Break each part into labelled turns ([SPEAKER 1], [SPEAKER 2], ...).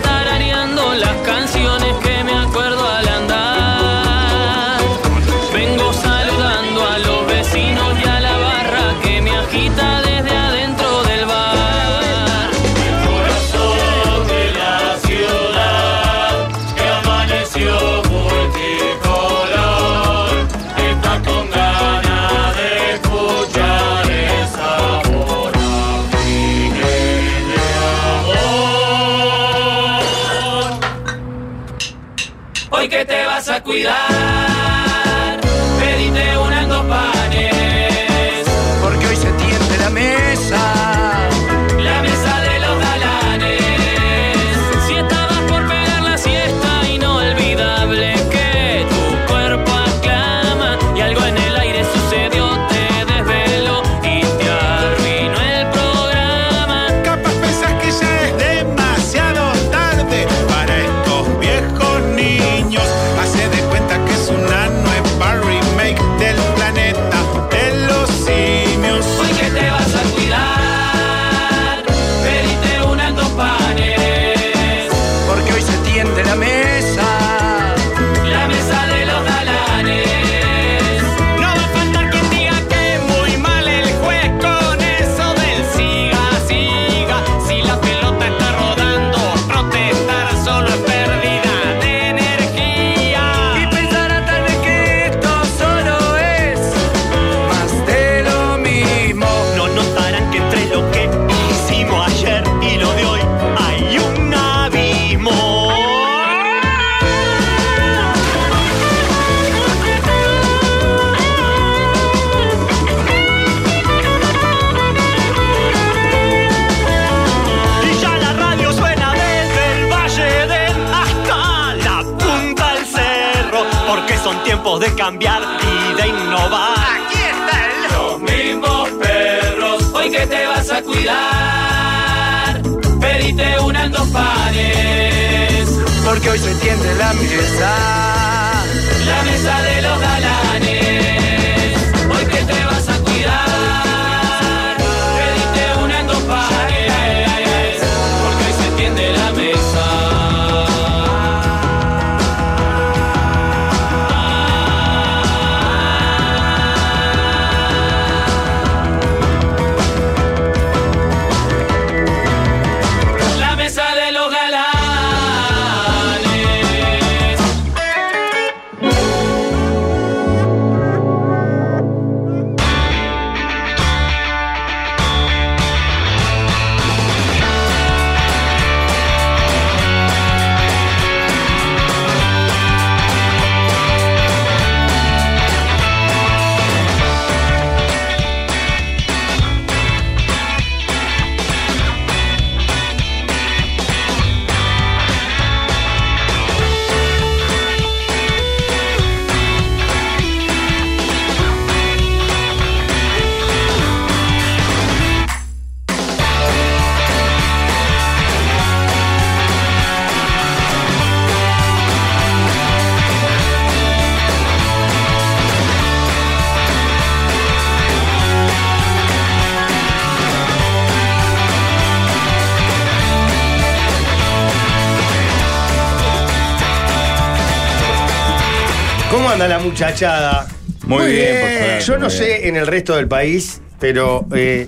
[SPEAKER 1] tarareando las canciones que me acuerdo al andar. Vengo saludando a los vecinos y a la barra que me agita desde adentro del bar.
[SPEAKER 2] Corazón de la ciudad que amaneció multicolor, está con ganas de escuchar el sabor de amor.
[SPEAKER 1] Hoy que te vas a cuidar, pedite unas dos panes.
[SPEAKER 3] Porque hoy se tiende la mesa.
[SPEAKER 1] La mesa de los galanes. Si estabas por pegar la siesta, inolvidable que tu cuerpo aclama. Y algo en el aire sucedió, te desveló y te arruinó el programa.
[SPEAKER 4] Capaz pensás que ya es demasiado tarde para estos viejos niños. Hace de cuenta que es una nueva remake del planeta de los simios.
[SPEAKER 1] Hoy que te vas a cuidar, pediste unas dos panes.
[SPEAKER 3] Porque hoy se tiende la mesa.
[SPEAKER 1] La mesa de los galanes.
[SPEAKER 4] No va a faltar quien diga que muy mal el juez con eso del siga, siga. Si la pelota está rodando, protestar solo es pérdida de
[SPEAKER 3] Y
[SPEAKER 4] energía.
[SPEAKER 3] pensará tal vez que esto solo es más de lo mismo.
[SPEAKER 4] No notarán que entre lo que hicimos ayer y lo de hoy hay un abismo. Y ya la radio suena desde el Valle del hasta la punta del cerro, porque son tiempos de cambiar y de innovar.
[SPEAKER 1] Los mismos perros, hoy que te vas a cuidar, pedite unas dos panes,
[SPEAKER 3] Porque hoy se tiende la mesa.
[SPEAKER 1] la mesa de los galanes, hoy que te vas a cuidar, pedite unas dos panes, porque hoy se tiende la mesa. La mesa de los galanes.
[SPEAKER 5] ¿Cómo anda la muchachada?
[SPEAKER 6] Muy bien, por favor,
[SPEAKER 5] Yo
[SPEAKER 6] muy
[SPEAKER 5] no
[SPEAKER 6] bien.
[SPEAKER 5] sé en el resto del país, pero eh,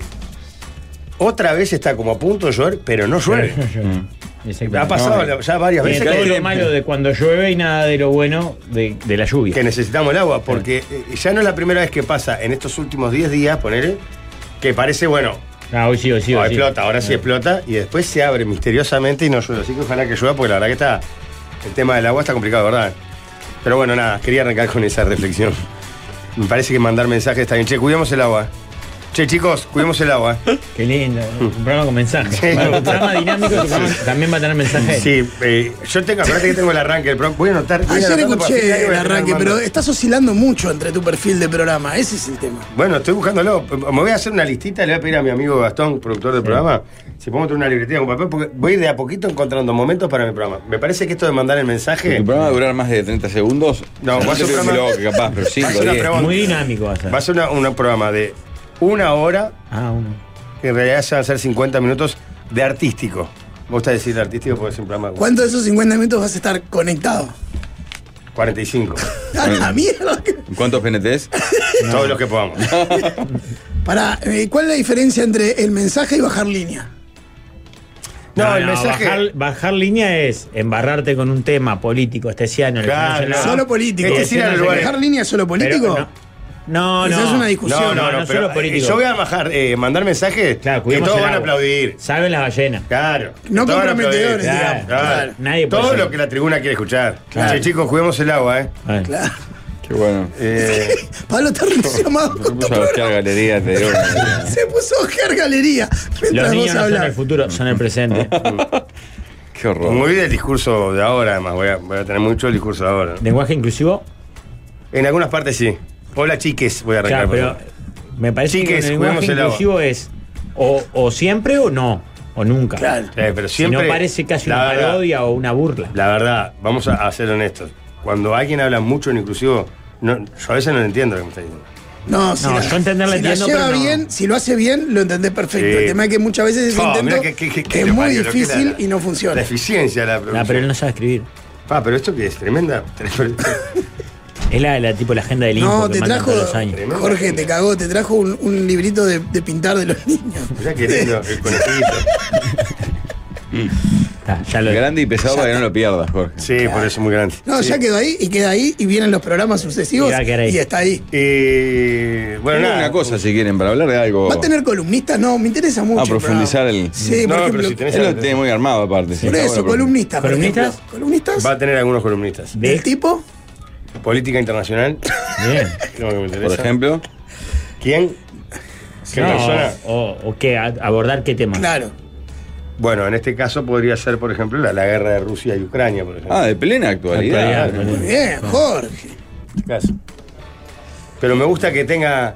[SPEAKER 5] otra vez está como a punto de llover, pero no llueve.
[SPEAKER 6] Exactamente.
[SPEAKER 5] Mm. Ha pasado la- ya varias
[SPEAKER 6] Tiene
[SPEAKER 5] veces
[SPEAKER 6] todo
[SPEAKER 5] que,
[SPEAKER 6] lo malo de cuando llueve y nada de lo bueno de, de la lluvia.
[SPEAKER 5] que necesitamos el agua, porque eh, ya no es la primera vez que pasa en estos últimos 10 días, ponele, que parece, bueno,
[SPEAKER 6] Ah, hoy sí, hoy sí,
[SPEAKER 5] ah,
[SPEAKER 6] hoy sí.
[SPEAKER 5] explota, ahora sí explota, y después se abre misteriosamente y no llueve. Así que ojalá que llueva, porque la verdad que está, el tema del agua está complicado, ¿verdad? Pero bueno, nada, quería arrancar con esa reflexión. Me parece que mandar mensajes está bien. Che, cuidemos el agua. Che, chicos, cuidemos el agua.
[SPEAKER 6] Qué lindo. Un programa con mensajes.
[SPEAKER 5] Mm. Sí.
[SPEAKER 6] Un programa dinámico que también va a tener mensajes.
[SPEAKER 5] Sí, eh, yo tengo, acuérdate que tengo el arranque del pro. Voy a anotar. voy
[SPEAKER 7] Ayer
[SPEAKER 5] anotando para fin de
[SPEAKER 7] escuché
[SPEAKER 5] año,
[SPEAKER 7] el
[SPEAKER 5] voy a tener
[SPEAKER 7] arranque,
[SPEAKER 5] armando.
[SPEAKER 7] pero estás oscilando mucho entre tu perfil de programa. Ese es el tema.
[SPEAKER 5] Bueno, estoy buscándolo. Me voy a hacer una listita, le voy a pedir a mi amigo Gastón, productor del programa, si podemos tener una libretita con papel, porque voy de a poquito encontrando momentos para mi programa. Me parece que esto de mandar el mensaje.
[SPEAKER 6] Sí,
[SPEAKER 5] Va
[SPEAKER 6] tu
[SPEAKER 5] a
[SPEAKER 6] programa-
[SPEAKER 5] ser
[SPEAKER 8] ¿Va a durar más de 30 segundos?
[SPEAKER 5] No, va a ser
[SPEAKER 8] creo
[SPEAKER 5] un
[SPEAKER 8] que
[SPEAKER 5] programa-
[SPEAKER 8] lo haga capaz, pero 5
[SPEAKER 5] una
[SPEAKER 8] 10.
[SPEAKER 5] pregunta.
[SPEAKER 6] Muy dinámico va a ser.
[SPEAKER 5] una- un programa de una hora,
[SPEAKER 6] Ah, uno.
[SPEAKER 5] que en realidad ya van a ser 50 minutos de artístico. Vos estás decir artístico porque es un programa.
[SPEAKER 7] ¿Cuánto de esos 50 minutos vas a estar conectado?
[SPEAKER 5] 45.
[SPEAKER 7] ¡A la mierda!
[SPEAKER 8] ¿Cuántos PNTs?
[SPEAKER 5] Todos los que podamos.
[SPEAKER 7] Pará, eh, ¿cuál es la diferencia entre el mensaje y bajar línea?
[SPEAKER 5] No, el mensaje.
[SPEAKER 6] Bajar, bajar línea es embarrarte con un tema político, estesiano. le
[SPEAKER 5] Claro,
[SPEAKER 6] pones en la-
[SPEAKER 7] Solo político.
[SPEAKER 5] Es decir, al lugar-
[SPEAKER 7] ¿Bajar línea es solo
[SPEAKER 6] Pero
[SPEAKER 7] político?
[SPEAKER 6] No, no.
[SPEAKER 7] Esa
[SPEAKER 6] no.
[SPEAKER 7] es una discusión.
[SPEAKER 5] No, no, no,
[SPEAKER 6] no
[SPEAKER 5] pero,
[SPEAKER 6] solo
[SPEAKER 5] eh,
[SPEAKER 6] político.
[SPEAKER 5] Yo voy a bajar, eh, mandar mensajes
[SPEAKER 6] Claro,
[SPEAKER 5] que
[SPEAKER 6] cuidemos
[SPEAKER 5] todos
[SPEAKER 6] el
[SPEAKER 5] van a
[SPEAKER 6] agua.
[SPEAKER 5] aplaudir.
[SPEAKER 6] Saben las ballenas.
[SPEAKER 5] Claro.
[SPEAKER 7] No
[SPEAKER 5] que todos van a
[SPEAKER 7] comprometedores,
[SPEAKER 5] aplaudir.
[SPEAKER 7] digamos.
[SPEAKER 5] Claro.
[SPEAKER 6] Nadie puede
[SPEAKER 5] Todo
[SPEAKER 6] ser.
[SPEAKER 5] lo que la tribuna quiere escuchar.
[SPEAKER 6] Claro.
[SPEAKER 5] Che, chicos, juguemos el agua, ¿eh?
[SPEAKER 6] A ver.
[SPEAKER 7] Claro.
[SPEAKER 8] Qué bueno.
[SPEAKER 5] Eh,
[SPEAKER 7] Pablo está relacionado
[SPEAKER 8] Se
[SPEAKER 7] con tu
[SPEAKER 8] puso a hostear
[SPEAKER 7] programa.
[SPEAKER 8] galerías de
[SPEAKER 7] Se puso a ojear galería
[SPEAKER 6] Los
[SPEAKER 7] mientras
[SPEAKER 6] niños
[SPEAKER 7] vos
[SPEAKER 6] no son el
[SPEAKER 7] hablabas.
[SPEAKER 6] futuro, son el presente.
[SPEAKER 8] Qué horror.
[SPEAKER 5] muy bien el discurso de ahora, además. Voy a, voy a tener mucho el discurso de ahora.
[SPEAKER 6] Lenguaje inclusivo.
[SPEAKER 5] En algunas partes sí. Hola, chiques, voy a arrancar.
[SPEAKER 6] Claro, pero
[SPEAKER 5] por-
[SPEAKER 6] me parece que
[SPEAKER 5] Chiques,
[SPEAKER 6] el
[SPEAKER 5] juguemos
[SPEAKER 6] lenguaje
[SPEAKER 5] el agua.
[SPEAKER 6] inclusivo es o, o siempre o no, o nunca.
[SPEAKER 7] Claro.
[SPEAKER 5] Eh, pero siempre.
[SPEAKER 6] si no parece casi
[SPEAKER 5] la
[SPEAKER 6] una
[SPEAKER 5] verdad,
[SPEAKER 6] parodia o una burla.
[SPEAKER 5] La verdad, vamos a, a ser honestos. Cuando alguien habla mucho en inclusivo, no, yo a veces no lo entiendo lo que me está diciendo.
[SPEAKER 7] No, si
[SPEAKER 6] No,
[SPEAKER 7] la-
[SPEAKER 6] yo entenderla
[SPEAKER 7] si la
[SPEAKER 6] entiendo,
[SPEAKER 7] lleva
[SPEAKER 6] pero no.
[SPEAKER 7] bien, si lo hace bien, lo entendés perfecto.
[SPEAKER 5] Sí.
[SPEAKER 7] El tema es que muchas veces ese
[SPEAKER 5] Oh,
[SPEAKER 7] intento
[SPEAKER 5] mirá que- que- que- que
[SPEAKER 7] es
[SPEAKER 5] lo
[SPEAKER 7] muy
[SPEAKER 5] parió, lo que era
[SPEAKER 7] difícil
[SPEAKER 5] la-
[SPEAKER 7] y no
[SPEAKER 5] La
[SPEAKER 7] funciona.
[SPEAKER 5] eficiencia de la
[SPEAKER 6] Ah,
[SPEAKER 5] producción.
[SPEAKER 6] pero él no sabe escribir.
[SPEAKER 5] Ah, pero esto que es tremenda.
[SPEAKER 6] Es la, la tipo la agenda del Inco
[SPEAKER 7] No,
[SPEAKER 6] que
[SPEAKER 7] te
[SPEAKER 6] mandan
[SPEAKER 7] trajo,
[SPEAKER 6] todos los años.
[SPEAKER 5] Tremendo.
[SPEAKER 7] Jorge, te cagó, te trajo un, un librito de, de pintar de los niños.
[SPEAKER 5] Mirá qué lindo el conejito.
[SPEAKER 6] Está, ya lo
[SPEAKER 8] Grande y pesado para que no lo pierdas, Jorge.
[SPEAKER 5] Sí, por eso es muy grande.
[SPEAKER 7] No,
[SPEAKER 5] Sí.
[SPEAKER 7] ya quedó ahí y queda ahí y vienen los programas sucesivos
[SPEAKER 6] Y va a quedar ahí.
[SPEAKER 7] y está ahí.
[SPEAKER 5] Eh, bueno,
[SPEAKER 8] Tengo
[SPEAKER 5] nada.
[SPEAKER 8] una cosa, si quieren, para hablar de algo.
[SPEAKER 5] Oh.
[SPEAKER 7] ¿Va a tener columnistas? No, me interesa mucho. el
[SPEAKER 8] profundizar
[SPEAKER 7] programa.
[SPEAKER 8] el-
[SPEAKER 5] No,
[SPEAKER 7] Sí, por
[SPEAKER 5] pero
[SPEAKER 7] ejemplo.
[SPEAKER 5] si tenés-
[SPEAKER 8] Él lo tiene muy armado, aparte. sí.
[SPEAKER 7] Por
[SPEAKER 8] Está
[SPEAKER 7] eso,
[SPEAKER 8] bueno, pero-
[SPEAKER 7] columnistas. por
[SPEAKER 6] ¿Columnistas?
[SPEAKER 7] ejemplo. ¿Columnistas?
[SPEAKER 5] Va a tener algunos columnistas.
[SPEAKER 6] de-
[SPEAKER 7] ¿Del tipo?
[SPEAKER 5] Política internacional.
[SPEAKER 6] Bien.
[SPEAKER 5] no, que me interesa.
[SPEAKER 8] Por ejemplo,
[SPEAKER 5] ¿Quién? ¿Qué
[SPEAKER 6] No,
[SPEAKER 5] persona?
[SPEAKER 6] o, o qué, a- abordar qué tema.
[SPEAKER 7] Claro.
[SPEAKER 5] Bueno, en este caso podría ser, por ejemplo, la, la guerra de Rusia y Ucrania, por ejemplo.
[SPEAKER 8] ah, de plena actualidad.
[SPEAKER 6] Actualidad,
[SPEAKER 7] Muy bien, Jorge.
[SPEAKER 5] Caso. Pero me gusta que tenga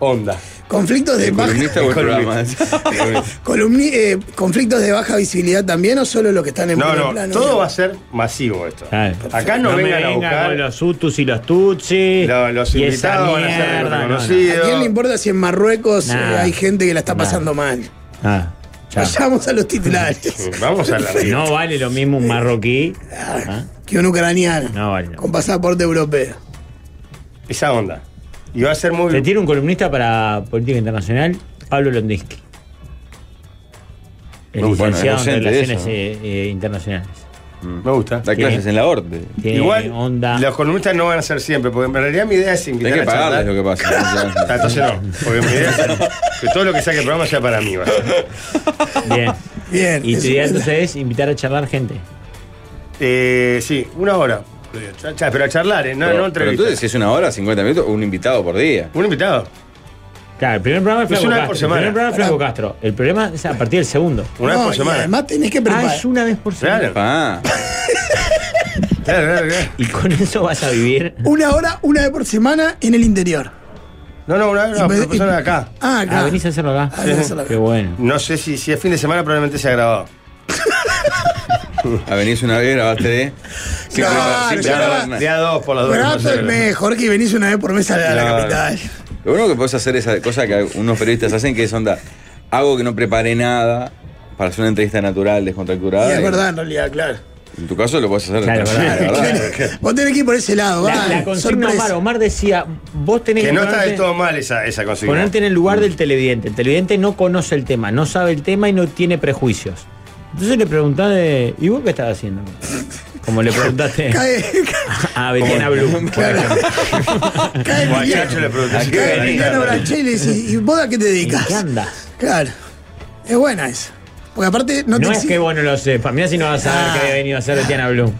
[SPEAKER 5] onda.
[SPEAKER 7] ¿Conflictos de
[SPEAKER 8] El columnista
[SPEAKER 7] baja,
[SPEAKER 8] o el programa.
[SPEAKER 5] Columnista. Columnista.
[SPEAKER 7] columni- eh, ¿Conflictos de baja visibilidad también o solo los que están en
[SPEAKER 5] No,
[SPEAKER 7] primer
[SPEAKER 5] no,
[SPEAKER 7] plano?
[SPEAKER 5] todo
[SPEAKER 7] digamos?
[SPEAKER 5] va a ser masivo esto.
[SPEAKER 6] Claro.
[SPEAKER 5] Acá no,
[SPEAKER 6] me
[SPEAKER 5] vengan a
[SPEAKER 6] venga
[SPEAKER 5] buscar.
[SPEAKER 6] con los Hutus y los Tutsis.
[SPEAKER 5] lo- los
[SPEAKER 6] y esa
[SPEAKER 5] invitados van a ser
[SPEAKER 6] mierda, no, no.
[SPEAKER 7] ¿A quién le
[SPEAKER 5] reconocidos.
[SPEAKER 7] importa si en Marruecos eh,
[SPEAKER 6] Nah.
[SPEAKER 7] hay gente que la está
[SPEAKER 6] Nah.
[SPEAKER 7] pasando mal?
[SPEAKER 6] Ah, chao.
[SPEAKER 7] Vayamos a los titulares.
[SPEAKER 5] Vamos a la
[SPEAKER 6] No vale lo mismo un marroquí. ¿ah?
[SPEAKER 7] que un ucraniano
[SPEAKER 6] No vale.
[SPEAKER 7] con pasaporte europeo.
[SPEAKER 5] Esa onda. Y va a ser
[SPEAKER 6] Te
[SPEAKER 5] muy.
[SPEAKER 6] tiro un columnista para Política Internacional, Pablo Londinsky. El
[SPEAKER 8] Bueno,
[SPEAKER 6] licenciado
[SPEAKER 8] es
[SPEAKER 6] en
[SPEAKER 8] docente de
[SPEAKER 6] Relaciones
[SPEAKER 8] eso, ¿no?
[SPEAKER 6] eh, eh, Internacionales.
[SPEAKER 5] Me gusta.
[SPEAKER 8] Da clases en la orte.
[SPEAKER 6] Tiene
[SPEAKER 5] Igual,
[SPEAKER 6] onda.
[SPEAKER 5] los columnistas no van a ser siempre, porque en realidad mi idea es invitar
[SPEAKER 8] Hay que
[SPEAKER 5] a charlar.
[SPEAKER 8] pagarles lo que pasa.
[SPEAKER 5] Ah, entonces no, porque mi idea es que todo lo que saque el programa sea para mí. va.
[SPEAKER 6] Bien.
[SPEAKER 7] Bien.
[SPEAKER 6] Y
[SPEAKER 7] eso
[SPEAKER 6] tu idea
[SPEAKER 7] es-
[SPEAKER 6] entonces es invitar a charlar gente.
[SPEAKER 5] Eh, sí, una hora. Cha- cha- Pero a charlar, ¿eh? no, no
[SPEAKER 8] Pero, pero
[SPEAKER 5] entrevistas.
[SPEAKER 8] entonces, si es una hora, 50 minutos, un invitado por día.
[SPEAKER 5] Un invitado.
[SPEAKER 6] Claro, el primer programa es
[SPEAKER 5] Es
[SPEAKER 6] Franco
[SPEAKER 5] Pues una vez
[SPEAKER 6] Castro.
[SPEAKER 5] por
[SPEAKER 6] El primer
[SPEAKER 5] semana.
[SPEAKER 6] programa es Franco Castro. El problema es a partir del segundo.
[SPEAKER 5] Una vez
[SPEAKER 7] No,
[SPEAKER 5] por
[SPEAKER 7] y
[SPEAKER 5] semana.
[SPEAKER 7] Además tenés que
[SPEAKER 6] Ah,
[SPEAKER 7] preparar.
[SPEAKER 6] es una vez por semana.
[SPEAKER 5] Claro,
[SPEAKER 8] Ah,
[SPEAKER 5] claro, claro, claro.
[SPEAKER 6] Y con eso vas a vivir.
[SPEAKER 7] Una hora, una vez por semana en el interior.
[SPEAKER 5] No, no, una, una
[SPEAKER 7] Y me-
[SPEAKER 5] persona de
[SPEAKER 7] y-
[SPEAKER 5] acá.
[SPEAKER 7] Ah,
[SPEAKER 6] Ah,
[SPEAKER 7] acá.
[SPEAKER 6] venís a hacerlo acá.
[SPEAKER 7] Ah, venís a hacerlo acá.
[SPEAKER 6] Qué bueno.
[SPEAKER 5] No sé si, si es fin de semana, probablemente sea grabado.
[SPEAKER 8] a venirse una vez, grabaste de. Sin
[SPEAKER 7] Claro,
[SPEAKER 8] preparar- sin
[SPEAKER 5] De
[SPEAKER 7] ya Pero
[SPEAKER 8] preparar
[SPEAKER 5] a,
[SPEAKER 7] Ah, no
[SPEAKER 5] dos,
[SPEAKER 8] nada.
[SPEAKER 5] de a dos por las dos.
[SPEAKER 7] Grato el mes, Jorge, y venís una vez por mes a la, a la
[SPEAKER 5] Claro.
[SPEAKER 7] capital.
[SPEAKER 8] Lo bueno que podés hacer es esa cosa que unos periodistas hacen, que es onda, hago que no preparé nada para hacer una entrevista natural, descontracturada.
[SPEAKER 7] Y es
[SPEAKER 8] y-
[SPEAKER 7] verdad, en realidad, claro.
[SPEAKER 8] En tu caso lo podés hacer
[SPEAKER 6] Claro,
[SPEAKER 8] también,
[SPEAKER 6] verdad.
[SPEAKER 8] la verdad.
[SPEAKER 7] Vos tenés que ir por ese lado,
[SPEAKER 6] La,
[SPEAKER 7] va.
[SPEAKER 6] la consigna
[SPEAKER 7] sorpresa.
[SPEAKER 6] Omar, Omar decía, vos tenés
[SPEAKER 5] Que no está
[SPEAKER 6] ponerte-
[SPEAKER 5] del todo mal esa, esa consigna.
[SPEAKER 6] Ponerte en el
[SPEAKER 7] mm.
[SPEAKER 6] lugar del televidente. El televidente no conoce el tema, no sabe el tema y no tiene prejuicios. Entonces le preguntás de. ¿Y vos qué estás haciendo? Como le preguntaste
[SPEAKER 7] Cae,
[SPEAKER 6] a Betiana Blum. por ejemplo.
[SPEAKER 7] cae
[SPEAKER 5] O
[SPEAKER 7] el
[SPEAKER 5] al
[SPEAKER 7] Liliano-
[SPEAKER 5] Chacho le pregunté si
[SPEAKER 8] Acá
[SPEAKER 5] era
[SPEAKER 7] cae el
[SPEAKER 5] de
[SPEAKER 7] Liliano
[SPEAKER 5] acá.
[SPEAKER 7] Branché y le decís, ¿y vos a qué te
[SPEAKER 6] ¿En
[SPEAKER 7] dedicas?
[SPEAKER 6] qué andas?
[SPEAKER 7] Claro. Es buena esa. Porque aparte
[SPEAKER 6] No,
[SPEAKER 7] no, te
[SPEAKER 6] es que
[SPEAKER 7] existe.
[SPEAKER 6] vos no lo sepas. Mirá si no vas a saber
[SPEAKER 7] Ah.
[SPEAKER 6] que había venido a hacer Betiana Blum.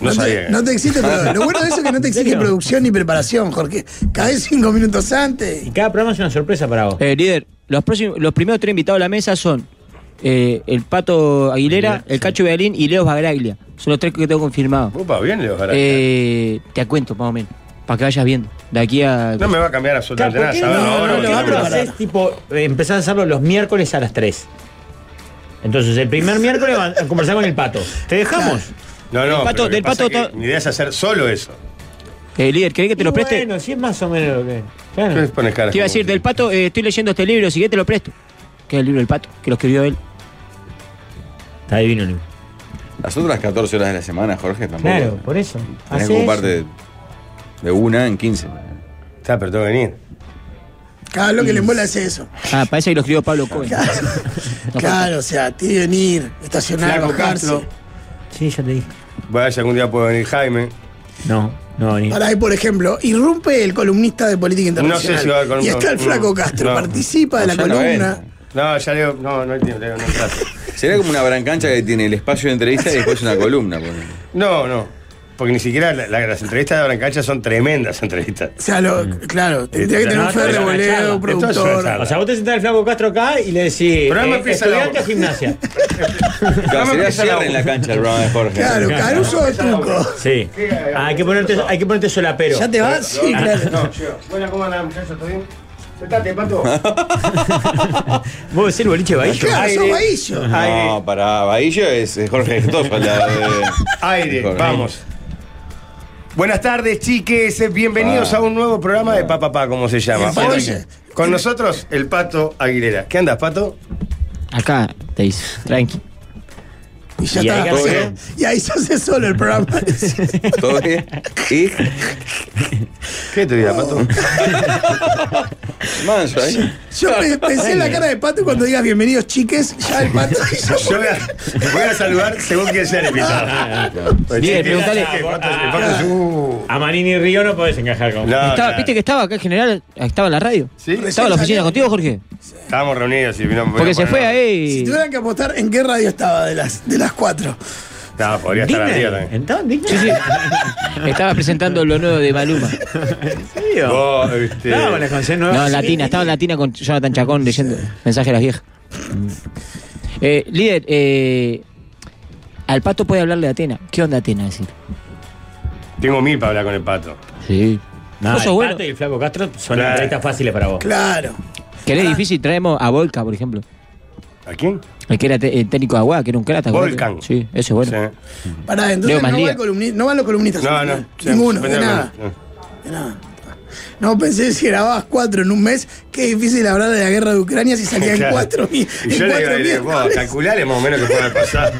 [SPEAKER 5] No
[SPEAKER 7] te-
[SPEAKER 5] sabía.
[SPEAKER 7] no te existe, pero lo bueno de eso es que no te exige
[SPEAKER 6] serio?
[SPEAKER 7] producción ni preparación, Jorge. Caes cinco minutos antes.
[SPEAKER 6] Y cada programa es una sorpresa para vos.
[SPEAKER 9] Eh, líder, los, próximos, los primeros tres invitados a la mesa son eh, el Pato Aguilera,
[SPEAKER 6] Aguilera,
[SPEAKER 9] el Cacho Bealín y Leo Bagraglia. Son los tres que tengo confirmados.
[SPEAKER 5] Opa, bien, Leo Garay.
[SPEAKER 9] Eh, te cuento, más o menos, para que vayas viendo. De aquí a...
[SPEAKER 5] No me va a cambiar absolutamente
[SPEAKER 6] Claro, ¿por
[SPEAKER 5] nada.
[SPEAKER 6] qué
[SPEAKER 5] saber
[SPEAKER 7] no?
[SPEAKER 5] ahora
[SPEAKER 7] No,
[SPEAKER 5] o
[SPEAKER 7] no,
[SPEAKER 5] qué
[SPEAKER 7] no,
[SPEAKER 5] número.
[SPEAKER 7] no, no.
[SPEAKER 6] haces tipo, eh, empezás a hacerlo los miércoles a las 3. Entonces, el primer miércoles van a conversar con el pato. ¿Te dejamos?
[SPEAKER 5] No,
[SPEAKER 9] Del pato-
[SPEAKER 5] no, pero lo que
[SPEAKER 9] del
[SPEAKER 5] pasa
[SPEAKER 9] pato
[SPEAKER 5] es que
[SPEAKER 9] to-
[SPEAKER 5] Mi idea es hacer solo eso.
[SPEAKER 9] Eh, líder, ¿querés que te
[SPEAKER 6] Y
[SPEAKER 9] lo preste?
[SPEAKER 6] Bueno, si es más o menos lo que.
[SPEAKER 5] Entonces
[SPEAKER 6] Claro.
[SPEAKER 5] pones caras
[SPEAKER 9] Te iba a
[SPEAKER 5] como-
[SPEAKER 9] decir, del Pato, eh, estoy leyendo este libro, si querés te lo presto. Que es el libro del Pato, que lo escribió él.
[SPEAKER 6] Está divino el libro.
[SPEAKER 8] Las otras 14 horas de la semana, Jorge, tampoco.
[SPEAKER 6] Claro, por eso.
[SPEAKER 8] Tenés
[SPEAKER 6] Hace
[SPEAKER 8] que
[SPEAKER 6] eso.
[SPEAKER 8] ocuparte de, de una en 15.
[SPEAKER 5] Está, pero tengo que venir.
[SPEAKER 7] Cada lo que le mola es eso.
[SPEAKER 9] Ah, parece que lo escribió Pablo
[SPEAKER 5] pues,
[SPEAKER 9] Cohen.
[SPEAKER 7] Claro, o sea, tiene que venir, estacionar,
[SPEAKER 5] Flaco
[SPEAKER 7] bajarse.
[SPEAKER 5] Castro.
[SPEAKER 6] Sí, ya te dije.
[SPEAKER 5] Voy a ver si algún día puede venir Jaime.
[SPEAKER 6] No, no va a venir.
[SPEAKER 7] Para ahí, por ejemplo, irrumpe el columnista de política
[SPEAKER 5] No
[SPEAKER 7] internacional.
[SPEAKER 5] sé si va a haber
[SPEAKER 7] y
[SPEAKER 5] columna.
[SPEAKER 7] está el
[SPEAKER 5] No,
[SPEAKER 7] flaco Castro,
[SPEAKER 5] no.
[SPEAKER 7] participa de la
[SPEAKER 8] Ya lo
[SPEAKER 7] columna.
[SPEAKER 8] ven.
[SPEAKER 5] No, ya leo. No, no hay tiempo, Leo, no hay plazo.
[SPEAKER 8] Sería como una brancancha que tiene el espacio de entrevista y después una columna. ponele.
[SPEAKER 5] No, no. Porque ni siquiera la- la- las entrevistas de Brancacha son tremendas entrevistas.
[SPEAKER 7] O sea, lo-
[SPEAKER 5] Mm.
[SPEAKER 7] claro, tendría que tener
[SPEAKER 6] No,
[SPEAKER 7] un
[SPEAKER 6] no, es
[SPEAKER 7] Ferre
[SPEAKER 6] una charla.
[SPEAKER 7] Boleo, un
[SPEAKER 5] Esto es una
[SPEAKER 7] productor.
[SPEAKER 5] charla.
[SPEAKER 6] O sea, vos te sentás el flaco Castro acá y le decís.
[SPEAKER 5] Programa
[SPEAKER 6] eh,
[SPEAKER 5] empieza
[SPEAKER 6] estudiante
[SPEAKER 5] la-
[SPEAKER 6] a gimnasia.
[SPEAKER 8] Claro,
[SPEAKER 5] me
[SPEAKER 8] sería
[SPEAKER 5] empieza la
[SPEAKER 8] cierre en la cancha el programa de Jorge.
[SPEAKER 7] Claro, Caruso de truco.
[SPEAKER 6] Sí. Ah, hay que ponerte, hay que ponerte solapero.
[SPEAKER 7] ¿Ya te vas? Sí, claro.
[SPEAKER 5] yo. Bueno, ¿cómo andan, muchachos? ¿Todo bien? Sentate, pato.
[SPEAKER 6] ¿Vos ves el boliche Bahía?
[SPEAKER 7] Claro, sos
[SPEAKER 5] Aire.
[SPEAKER 7] bahillo.
[SPEAKER 8] No, para Bahillo es es Jorge Gestoso. la de-
[SPEAKER 5] Aire,
[SPEAKER 8] Jorge.
[SPEAKER 5] vamos. Buenas tardes, chiques. Bienvenidos
[SPEAKER 8] Ah.
[SPEAKER 5] a un nuevo programa de Papá Pa, como se llama.
[SPEAKER 7] El pato.
[SPEAKER 5] Hoy, con nosotros, el Pato Aguilera. ¿Qué andas, Pato?
[SPEAKER 9] Acá te dice, tranqui.
[SPEAKER 7] Y ya
[SPEAKER 6] Y ahí
[SPEAKER 7] está.
[SPEAKER 6] ganó.
[SPEAKER 7] O sea, Y ahí se hace solo el programa.
[SPEAKER 8] ¿Todo bien? Y
[SPEAKER 5] ¿Qué te diga, Pato?
[SPEAKER 8] manso ahí.
[SPEAKER 7] Yo pe- pensé en la cara de Pato cuando digas bienvenidos chiques, ya el Pato
[SPEAKER 5] Yo voy a, voy a saludar según quien sea el invitado.
[SPEAKER 9] Bien,
[SPEAKER 5] Chiques,
[SPEAKER 9] preguntale.
[SPEAKER 5] chiques, Pato, el Pato es- uh.
[SPEAKER 6] A Manini Río no podés encajar con.
[SPEAKER 5] No,
[SPEAKER 9] Estaba-
[SPEAKER 5] claro.
[SPEAKER 9] ¿Viste que estaba acá en general? Estaba en la radio.
[SPEAKER 5] ¿Sí?
[SPEAKER 9] ¿Estaba en la oficina
[SPEAKER 7] Salió.
[SPEAKER 9] contigo, Jorge?
[SPEAKER 5] Estábamos reunidos y vino
[SPEAKER 9] Porque se fue
[SPEAKER 7] Si
[SPEAKER 9] ahí.
[SPEAKER 7] tuvieran que apostar en qué radio estaba de las, de las cuatro.
[SPEAKER 5] No, podría estar arriba
[SPEAKER 6] ¿Digna?
[SPEAKER 5] también.
[SPEAKER 6] ¿Entonces? ¿Digna?
[SPEAKER 9] Sí, sí. Estaba presentando lo nuevo de Maluma.
[SPEAKER 6] ¿En serio?
[SPEAKER 5] Vos, este,
[SPEAKER 6] No, con la canción nueva.
[SPEAKER 9] No, en Latina, estaba en Latina con Jonathan Chacón leyendo mensaje a las viejas. Mm. Eh, líder, eh, al pato puede hablarle de Atena. ¿Qué onda Atena? Decir?
[SPEAKER 5] Tengo mil para hablar con el pato.
[SPEAKER 9] Sí.
[SPEAKER 6] No,
[SPEAKER 9] Vos sos
[SPEAKER 6] el
[SPEAKER 9] bueno.
[SPEAKER 6] Pato y el flaco Castro son
[SPEAKER 5] Claro.
[SPEAKER 6] entrevistas fáciles para vos.
[SPEAKER 7] Claro.
[SPEAKER 9] ¿Querés difícil? Traemos a Volca, por ejemplo.
[SPEAKER 5] ¿A quién?
[SPEAKER 9] El que era te- el técnico de Agua, que era un crack. ¿te acordás?
[SPEAKER 5] Volkan.
[SPEAKER 9] Sí, ese es bueno.
[SPEAKER 5] Sí.
[SPEAKER 7] Pará,
[SPEAKER 9] Leo
[SPEAKER 7] entonces no,
[SPEAKER 9] Manlía.
[SPEAKER 7] va el columni- no van los columnistas.
[SPEAKER 5] No, no.
[SPEAKER 7] ¿no? Ninguno, de
[SPEAKER 5] Depende de
[SPEAKER 7] nada,
[SPEAKER 5] lo que-
[SPEAKER 7] de nada. No pensé si grababas cuatro en un mes, qué difícil hablar de la guerra de Ucrania si salían
[SPEAKER 5] Claro.
[SPEAKER 7] cuatro mi-
[SPEAKER 5] Y
[SPEAKER 7] en
[SPEAKER 5] yo le
[SPEAKER 7] cuatro
[SPEAKER 5] digo, le digo, vos,
[SPEAKER 7] miércoles.
[SPEAKER 5] calculale más o menos que puede pasar.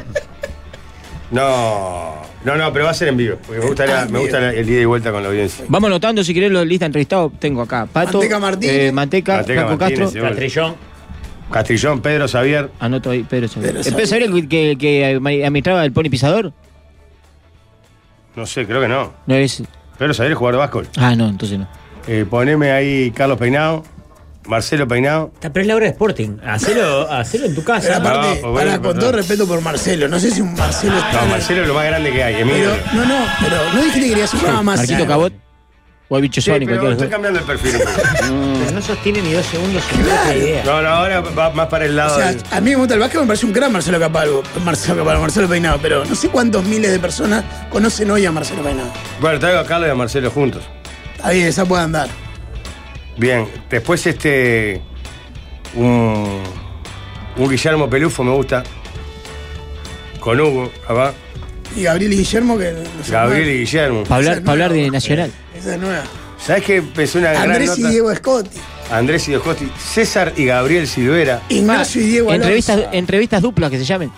[SPEAKER 5] No, no, no, pero va a ser en vivo. Porque me gusta,
[SPEAKER 7] Ah,
[SPEAKER 5] la- me gusta la- el ida y vuelta con la audiencia.
[SPEAKER 9] Vamos anotando, si querés, los lista entrevistado. Tengo acá Pato,
[SPEAKER 7] Manteca Martínez.
[SPEAKER 9] eh, Manteca,
[SPEAKER 5] Manteca
[SPEAKER 9] Franco
[SPEAKER 5] Martínez,
[SPEAKER 9] Castro.
[SPEAKER 5] sí.
[SPEAKER 6] Castrillón.
[SPEAKER 5] Castrillón, Pedro Xavier.
[SPEAKER 9] Anoto ahí, Pedro Sabriel.
[SPEAKER 7] Pedro
[SPEAKER 9] ¿El Pedro Sabriel que, que, que administraba el Pony Pisador?
[SPEAKER 5] No sé, creo que no.
[SPEAKER 9] No es.
[SPEAKER 5] Pedro Xavier, jugador de básquet.
[SPEAKER 9] Ah, no, entonces no.
[SPEAKER 5] Eh, poneme ahí Carlos Peinado, Marcelo Peinado.
[SPEAKER 6] Está, Pero es la hora de Sporting. Hacelo, hacelo en tu
[SPEAKER 7] Pero
[SPEAKER 6] casa.
[SPEAKER 7] aparte,
[SPEAKER 5] No, pues bueno,
[SPEAKER 7] pará,
[SPEAKER 5] pues
[SPEAKER 7] con
[SPEAKER 5] no.
[SPEAKER 7] todo respeto por Marcelo, no sé si un Marcelo está.
[SPEAKER 5] No, Marcelo es lo más grande que hay. es mi
[SPEAKER 7] Pero,
[SPEAKER 5] ídolo.
[SPEAKER 7] no, no, pero no dijiste que querías un programa más.
[SPEAKER 9] Marquito Cabot o el bicho
[SPEAKER 5] Sí,
[SPEAKER 9] Sonic,
[SPEAKER 5] pero
[SPEAKER 9] cualquiera de los
[SPEAKER 5] estoy
[SPEAKER 9] dos.
[SPEAKER 5] cambiando el perfil. un poco.
[SPEAKER 6] Pero no sostiene ni dos segundos su propia idea.
[SPEAKER 5] No, no, ahora va más para el lado.
[SPEAKER 7] O sea,
[SPEAKER 5] del-
[SPEAKER 7] a mí me gusta el básquet, me parece un gran Marcelo Capalgo, Marcelo Capalgo, Marcelo Peinado, pero no sé cuántos miles de personas conocen hoy a Marcelo Peinado.
[SPEAKER 5] Bueno, traigo a Carlos y a Marcelo juntos.
[SPEAKER 7] Ahí esa puede andar.
[SPEAKER 5] Bien, después este. Un, un Guillermo Pelufo me gusta. Con Hugo, acá.
[SPEAKER 7] Y Gabriel y Guillermo que no sé,
[SPEAKER 5] Gabriel
[SPEAKER 7] no,
[SPEAKER 5] y Guillermo.
[SPEAKER 9] Para hablar,
[SPEAKER 7] Esa
[SPEAKER 9] pa' hablar
[SPEAKER 7] nueva.
[SPEAKER 9] de Nacional.
[SPEAKER 7] esa es nueva.
[SPEAKER 5] ¿Sabes qué? Pensé una gran
[SPEAKER 7] Andrés y
[SPEAKER 5] nota.
[SPEAKER 7] Diego Scotti,
[SPEAKER 9] Ah,
[SPEAKER 5] Andrés y Diego Costi. César y Gabriel Silvera.
[SPEAKER 7] Ignacio y Diego Alonso.
[SPEAKER 9] Entrevistas, entrevistas duplas que se llamen.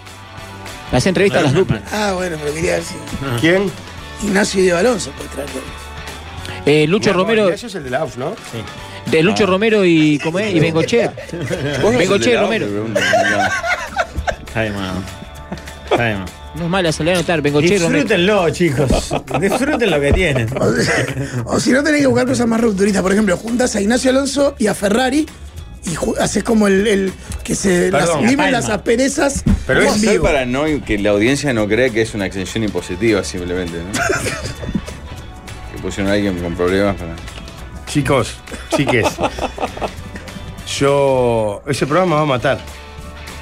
[SPEAKER 9] Las entrevistas a las duplas.
[SPEAKER 7] Ah, bueno, pero quería decir.
[SPEAKER 5] ¿Quién?
[SPEAKER 7] Ignacio y Diego Alonso puede traerlo.
[SPEAKER 9] Eh, Lucho
[SPEAKER 5] No,
[SPEAKER 9] Romero,
[SPEAKER 5] Ignacio es el de la AUF, ¿no?
[SPEAKER 9] de Lucho Romero y ¿cómo
[SPEAKER 6] Este,
[SPEAKER 9] es? Y Bengochea.
[SPEAKER 6] eh,
[SPEAKER 8] ¿Vos no
[SPEAKER 9] Bengoche,
[SPEAKER 8] sos el de la
[SPEAKER 9] Romero.
[SPEAKER 8] otra pregunta?
[SPEAKER 6] Está de más. Está de más.
[SPEAKER 9] No es mala, se le va a anotar. Bengochea y Romero.
[SPEAKER 6] Disfrútenlo, chicos. Disfruten lo que tienen.
[SPEAKER 7] O, sea, o si no tenés que buscar cosas más rupturistas. Por ejemplo, juntas a Ignacio Alonso y a Ferrari y ju- haces como el, el que se
[SPEAKER 5] Perdón.
[SPEAKER 7] las, liman
[SPEAKER 6] La palma.
[SPEAKER 7] las asperezas
[SPEAKER 5] Pero
[SPEAKER 7] en
[SPEAKER 8] ¿Cómo
[SPEAKER 5] es
[SPEAKER 8] hacer
[SPEAKER 7] vivo.
[SPEAKER 8] para no que la audiencia no crea que es una extensión impositiva simplemente? ¿no? que pusieron a alguien con problemas para.
[SPEAKER 5] Chicos, chiques. Yo. Ese programa va a matar.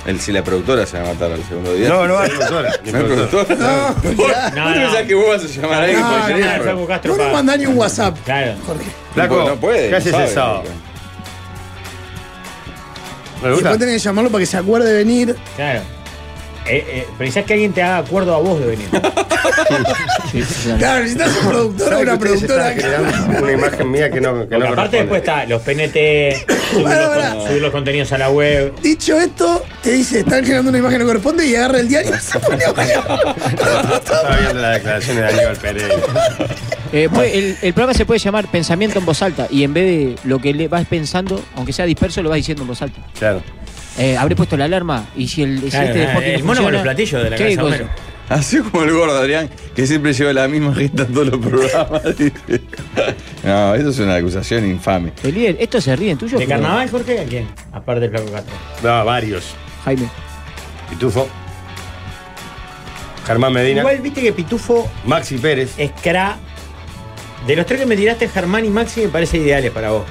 [SPEAKER 8] El, si la productora se va a matar al segundo día.
[SPEAKER 5] No, no va a productora. ni
[SPEAKER 8] ¿No hay
[SPEAKER 5] productora.
[SPEAKER 8] productora?
[SPEAKER 7] No, mirá.
[SPEAKER 6] No,
[SPEAKER 8] ¿Vos
[SPEAKER 6] no.
[SPEAKER 8] pensás que vos vas a llamar a alguien
[SPEAKER 7] No,
[SPEAKER 8] por
[SPEAKER 7] no,
[SPEAKER 8] teléfono?
[SPEAKER 6] Llamar al Flaco Castro
[SPEAKER 7] Vos no
[SPEAKER 6] para-
[SPEAKER 7] mandás ni un WhatsApp,
[SPEAKER 6] Claro.
[SPEAKER 7] Jorge.
[SPEAKER 5] Flaco,
[SPEAKER 8] no puede.
[SPEAKER 5] ¿Qué haces
[SPEAKER 8] no
[SPEAKER 5] el
[SPEAKER 8] sabe.
[SPEAKER 5] sábado? ¿Me
[SPEAKER 7] Después
[SPEAKER 5] gusta?
[SPEAKER 7] tenés que llamarlo para que se acuerde de venir.
[SPEAKER 6] Claro. Eh, eh, precisás que alguien te haga acuerdo a vos de venir.
[SPEAKER 7] Claro, necesitas un productor o
[SPEAKER 5] ¿Sabe que
[SPEAKER 7] una
[SPEAKER 5] ustedes
[SPEAKER 7] productora.
[SPEAKER 5] están creando una imagen mía que no, que
[SPEAKER 6] Porque
[SPEAKER 5] no
[SPEAKER 6] aparte
[SPEAKER 5] corresponde?
[SPEAKER 6] después está los PNT, subir,
[SPEAKER 7] Pará,
[SPEAKER 6] los,
[SPEAKER 7] pará.
[SPEAKER 6] con- subir los contenidos a la web.
[SPEAKER 7] Dicho esto, te dice, están generando una imagen que no corresponde y agarra el diario y se pone a
[SPEAKER 5] Estaba viendo la declaración de Aníbal Pérez.
[SPEAKER 9] Eh, puede- el, el programa se puede llamar Pensamiento en voz alta y en vez de lo que le vas pensando, aunque sea disperso, lo vas diciendo en voz alta.
[SPEAKER 5] Claro.
[SPEAKER 9] Eh, habré puesto la alarma y si el, si
[SPEAKER 6] Claro, eh,
[SPEAKER 9] este deporte
[SPEAKER 6] el
[SPEAKER 9] no
[SPEAKER 6] mono con
[SPEAKER 9] funciona,
[SPEAKER 6] los platillos de la
[SPEAKER 9] ¿qué
[SPEAKER 6] cabeza de
[SPEAKER 9] cosa?
[SPEAKER 6] Homero.
[SPEAKER 8] Así como el gordo Adrián, que siempre lleva la misma gente a todos los programas. dice. no, eso es una acusación infame.
[SPEAKER 9] El líder, esto se ríen tuyo.
[SPEAKER 6] ¿De
[SPEAKER 9] Julio?
[SPEAKER 6] carnaval, Jorge? ¿A quién? Aparte del Flaco Castro.
[SPEAKER 5] No, varios.
[SPEAKER 9] Jaime.
[SPEAKER 5] Pitufo. Germán Medina.
[SPEAKER 6] Igual Eh. viste que Pitufo
[SPEAKER 5] Maxi Pérez.
[SPEAKER 6] Escra. De los tres que me tiraste, Germán y Maxi me parece ideales para vos.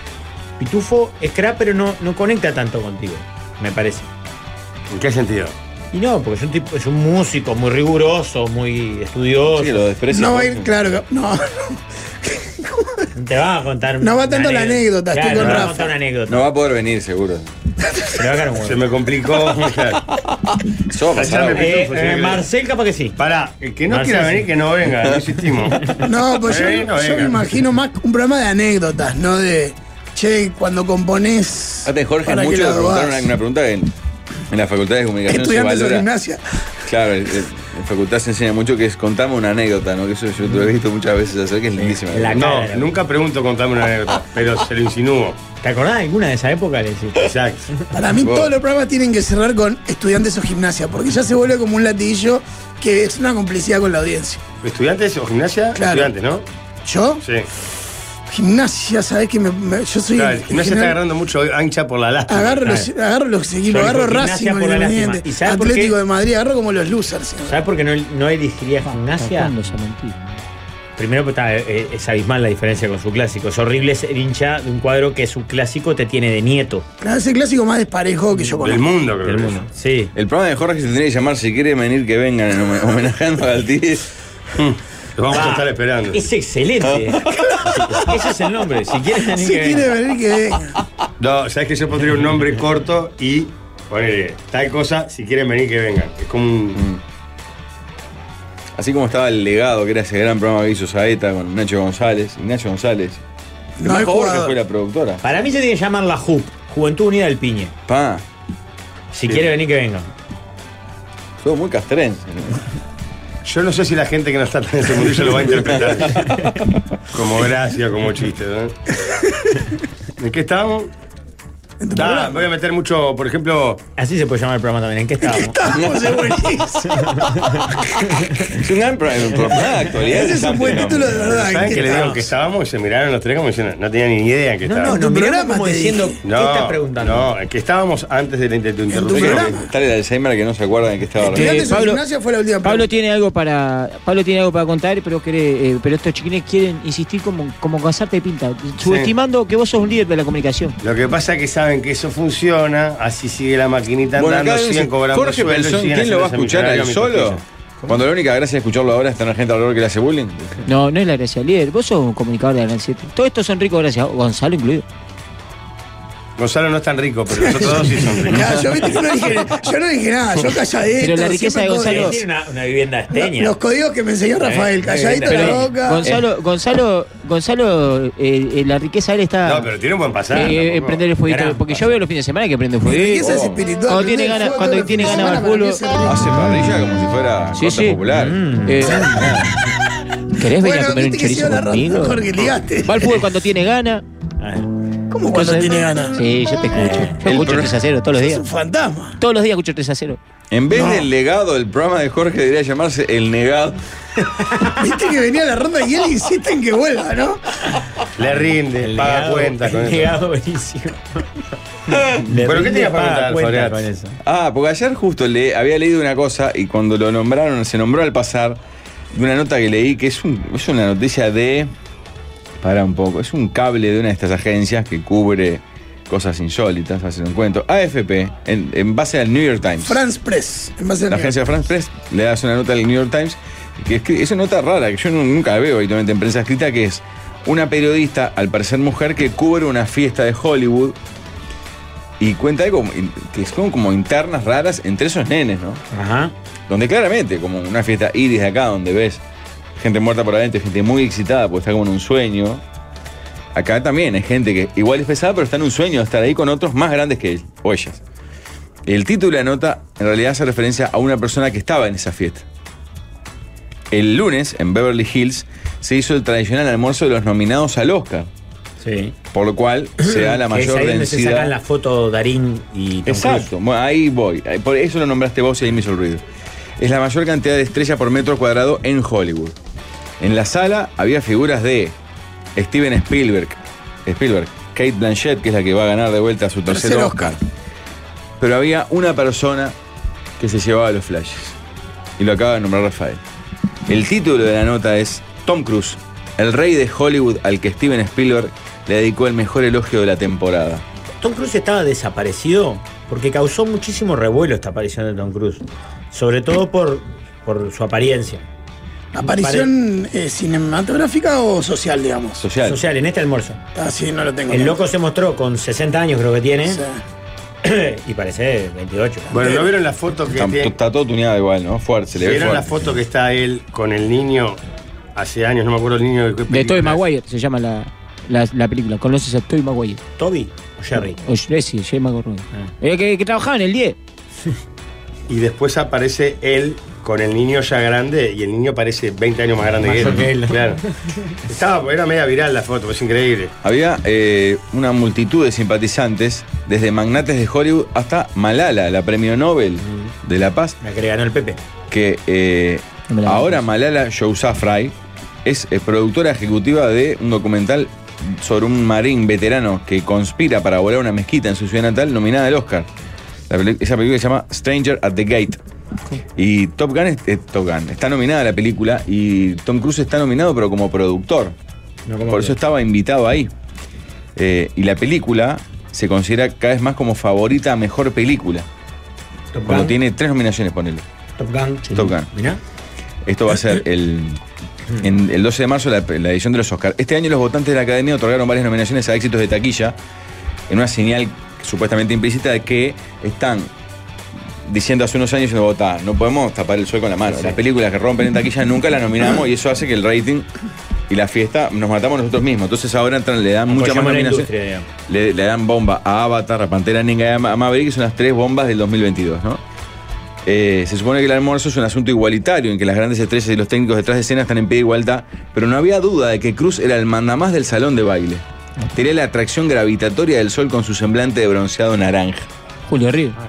[SPEAKER 6] Pitufo, Escra, pero no, no conecta tanto contigo, me parece.
[SPEAKER 5] ¿En qué sentido?
[SPEAKER 6] Y no, porque es un, tipo, es un músico muy riguroso, muy estudioso.
[SPEAKER 8] Sí, lo desprecio.
[SPEAKER 7] No va a ir, claro, no.
[SPEAKER 6] No te va a contar.
[SPEAKER 7] No va
[SPEAKER 6] una
[SPEAKER 7] tanto la anécdota, estoy
[SPEAKER 6] Claro,
[SPEAKER 7] con
[SPEAKER 6] no va a
[SPEAKER 7] Rafa.
[SPEAKER 6] contar una anécdota. Eh,
[SPEAKER 8] No va a poder venir, seguro.
[SPEAKER 6] Se le va a caer un huevo.
[SPEAKER 5] Se me complicó.
[SPEAKER 8] Eso va a pasar.
[SPEAKER 5] Pensame,
[SPEAKER 8] güey.
[SPEAKER 6] Eh,
[SPEAKER 5] Pitufo, sí,
[SPEAKER 6] eh,
[SPEAKER 5] que-
[SPEAKER 6] Marcel, capaz que sí.
[SPEAKER 5] Pará, el que no
[SPEAKER 6] Marcelo,
[SPEAKER 5] quiera
[SPEAKER 6] sí.
[SPEAKER 5] venir, que no venga, no insistimos.
[SPEAKER 7] No, pues yo,
[SPEAKER 5] Bueno,
[SPEAKER 7] yo me
[SPEAKER 5] venga.
[SPEAKER 7] imagino más un programa de anécdotas, no de. Che, cuando componés.
[SPEAKER 8] Aparte, Jorge,
[SPEAKER 7] para
[SPEAKER 8] muchos
[SPEAKER 7] que
[SPEAKER 8] le
[SPEAKER 7] lo
[SPEAKER 8] preguntaron
[SPEAKER 7] hagas.
[SPEAKER 8] una, una pregunta que en, en la Facultad de Comunicación se
[SPEAKER 7] Estudiantes de
[SPEAKER 8] valora.
[SPEAKER 7] gimnasia.
[SPEAKER 8] Claro, el- el- en facultad se enseña mucho que es contame una anécdota, ¿no? Que eso yo te lo he visto muchas veces hacer, que es lindísima.
[SPEAKER 6] la-
[SPEAKER 5] No, nunca pregunto contarme una anécdota, pero se lo insinúo.
[SPEAKER 6] ¿Te acordás de alguna de esa época? Le decís?
[SPEAKER 5] Exacto.
[SPEAKER 7] Para mí,
[SPEAKER 8] Vos.
[SPEAKER 7] todos los programas tienen que cerrar con estudiantes o gimnasia, porque ya se vuelve como un latiguillo que es una complicidad con la audiencia.
[SPEAKER 5] ¿Estudiantes o gimnasia?
[SPEAKER 7] Claro.
[SPEAKER 5] Estudiantes, ¿no?
[SPEAKER 7] Yo,
[SPEAKER 5] Sí.
[SPEAKER 7] gimnasia, sabés que me, me- yo soy.
[SPEAKER 5] Claro,
[SPEAKER 7] en
[SPEAKER 5] el gimnasia está
[SPEAKER 7] general,
[SPEAKER 5] agarrando mucho ancha por la lata.
[SPEAKER 7] Agarro los, agarro los equipos,
[SPEAKER 6] Yo
[SPEAKER 7] agarro
[SPEAKER 6] digo gimnasia
[SPEAKER 7] Racing,
[SPEAKER 6] por la
[SPEAKER 7] Independiente,
[SPEAKER 6] lástima. ¿Y sabes por
[SPEAKER 7] Atlético
[SPEAKER 6] qué?
[SPEAKER 7] de Madrid, agarro como los losers.
[SPEAKER 6] ¿Sabes por qué no, no elegiría gimnasia?
[SPEAKER 9] ¿Cuándo esa mentira?
[SPEAKER 6] Primero, pues, está, eh, es abismal la diferencia con su clásico. Es horrible ser hincha de un cuadro que su clásico te tiene de nieto
[SPEAKER 7] Claro, es el clásico más desparejo que yo
[SPEAKER 5] Del
[SPEAKER 7] conozco.
[SPEAKER 5] mundo, creo.
[SPEAKER 6] del
[SPEAKER 5] que
[SPEAKER 6] mundo. Sí.
[SPEAKER 8] El programa de Jorge se tendría que llamar Si quiere venir, que vengan, en homen- homenajeando a Galtiz.
[SPEAKER 5] es. Lo vamos
[SPEAKER 6] Ah.
[SPEAKER 5] a estar esperando.
[SPEAKER 6] Es excelente.
[SPEAKER 8] Ah.
[SPEAKER 6] Ese es el nombre. Si quieres tenés
[SPEAKER 7] Si
[SPEAKER 6] que
[SPEAKER 7] quiere
[SPEAKER 6] ver.
[SPEAKER 7] venir que venga.
[SPEAKER 5] No, sabes que yo pondría un nombre corto y ponerle tal cosa, si quieren venir, que vengan. Es como un.
[SPEAKER 8] Así como estaba el legado, que era ese gran programa que hizo Saeta con Nacho González. Ignacio González.
[SPEAKER 7] No hay
[SPEAKER 8] Jorge fue
[SPEAKER 7] jugador.
[SPEAKER 8] la productora.
[SPEAKER 6] Para mí se tiene que llamar la JUP, Juventud Unida del Piñe.
[SPEAKER 8] Pa,
[SPEAKER 6] Si quiere venir, que venga.
[SPEAKER 8] todo muy castrense. ¿no?
[SPEAKER 5] Yo no sé si la gente que no está tan en ese mundillo lo va a interpretar. como gracia, como chiste, ¿no? ¿En qué estábamos?
[SPEAKER 7] En tu
[SPEAKER 5] Da,
[SPEAKER 7] programa.
[SPEAKER 5] voy a meter mucho, por ejemplo,
[SPEAKER 6] Así se puede llamar el programa también. ¿En qué estábamos?
[SPEAKER 7] Estamos, es buenísimo.
[SPEAKER 8] Es un gran programa, un programa de actualidad.
[SPEAKER 7] Ese es un buen
[SPEAKER 8] Siempre,
[SPEAKER 7] título de
[SPEAKER 8] ¿no?
[SPEAKER 7] verdad.
[SPEAKER 5] ¿saben
[SPEAKER 7] ¿Qué
[SPEAKER 5] que le
[SPEAKER 7] tal?
[SPEAKER 5] digo que estábamos? Y se miraron los tres como diciendo, no tenían ni idea en qué
[SPEAKER 6] No,
[SPEAKER 5] estábamos.
[SPEAKER 6] no, nos
[SPEAKER 7] Tu
[SPEAKER 6] miramos
[SPEAKER 7] programa
[SPEAKER 6] como
[SPEAKER 7] te
[SPEAKER 6] diciendo,
[SPEAKER 7] dije.
[SPEAKER 6] ¿qué estás preguntando?
[SPEAKER 5] No, en qué estábamos antes de la inter- de tu
[SPEAKER 7] tu
[SPEAKER 5] interrupción.
[SPEAKER 7] programa.
[SPEAKER 8] Tal el Alzheimer que no se acuerdan de qué estaba hablando.
[SPEAKER 7] Estudiantes o
[SPEAKER 9] Pablo-
[SPEAKER 7] gimnasia fue la última
[SPEAKER 9] Pablo
[SPEAKER 7] pregunta.
[SPEAKER 9] tiene algo para Pablo tiene algo para contar, pero quiere, eh, pero estos chiquines quieren insistir como como cansarte de pinta, subestimando que vos sos un líder de la comunicación.
[SPEAKER 5] Lo que pasa es que saben que eso funciona, así sigue la maquinita
[SPEAKER 8] Bueno, acá
[SPEAKER 5] andando,
[SPEAKER 8] dice,
[SPEAKER 5] siguen cobrando
[SPEAKER 8] Jorge
[SPEAKER 5] sueldo y
[SPEAKER 8] pensó en
[SPEAKER 5] siguen
[SPEAKER 8] quién lo va a
[SPEAKER 5] haciéndose
[SPEAKER 8] escuchar a él
[SPEAKER 5] millonarios a mis
[SPEAKER 8] solo.
[SPEAKER 5] costillas.
[SPEAKER 8] Cuando la única gracia de escucharlo ahora es tener gente alrededor que le hace bullying.
[SPEAKER 9] No, no es la gracia, líder. Vos sos un comunicador de la 7. Todos estos son ricos gracias, Gonzalo incluido.
[SPEAKER 5] Gonzalo no es tan rico, pero los otros dos sí son ricos.
[SPEAKER 7] Claro, yo, viste que no dije, yo no dije nada, yo calladito.
[SPEAKER 9] Pero la riqueza
[SPEAKER 7] siempre
[SPEAKER 9] de
[SPEAKER 7] todo
[SPEAKER 9] Gonzalo-
[SPEAKER 7] bien.
[SPEAKER 6] Tiene una, una vivienda esteña.
[SPEAKER 7] Lo- Los códigos que me enseñó Rafael, calladito
[SPEAKER 6] Eh, Pero-
[SPEAKER 7] la boca.
[SPEAKER 9] Gonzalo,
[SPEAKER 7] Eh.
[SPEAKER 9] Gonzalo, Gonzalo, eh, eh, la riqueza de él está
[SPEAKER 5] No, pero tiene un buen pasar.
[SPEAKER 9] eh, eh,
[SPEAKER 5] tampoco.
[SPEAKER 9] prender el fueguito,
[SPEAKER 6] Gran
[SPEAKER 9] porque
[SPEAKER 6] pasar.
[SPEAKER 9] yo veo los fines de semana que prende
[SPEAKER 7] Mi
[SPEAKER 9] fuego.
[SPEAKER 7] riqueza es
[SPEAKER 8] oh.
[SPEAKER 7] espiritual.
[SPEAKER 9] Cuando tiene
[SPEAKER 7] Yo
[SPEAKER 9] ganas-
[SPEAKER 7] todo
[SPEAKER 9] cuando
[SPEAKER 7] lo que
[SPEAKER 9] tiene
[SPEAKER 7] me
[SPEAKER 9] ganas
[SPEAKER 7] semana
[SPEAKER 9] al
[SPEAKER 7] para mí
[SPEAKER 9] culo-
[SPEAKER 7] es rico.
[SPEAKER 8] Hace
[SPEAKER 5] Ah.
[SPEAKER 8] parrilla como si fuera
[SPEAKER 9] Sí,
[SPEAKER 8] cosa
[SPEAKER 9] sí.
[SPEAKER 8] popular.
[SPEAKER 5] Mm.
[SPEAKER 6] Mm.
[SPEAKER 9] Eh, ¿Querés venir a
[SPEAKER 7] Bueno,
[SPEAKER 9] comer un
[SPEAKER 7] viste que se
[SPEAKER 9] chorizo
[SPEAKER 7] la ronda,
[SPEAKER 9] conmigo?
[SPEAKER 7] Jorge, ligaste.
[SPEAKER 9] Va al fútbol cuando tiene ganas.
[SPEAKER 7] ¿Cómo cuando tiene ganas?
[SPEAKER 9] Sí, yo te escucho. Yo escucho
[SPEAKER 8] pro-
[SPEAKER 9] 3 a 0 todos los
[SPEAKER 7] Es
[SPEAKER 9] días.
[SPEAKER 7] un fantasma.
[SPEAKER 9] Todos los días escucho 3 a 0.
[SPEAKER 8] En vez del legado, el programa de Jorge debería llamarse El Negado.
[SPEAKER 7] Viste que venía la ronda y él insiste en que vuelva, ¿no?
[SPEAKER 5] Le rinde,
[SPEAKER 6] El
[SPEAKER 5] paga
[SPEAKER 6] legado-
[SPEAKER 5] cuenta con
[SPEAKER 6] el
[SPEAKER 5] eso.
[SPEAKER 6] legado buenísimo. Le
[SPEAKER 5] ¿Pero qué
[SPEAKER 6] rinde,
[SPEAKER 5] tenías para
[SPEAKER 6] paga
[SPEAKER 5] contar,
[SPEAKER 6] cuenta
[SPEAKER 5] Fabregat?
[SPEAKER 6] con eso.
[SPEAKER 8] Ah, porque ayer justo le había leído una cosa y cuando lo nombraron, se nombró al pasar, una nota que leí que es, un- es una noticia de. Para un poco, es un cable de una de estas agencias que cubre cosas insólitas, hacer un cuento. AFP, en, en base al New York Times.
[SPEAKER 7] France Press. En base a
[SPEAKER 8] la agencia France Press le das una nota al New York Times, que es, es una nota rara, que yo nu- nunca la veo habitualmente en prensa escrita, que es una periodista, al parecer mujer, que cubre una fiesta de Hollywood Y cuenta algo que son como internas raras entre esos nenes, ¿no?
[SPEAKER 6] Ajá.
[SPEAKER 8] Donde claramente, como una fiesta iris de acá, donde ves gente muerta por adentro, gente muy excitada porque está como en un sueño. Acá también hay gente que igual es pesada, pero está en un sueño, de estar ahí con otros más grandes que él o ellas. El título de la nota en realidad hace referencia a una persona que estaba en esa fiesta. El lunes, en Beverly Hills, se hizo el tradicional almuerzo de los nominados al Oscar,
[SPEAKER 6] Sí.
[SPEAKER 8] por lo cual se da la
[SPEAKER 6] Que es
[SPEAKER 8] mayor
[SPEAKER 6] ahí donde se
[SPEAKER 8] densidad.
[SPEAKER 6] sacan la foto Darín y Tom
[SPEAKER 8] Exacto, bueno, ahí voy. Ahí- Por eso lo nombraste vos y ahí me hizo el ruido. Es la mayor cantidad de estrellas por metro cuadrado en Hollywood. En la sala había figuras de Steven Spielberg, Spielberg, Kate Blanchett, que es la que va a ganar de vuelta su tercer,
[SPEAKER 7] Tercer
[SPEAKER 8] Oscar. Pero había una persona que se llevaba los flashes. Y lo acaba de nombrar Rafael. El título de la nota es Tom Cruise, el rey de Hollywood al que Steven Spielberg le dedicó el mejor elogio de la temporada.
[SPEAKER 6] Cruise. Tom Cruise estaba desaparecido porque causó muchísimo revuelo esta aparición de Tom Cruise. Sobre todo por, por su apariencia
[SPEAKER 7] ¿Aparición eh, cinematográfica o social, digamos?
[SPEAKER 8] Social.
[SPEAKER 6] social en este almuerzo.
[SPEAKER 7] Ah, sí, no lo tengo.
[SPEAKER 6] El
[SPEAKER 7] tanto.
[SPEAKER 6] loco se mostró con 60 años, creo que tiene,
[SPEAKER 7] O sea,
[SPEAKER 6] y parece 28.
[SPEAKER 5] Bueno, ¿no vieron la foto que
[SPEAKER 8] Está,
[SPEAKER 5] tiene?
[SPEAKER 8] está todo tuneado igual, ¿no? Fuerte, se le ve
[SPEAKER 5] ¿Vieron la
[SPEAKER 8] fuerte.
[SPEAKER 5] foto que está él con el niño hace años? No me acuerdo el niño de qué
[SPEAKER 9] De Tobey
[SPEAKER 5] película es.
[SPEAKER 9] Maguire se llama la, la, la película. ¿Conoces a Tobey Maguire?
[SPEAKER 6] ¿Toby o Jerry?
[SPEAKER 9] O Jesse, Jerry Maguire.
[SPEAKER 7] Ah.
[SPEAKER 9] Eh, que, que trabajaba en el 10.
[SPEAKER 5] Y después aparece él con el niño ya grande y el niño parece 20 años más grande que él.
[SPEAKER 6] Mayor que él.
[SPEAKER 5] Claro. Estaba, era media viral la foto, es increíble.
[SPEAKER 8] Había eh, una multitud de simpatizantes, desde magnates de Hollywood hasta Malala, la premio Nobel
[SPEAKER 5] Mm.
[SPEAKER 8] de la Paz,
[SPEAKER 6] La que le ganó el Pepe.
[SPEAKER 8] que eh,
[SPEAKER 9] No me la
[SPEAKER 8] ahora
[SPEAKER 9] digas.
[SPEAKER 8] Malala Yousafzai es eh, productora ejecutiva de un documental sobre un marín veterano que conspira para volar una mezquita en su ciudad natal nominada al Oscar. La peli- esa película se llama Stranger at the Gate. Y Top Gun, es- eh, Top Gun está nominada a la película y Tom Cruise está nominado pero como productor.
[SPEAKER 6] No como
[SPEAKER 8] Por eso
[SPEAKER 6] que-
[SPEAKER 8] estaba invitado ahí. Eh, y la película se considera cada vez más como favorita a mejor película.
[SPEAKER 6] Top
[SPEAKER 8] Cuando
[SPEAKER 6] Gun,
[SPEAKER 8] tiene tres nominaciones, ponele.
[SPEAKER 6] Top Gun.
[SPEAKER 8] Top Gun.
[SPEAKER 6] Mirá.
[SPEAKER 8] Esto va a ser el, en el 12 de marzo la, la edición de los Oscars. Este año los votantes de la Academia otorgaron varias nominaciones a éxitos de taquilla en una señal supuestamente implícita de que están diciendo hace unos años y no vota, no podemos tapar el sol con la mano. Las películas que rompen en taquilla nunca las nominamos y eso hace que el rating y la fiesta nos matamos nosotros mismos. Entonces ahora entran, le dan mucha más
[SPEAKER 6] Apoyamos la
[SPEAKER 8] nominación.
[SPEAKER 6] industria, digamos.
[SPEAKER 8] Le, le dan bomba a Avatar, a Pantera Ninja y a Ma- a Maverick, que son las tres bombas del 2022, ¿no? Eh, se supone que el almuerzo es un asunto igualitario, en que las grandes estrellas y los técnicos detrás de escena están en pie de igualdad, pero no había duda de que Cruz era el mandamás del salón de baile. Tenía la atracción gravitatoria del sol con su semblante de bronceado naranja.
[SPEAKER 9] Julio Río.
[SPEAKER 7] Ah,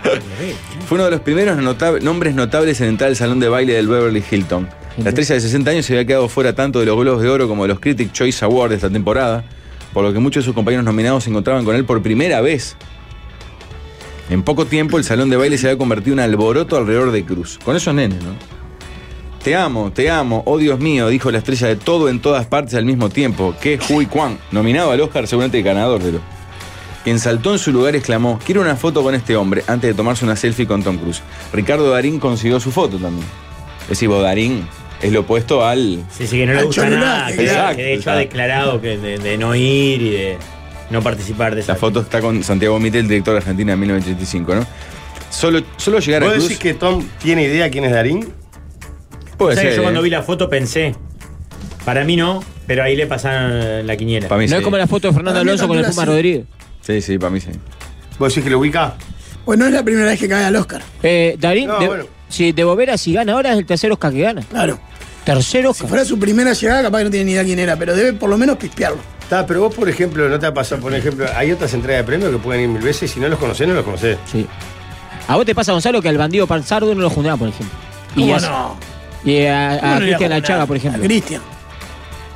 [SPEAKER 8] Fue uno de los primeros notable- nombres notables en entrar al salón de baile del Beverly Hilton. La estrella de 60 años se había quedado fuera tanto de los Globos de Oro como de los Critic Choice Awards de esta temporada, por lo que muchos de sus compañeros nominados se encontraban con él por primera vez. En poco tiempo, el salón de baile se había convertido en un alboroto alrededor de Cruz. Con esos nenes, ¿no? Te amo, te amo, oh Dios mío, dijo la estrella de todo en todas partes al mismo tiempo, que es Hui Kwan, nominado al Oscar, seguramente ganador de los quien saltó en su lugar exclamó, quiero una foto con este hombre, antes de tomarse una selfie con Tom Cruise. Ricardo Darín consiguió su foto también. Es decir, vos, Darín es lo opuesto al...
[SPEAKER 6] Sí, sí, que no le
[SPEAKER 7] Al
[SPEAKER 6] gusta
[SPEAKER 7] Cholula,
[SPEAKER 6] nada. que-
[SPEAKER 8] exacto,
[SPEAKER 6] que de hecho
[SPEAKER 8] exacto.
[SPEAKER 6] ha declarado que de, de no ir y de no participar de esa.
[SPEAKER 8] La foto está con Santiago Mitel, director de Argentina de 1985, ¿no? Solo, solo llegar a
[SPEAKER 5] ¿Vos
[SPEAKER 8] Cruz...
[SPEAKER 5] decís que Tom tiene idea quién es Darín?
[SPEAKER 6] O
[SPEAKER 8] Puede
[SPEAKER 6] sea, que
[SPEAKER 8] ser,
[SPEAKER 6] yo
[SPEAKER 8] ¿eh?
[SPEAKER 6] cuando vi la foto pensé, para mí no, pero ahí le pasaron la quiniela.
[SPEAKER 8] Para mí
[SPEAKER 9] No
[SPEAKER 8] sí.
[SPEAKER 9] es como la foto de Fernando
[SPEAKER 7] Para mí
[SPEAKER 9] Alonso con el
[SPEAKER 7] también
[SPEAKER 9] Puma
[SPEAKER 7] así.
[SPEAKER 9] Rodríguez.
[SPEAKER 8] Sí, sí, para mí sí.
[SPEAKER 5] ¿Vos decís que lo ubica?
[SPEAKER 7] Pues no es la primera vez que cae al Oscar,
[SPEAKER 9] Eh, Darín,
[SPEAKER 5] No,
[SPEAKER 9] de,
[SPEAKER 5] bueno.
[SPEAKER 9] si de Bovera, si gana ahora, es el tercer Oscar que gana.
[SPEAKER 7] claro.
[SPEAKER 9] Tercer
[SPEAKER 7] Si
[SPEAKER 9] Oscar.
[SPEAKER 7] fuera su primera llegada, capaz que no tiene ni idea quién era, pero debe por lo menos pispearlo.
[SPEAKER 5] Está, pero vos, por ejemplo, no te ha pasado, por ejemplo, hay otras entregas de premios que pueden ir mil veces y si no los conocés, no los conocés.
[SPEAKER 9] Sí. A vos te pasa, Gonzalo, que al bandido Panzardo no lo juntaba, por ejemplo. Y
[SPEAKER 7] ¿Cómo
[SPEAKER 9] a,
[SPEAKER 7] no?
[SPEAKER 9] y a-
[SPEAKER 7] ¿Cómo
[SPEAKER 9] a
[SPEAKER 7] no le
[SPEAKER 9] Cristian
[SPEAKER 7] hago
[SPEAKER 9] Lachaga,
[SPEAKER 7] nada?
[SPEAKER 9] por
[SPEAKER 7] A
[SPEAKER 9] ejemplo.
[SPEAKER 7] Cristian.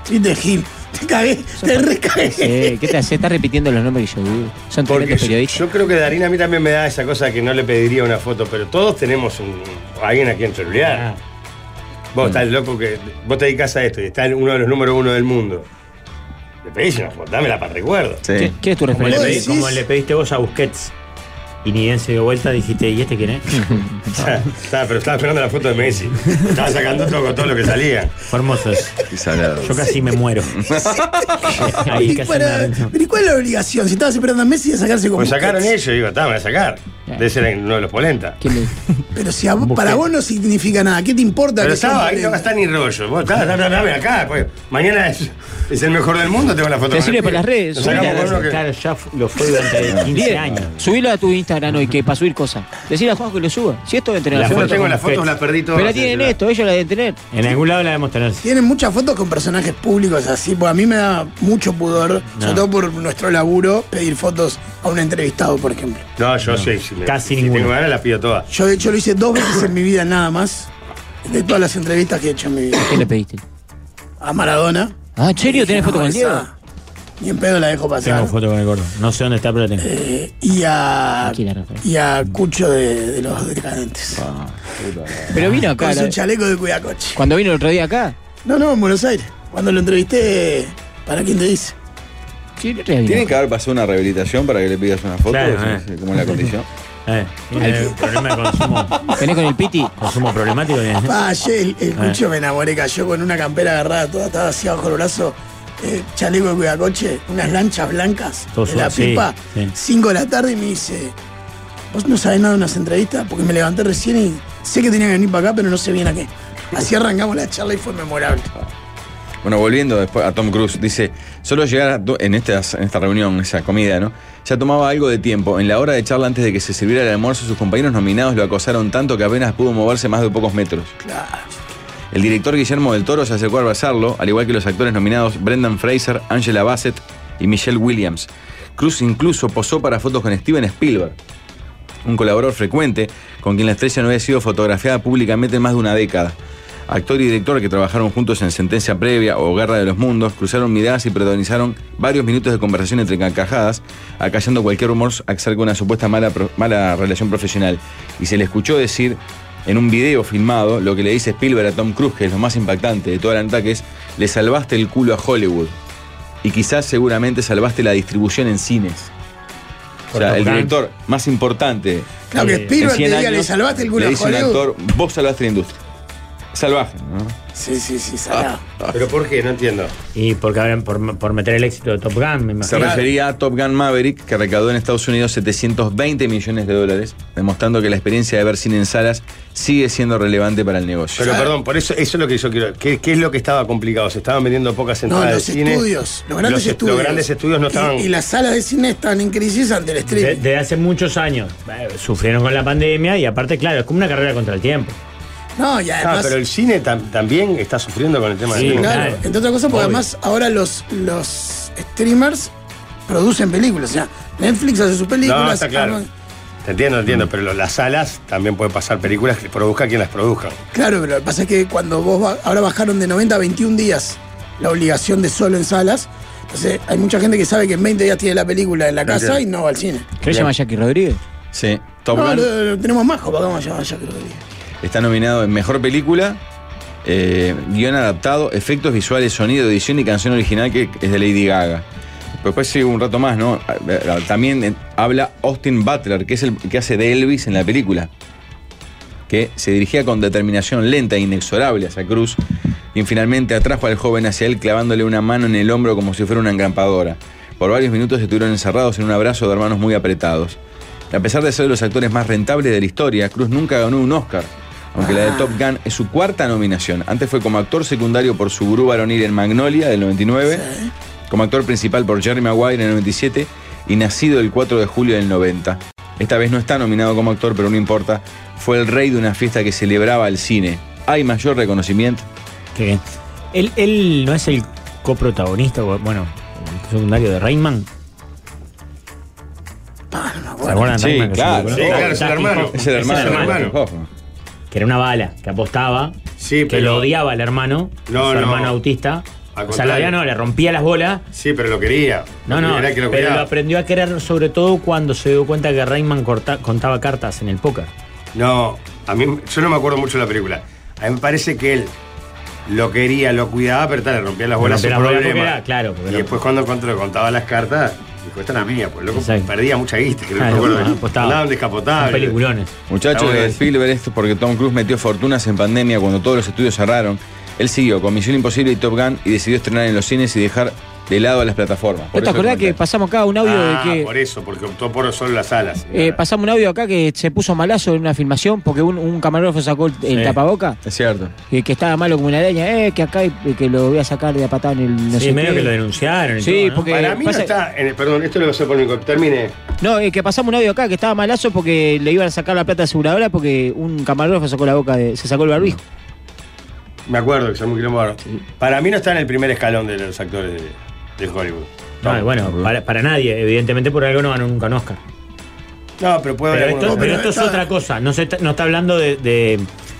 [SPEAKER 7] Triste Gil. Te cagué, te recagué.
[SPEAKER 9] Sí, Eh, ¿Qué te hace? Estás repitiendo los nombres que yo digo. Son
[SPEAKER 5] Porque
[SPEAKER 9] tremendos
[SPEAKER 5] yo,
[SPEAKER 9] periodistas.
[SPEAKER 5] yo creo que Darín a mí también me da esa cosa que no le pediría una foto, pero todos tenemos un, alguien a quien
[SPEAKER 6] Ah,
[SPEAKER 5] trolear. Vos estás loco que. Vos te dedicas a esto y está en uno de los número uno del mundo. Le pedís una foto, dámela para recuerdo.
[SPEAKER 8] Sí.
[SPEAKER 9] ¿Qué- ¿Quién es tu
[SPEAKER 6] como, le
[SPEAKER 9] referente?
[SPEAKER 6] pedí- como le pediste vos a Busquets. Y ni bien se dio vuelta, dijiste, ¿y este quién es?
[SPEAKER 5] Estaba, pero estaba esperando la foto de Messi. Estaba sacando todo con todo lo que salía.
[SPEAKER 6] Formosos.
[SPEAKER 8] Qué salado.
[SPEAKER 6] Yo casi me muero. Ahí
[SPEAKER 7] Y
[SPEAKER 6] casi me
[SPEAKER 7] para-
[SPEAKER 6] aventó.
[SPEAKER 7] Pero ¿y cuál es la obligación? Si estabas esperando a Messi a sacarse con
[SPEAKER 5] Pues sacaron
[SPEAKER 7] Busquets.
[SPEAKER 5] ellos, digo, está, me van a sacar. Debe ser uno de los polenta.
[SPEAKER 9] ¿Quién le-
[SPEAKER 7] Pero si a vos- para vos no significa nada, ¿qué te importa?
[SPEAKER 5] Pero
[SPEAKER 7] que sea
[SPEAKER 5] estaba,
[SPEAKER 7] un
[SPEAKER 5] ahí no
[SPEAKER 7] talento?
[SPEAKER 5] está ni rollo. Vos, está, está, está, dame acá. pues. Mañana es, es el mejor del mundo, tengo la foto.
[SPEAKER 9] Te
[SPEAKER 5] con
[SPEAKER 9] sirve
[SPEAKER 5] el
[SPEAKER 9] para
[SPEAKER 5] pibe.
[SPEAKER 9] las redes,
[SPEAKER 5] Nos sacamos
[SPEAKER 9] subile a
[SPEAKER 5] con uno que- Ah.
[SPEAKER 6] Claro, ya f- lo fue durante 15 años.
[SPEAKER 9] Subilo a tu Instagram hoy que para subir cosas. Decirle a Juan que lo suba. Si esto de
[SPEAKER 5] Yo
[SPEAKER 9] entrenación.
[SPEAKER 5] no tengo
[SPEAKER 6] con
[SPEAKER 5] las fotos,
[SPEAKER 6] Busquets.
[SPEAKER 5] las perdí todas.
[SPEAKER 9] Pero la tienen esto, ellos la deben tener.
[SPEAKER 6] En algún lado la debemos tener.
[SPEAKER 7] Tienen muchas fotos con personajes públicos así, porque a mí me da mucho pudor, sobre todo por nuestro laburo, pedir fotos a un entrevistado, por ejemplo.
[SPEAKER 5] No, yo sí. sí, me-
[SPEAKER 6] Casi
[SPEAKER 5] si
[SPEAKER 6] ninguna.
[SPEAKER 5] tengo ganas, las pido todas.
[SPEAKER 7] Yo de hecho lo hice dos veces en mi vida nada más, de todas las entrevistas que he hecho en mi vida.
[SPEAKER 9] ¿Qué le pediste?
[SPEAKER 7] A Maradona.
[SPEAKER 9] Ah, ¿en serio? ¿Tenés foto
[SPEAKER 7] Dije,
[SPEAKER 9] con
[SPEAKER 7] "No,
[SPEAKER 9] el
[SPEAKER 7] esa
[SPEAKER 9] Diego?
[SPEAKER 7] Ni en pedo la dejo pasar.
[SPEAKER 6] Tengo foto con el gordo. No sé dónde está, pero la tengo.
[SPEAKER 7] Eh, y a.
[SPEAKER 9] Tranquila, Rafael.
[SPEAKER 7] Y a Cucho de, de los decadentes.
[SPEAKER 9] Pero vino acá.
[SPEAKER 7] Con su
[SPEAKER 9] la-
[SPEAKER 7] chaleco de Cuidacoche.
[SPEAKER 9] Cuando vino el otro día acá.
[SPEAKER 7] No, no, en Buenos Aires. Cuando lo entrevisté, ¿para quién te dice?
[SPEAKER 9] Sí, el otro día vino.
[SPEAKER 8] Tienen que haber pasado una rehabilitación para que le pidas una foto.
[SPEAKER 6] Claro,
[SPEAKER 8] ¿sí?
[SPEAKER 6] eh.
[SPEAKER 8] ¿Sí? ¿Cómo es la condición?
[SPEAKER 6] Eh, tiene problema de consumo,
[SPEAKER 9] Venés con el Piti.
[SPEAKER 6] consumo problemático. ¿eh?
[SPEAKER 7] Ah, ayer el, el Cucho me enamoré, cayó con una campera agarrada, toda estaba así bajo el brazo, eh, chaleco de cuidacoche, unas lanchas blancas
[SPEAKER 6] Todo
[SPEAKER 7] de la
[SPEAKER 6] suave, sí,
[SPEAKER 7] pipa,
[SPEAKER 6] sí.
[SPEAKER 7] 5 de la tarde y me dice, vos no sabés nada de unas entrevistas, porque me levanté recién y sé que tenía que venir para acá, pero no sé bien a qué. Así arrancamos la charla y fue memorable.
[SPEAKER 8] Bueno, volviendo después a Tom Cruise, dice, solo llegar a to- en, estas- en esta reunión, esa comida, ¿no? Ya tomaba algo de tiempo. En la hora de charla antes de que se sirviera el almuerzo, sus compañeros nominados lo acosaron tanto que apenas pudo moverse más de pocos metros.
[SPEAKER 7] Claro.
[SPEAKER 8] El director Guillermo del Toro se acercó a abrazarlo, al igual que los actores nominados Brendan Fraser, Angela Bassett y Michelle Williams. Cruz incluso posó para fotos con Steven Spielberg, un colaborador frecuente con quien la estrella no había sido fotografiada públicamente en más de una década. Actor y director que trabajaron juntos en Sentencia Previa o Guerra de los Mundos, cruzaron miradas y protagonizaron varios minutos de conversación entre carcajadas, acallando cualquier rumor acerca de una supuesta mala, pro- mala relación profesional. Y se le escuchó decir en un video filmado lo que le dice Spielberg a Tom Cruise, que es lo más impactante de todo el ataque, es, le salvaste el culo a Hollywood. Y quizás seguramente salvaste la distribución en cines. O sea, el director más importante
[SPEAKER 7] Claro que
[SPEAKER 6] Eh,
[SPEAKER 8] en
[SPEAKER 7] Spielberg te
[SPEAKER 8] 100
[SPEAKER 7] diga,
[SPEAKER 8] años,
[SPEAKER 7] le salvaste el culo
[SPEAKER 8] le
[SPEAKER 7] a
[SPEAKER 8] dice un
[SPEAKER 7] Hollywood".
[SPEAKER 8] actor, vos salvaste la industria. Salvaje, ¿no?
[SPEAKER 7] Sí, sí, sí,
[SPEAKER 8] Ah.
[SPEAKER 7] salado.
[SPEAKER 5] ¿Pero por qué? No entiendo.
[SPEAKER 6] Y porque habrán por, por meter el éxito de Top Gun, me
[SPEAKER 8] Se
[SPEAKER 6] imagino.
[SPEAKER 8] refería a Top Gun Maverick, que recaudó en Estados Unidos 720 millones de dólares, demostrando que la experiencia de ver cine en salas sigue siendo relevante para el negocio.
[SPEAKER 5] Pero perdón, por eso, eso es lo que yo quiero. ¿Qué, qué es lo que estaba complicado? Se estaban vendiendo pocas
[SPEAKER 7] No,
[SPEAKER 5] entradas Ah, de
[SPEAKER 7] los
[SPEAKER 5] cine.
[SPEAKER 7] estudios, los grandes
[SPEAKER 5] est-
[SPEAKER 7] estudios.
[SPEAKER 5] Los grandes estudios no
[SPEAKER 7] Y-
[SPEAKER 5] estaban.
[SPEAKER 7] Y, las salas de cine están en crisis ante el
[SPEAKER 6] De-
[SPEAKER 7] streaming.
[SPEAKER 6] Desde hace muchos años. Eh, Sufrieron con la pandemia y aparte, claro, es como una carrera contra el tiempo.
[SPEAKER 7] no, y
[SPEAKER 5] Ah,
[SPEAKER 7] además...
[SPEAKER 5] pero el cine tam- también está sufriendo con el tema
[SPEAKER 6] Sí,
[SPEAKER 5] del cine.
[SPEAKER 7] Claro,
[SPEAKER 6] Claro.
[SPEAKER 7] entre otras cosas, porque
[SPEAKER 6] Obvio.
[SPEAKER 7] además ahora los, los streamers producen películas. O sea, Netflix hace sus películas. ah,
[SPEAKER 5] No, está claro.
[SPEAKER 7] Amazon-
[SPEAKER 5] Te entiendo, entiendo, pero lo- las salas también puede pasar películas que produzca quien las produzca.
[SPEAKER 7] Claro, pero lo que pasa es que cuando vos ba- ahora bajaron de 90 a 21 días la obligación de solo en salas, entonces hay mucha gente que sabe que en 20 días tiene la película en la casa
[SPEAKER 5] Claro.
[SPEAKER 7] y no va al cine.
[SPEAKER 9] ¿Querés llamar a Jackie Rodríguez?
[SPEAKER 8] Sí, Top
[SPEAKER 7] No,
[SPEAKER 8] Gun
[SPEAKER 7] lo, lo tenemos más, Copa, vamos a llamar ya creo que-
[SPEAKER 8] está nominado en Mejor Película, eh, Guión Adaptado, Efectos Visuales, Sonido, Edición y Canción Original, que es de Lady Gaga. Pero Después sigue un rato más, ¿no? También eh, habla Austin Butler, que es el que hace de Elvis en la película. que se dirigía con determinación lenta e inexorable hacia Cruz, quien finalmente atrajo al joven hacia él clavándole una mano en el hombro como si fuera una engrampadora. Por varios minutos estuvieron encerrados en un abrazo de hermanos muy apretados. A pesar de ser de los actores más rentables de la historia, Cruz nunca ganó un Oscar, aunque la de Top Gun es su cuarta nominación. Antes fue como actor secundario por su gurú varonil en Magnolia del 99, como actor principal por Jerry Maguire en el 97 y nacido el 4 de julio del 90. Esta vez no está nominado como actor, pero no importa. Fue el rey de una fiesta que celebraba el cine. ¿Hay mayor reconocimiento?
[SPEAKER 6] Qué bien. Él, él no es el coprotagonista, o, bueno, el secundario de Rayman.
[SPEAKER 7] Pa, no me acuerdo.
[SPEAKER 6] ¿Se acuerdan
[SPEAKER 8] Sí,
[SPEAKER 6] de Rayman? Que se lo
[SPEAKER 8] claro, sí,
[SPEAKER 6] conozco.
[SPEAKER 5] claro, es el hermano.
[SPEAKER 8] Ah, Es el hermano.
[SPEAKER 5] Es el hermano.
[SPEAKER 8] Hoffman.
[SPEAKER 6] Que era una bala, que apostaba,
[SPEAKER 5] Sí,
[SPEAKER 6] que lo odiaba el hermano,
[SPEAKER 5] No,
[SPEAKER 6] su
[SPEAKER 5] no.
[SPEAKER 6] hermano autista.
[SPEAKER 5] Al
[SPEAKER 6] O sea, lo
[SPEAKER 5] contrario.
[SPEAKER 6] odiaba, no, le rompía las bolas.
[SPEAKER 5] Sí, pero lo quería.
[SPEAKER 6] No, no,
[SPEAKER 5] Era que lo
[SPEAKER 6] pero lo
[SPEAKER 5] cuidaba.
[SPEAKER 6] aprendió a querer sobre todo cuando se dio cuenta que Rayman corta- contaba cartas en el póker.
[SPEAKER 5] No, a mí yo no me acuerdo mucho de la película. A mí me parece que él lo quería, lo cuidaba, pero tal, le rompía las bolas
[SPEAKER 6] rompía
[SPEAKER 5] su
[SPEAKER 6] las bolas
[SPEAKER 5] problema.
[SPEAKER 6] porque era- claro, porque
[SPEAKER 5] y
[SPEAKER 6] era-
[SPEAKER 5] después cuando, cuando le contaba las cartas, Dijo, esta es la mía, pues loco
[SPEAKER 6] Exacto.
[SPEAKER 5] perdía mucha guita, creo que
[SPEAKER 6] Ah,
[SPEAKER 5] me acuerdo.
[SPEAKER 6] apostaba.
[SPEAKER 5] Inflable, escapotable.
[SPEAKER 6] Son peliculones.
[SPEAKER 8] Muchachos
[SPEAKER 5] Está
[SPEAKER 8] de
[SPEAKER 5] bueno.
[SPEAKER 8] Spielberg, esto porque Tom Cruise metió fortunas en pandemia cuando todos los estudios cerraron. Él siguió con Misión Imposible y Top Gun y decidió estrenar en los cines y dejar de lado a las plataformas.
[SPEAKER 9] ¿No te
[SPEAKER 8] Por eso el
[SPEAKER 9] acordás que
[SPEAKER 8] comentario.
[SPEAKER 9] pasamos acá un audio
[SPEAKER 5] Ah,
[SPEAKER 9] de que.
[SPEAKER 5] por eso, porque optó por solo las alas.
[SPEAKER 9] eh, pasamos un audio acá que se puso malazo en una filmación porque un, un camarógrafo sacó el, el
[SPEAKER 6] Sí.
[SPEAKER 9] tapaboca
[SPEAKER 8] Es cierto.
[SPEAKER 9] que, que estaba malo como una leña, eh, que acá y- que lo voy a sacar de a patada en el no
[SPEAKER 6] sí,
[SPEAKER 9] sé
[SPEAKER 6] medio
[SPEAKER 9] qué.
[SPEAKER 6] que lo denunciaron. y
[SPEAKER 9] Sí,
[SPEAKER 6] todo, ¿no?
[SPEAKER 9] porque-
[SPEAKER 5] Para mí
[SPEAKER 9] pasa-
[SPEAKER 5] no está. en el- perdón, esto lo voy a hacer polémico. Termine.
[SPEAKER 9] No, eh, que pasamos un audio acá que estaba malazo porque le iban a sacar la plata aseguradora porque un camarógrafo sacó la boca de, se sacó el barbijo.
[SPEAKER 5] Me acuerdo que son muy quilombo ahora. Para mí no está en el primer escalón de los actores de, de Hollywood.
[SPEAKER 6] No, y bueno, para, para nadie, evidentemente por algo no ganó nunca un Oscar.
[SPEAKER 5] No, pero puede
[SPEAKER 6] Pero
[SPEAKER 5] haber
[SPEAKER 6] esto, pero
[SPEAKER 5] algunos papeles.
[SPEAKER 6] esto es
[SPEAKER 7] está-
[SPEAKER 6] otra cosa, no, se está, no está hablando de, de-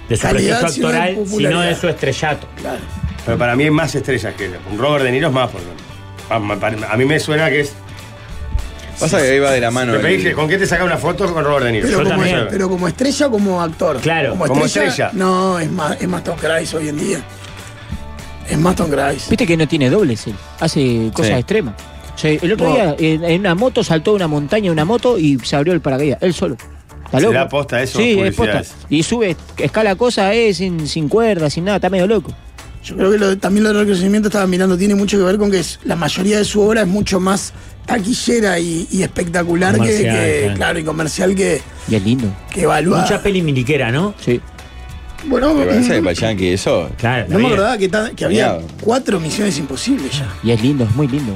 [SPEAKER 6] de su
[SPEAKER 7] Calidad,
[SPEAKER 6] proyecto
[SPEAKER 7] sino de
[SPEAKER 6] actoral, sino
[SPEAKER 7] popularidad.
[SPEAKER 6] de su estrellato.
[SPEAKER 7] Claro.
[SPEAKER 5] Pero para mí hay más estrellas que ella. Un Robert De Niro es más, por ejemplo. Ah, me pare- A mí me suena que es.
[SPEAKER 8] Pasa que ahí va de la mano.
[SPEAKER 5] Me
[SPEAKER 8] el-
[SPEAKER 5] pedís que- ¿Con qué te saca una foto con Robert De Niro?
[SPEAKER 7] Pero
[SPEAKER 6] Yo
[SPEAKER 7] como,
[SPEAKER 6] también.
[SPEAKER 7] pero como estrella o como actor.
[SPEAKER 6] Claro,
[SPEAKER 5] como estrella.
[SPEAKER 7] No, es más, es más Tom Cruise hoy en día. Es más Tom Cruise.
[SPEAKER 9] Viste que no tiene dobles él, hace cosas
[SPEAKER 8] Sí.
[SPEAKER 9] extremas. O sea, el otro
[SPEAKER 7] No.
[SPEAKER 9] día en, en una moto saltó de una montaña de una moto y se abrió el paracaídas, él solo. ¿Está loco?
[SPEAKER 5] ¿Será posta eso,
[SPEAKER 9] Sí, es posta.
[SPEAKER 5] publicidades?
[SPEAKER 9] Y sube, escala cosas eh, sin, sin cuerdas, sin nada, está medio loco.
[SPEAKER 7] Yo creo que lo- también lo del reconocimiento estaba mirando, tiene mucho que ver con que es- la mayoría de su obra es mucho más taquillera y, y espectacular que,
[SPEAKER 6] Comercial,
[SPEAKER 7] que-
[SPEAKER 6] claro.
[SPEAKER 7] claro, y comercial que,
[SPEAKER 9] Y es lindo.
[SPEAKER 7] que evaluar.
[SPEAKER 6] Mucha peli miliquera, ¿no?
[SPEAKER 9] Sí.
[SPEAKER 7] Bueno,
[SPEAKER 8] Pero
[SPEAKER 7] mm,
[SPEAKER 8] ese de Pachanqui, eso.
[SPEAKER 6] Claro. la
[SPEAKER 7] no me
[SPEAKER 6] vida.
[SPEAKER 7] acordaba que, ta- que había
[SPEAKER 8] Soñado.
[SPEAKER 7] cuatro misiones imposibles ya.
[SPEAKER 9] Y es lindo, es muy lindo.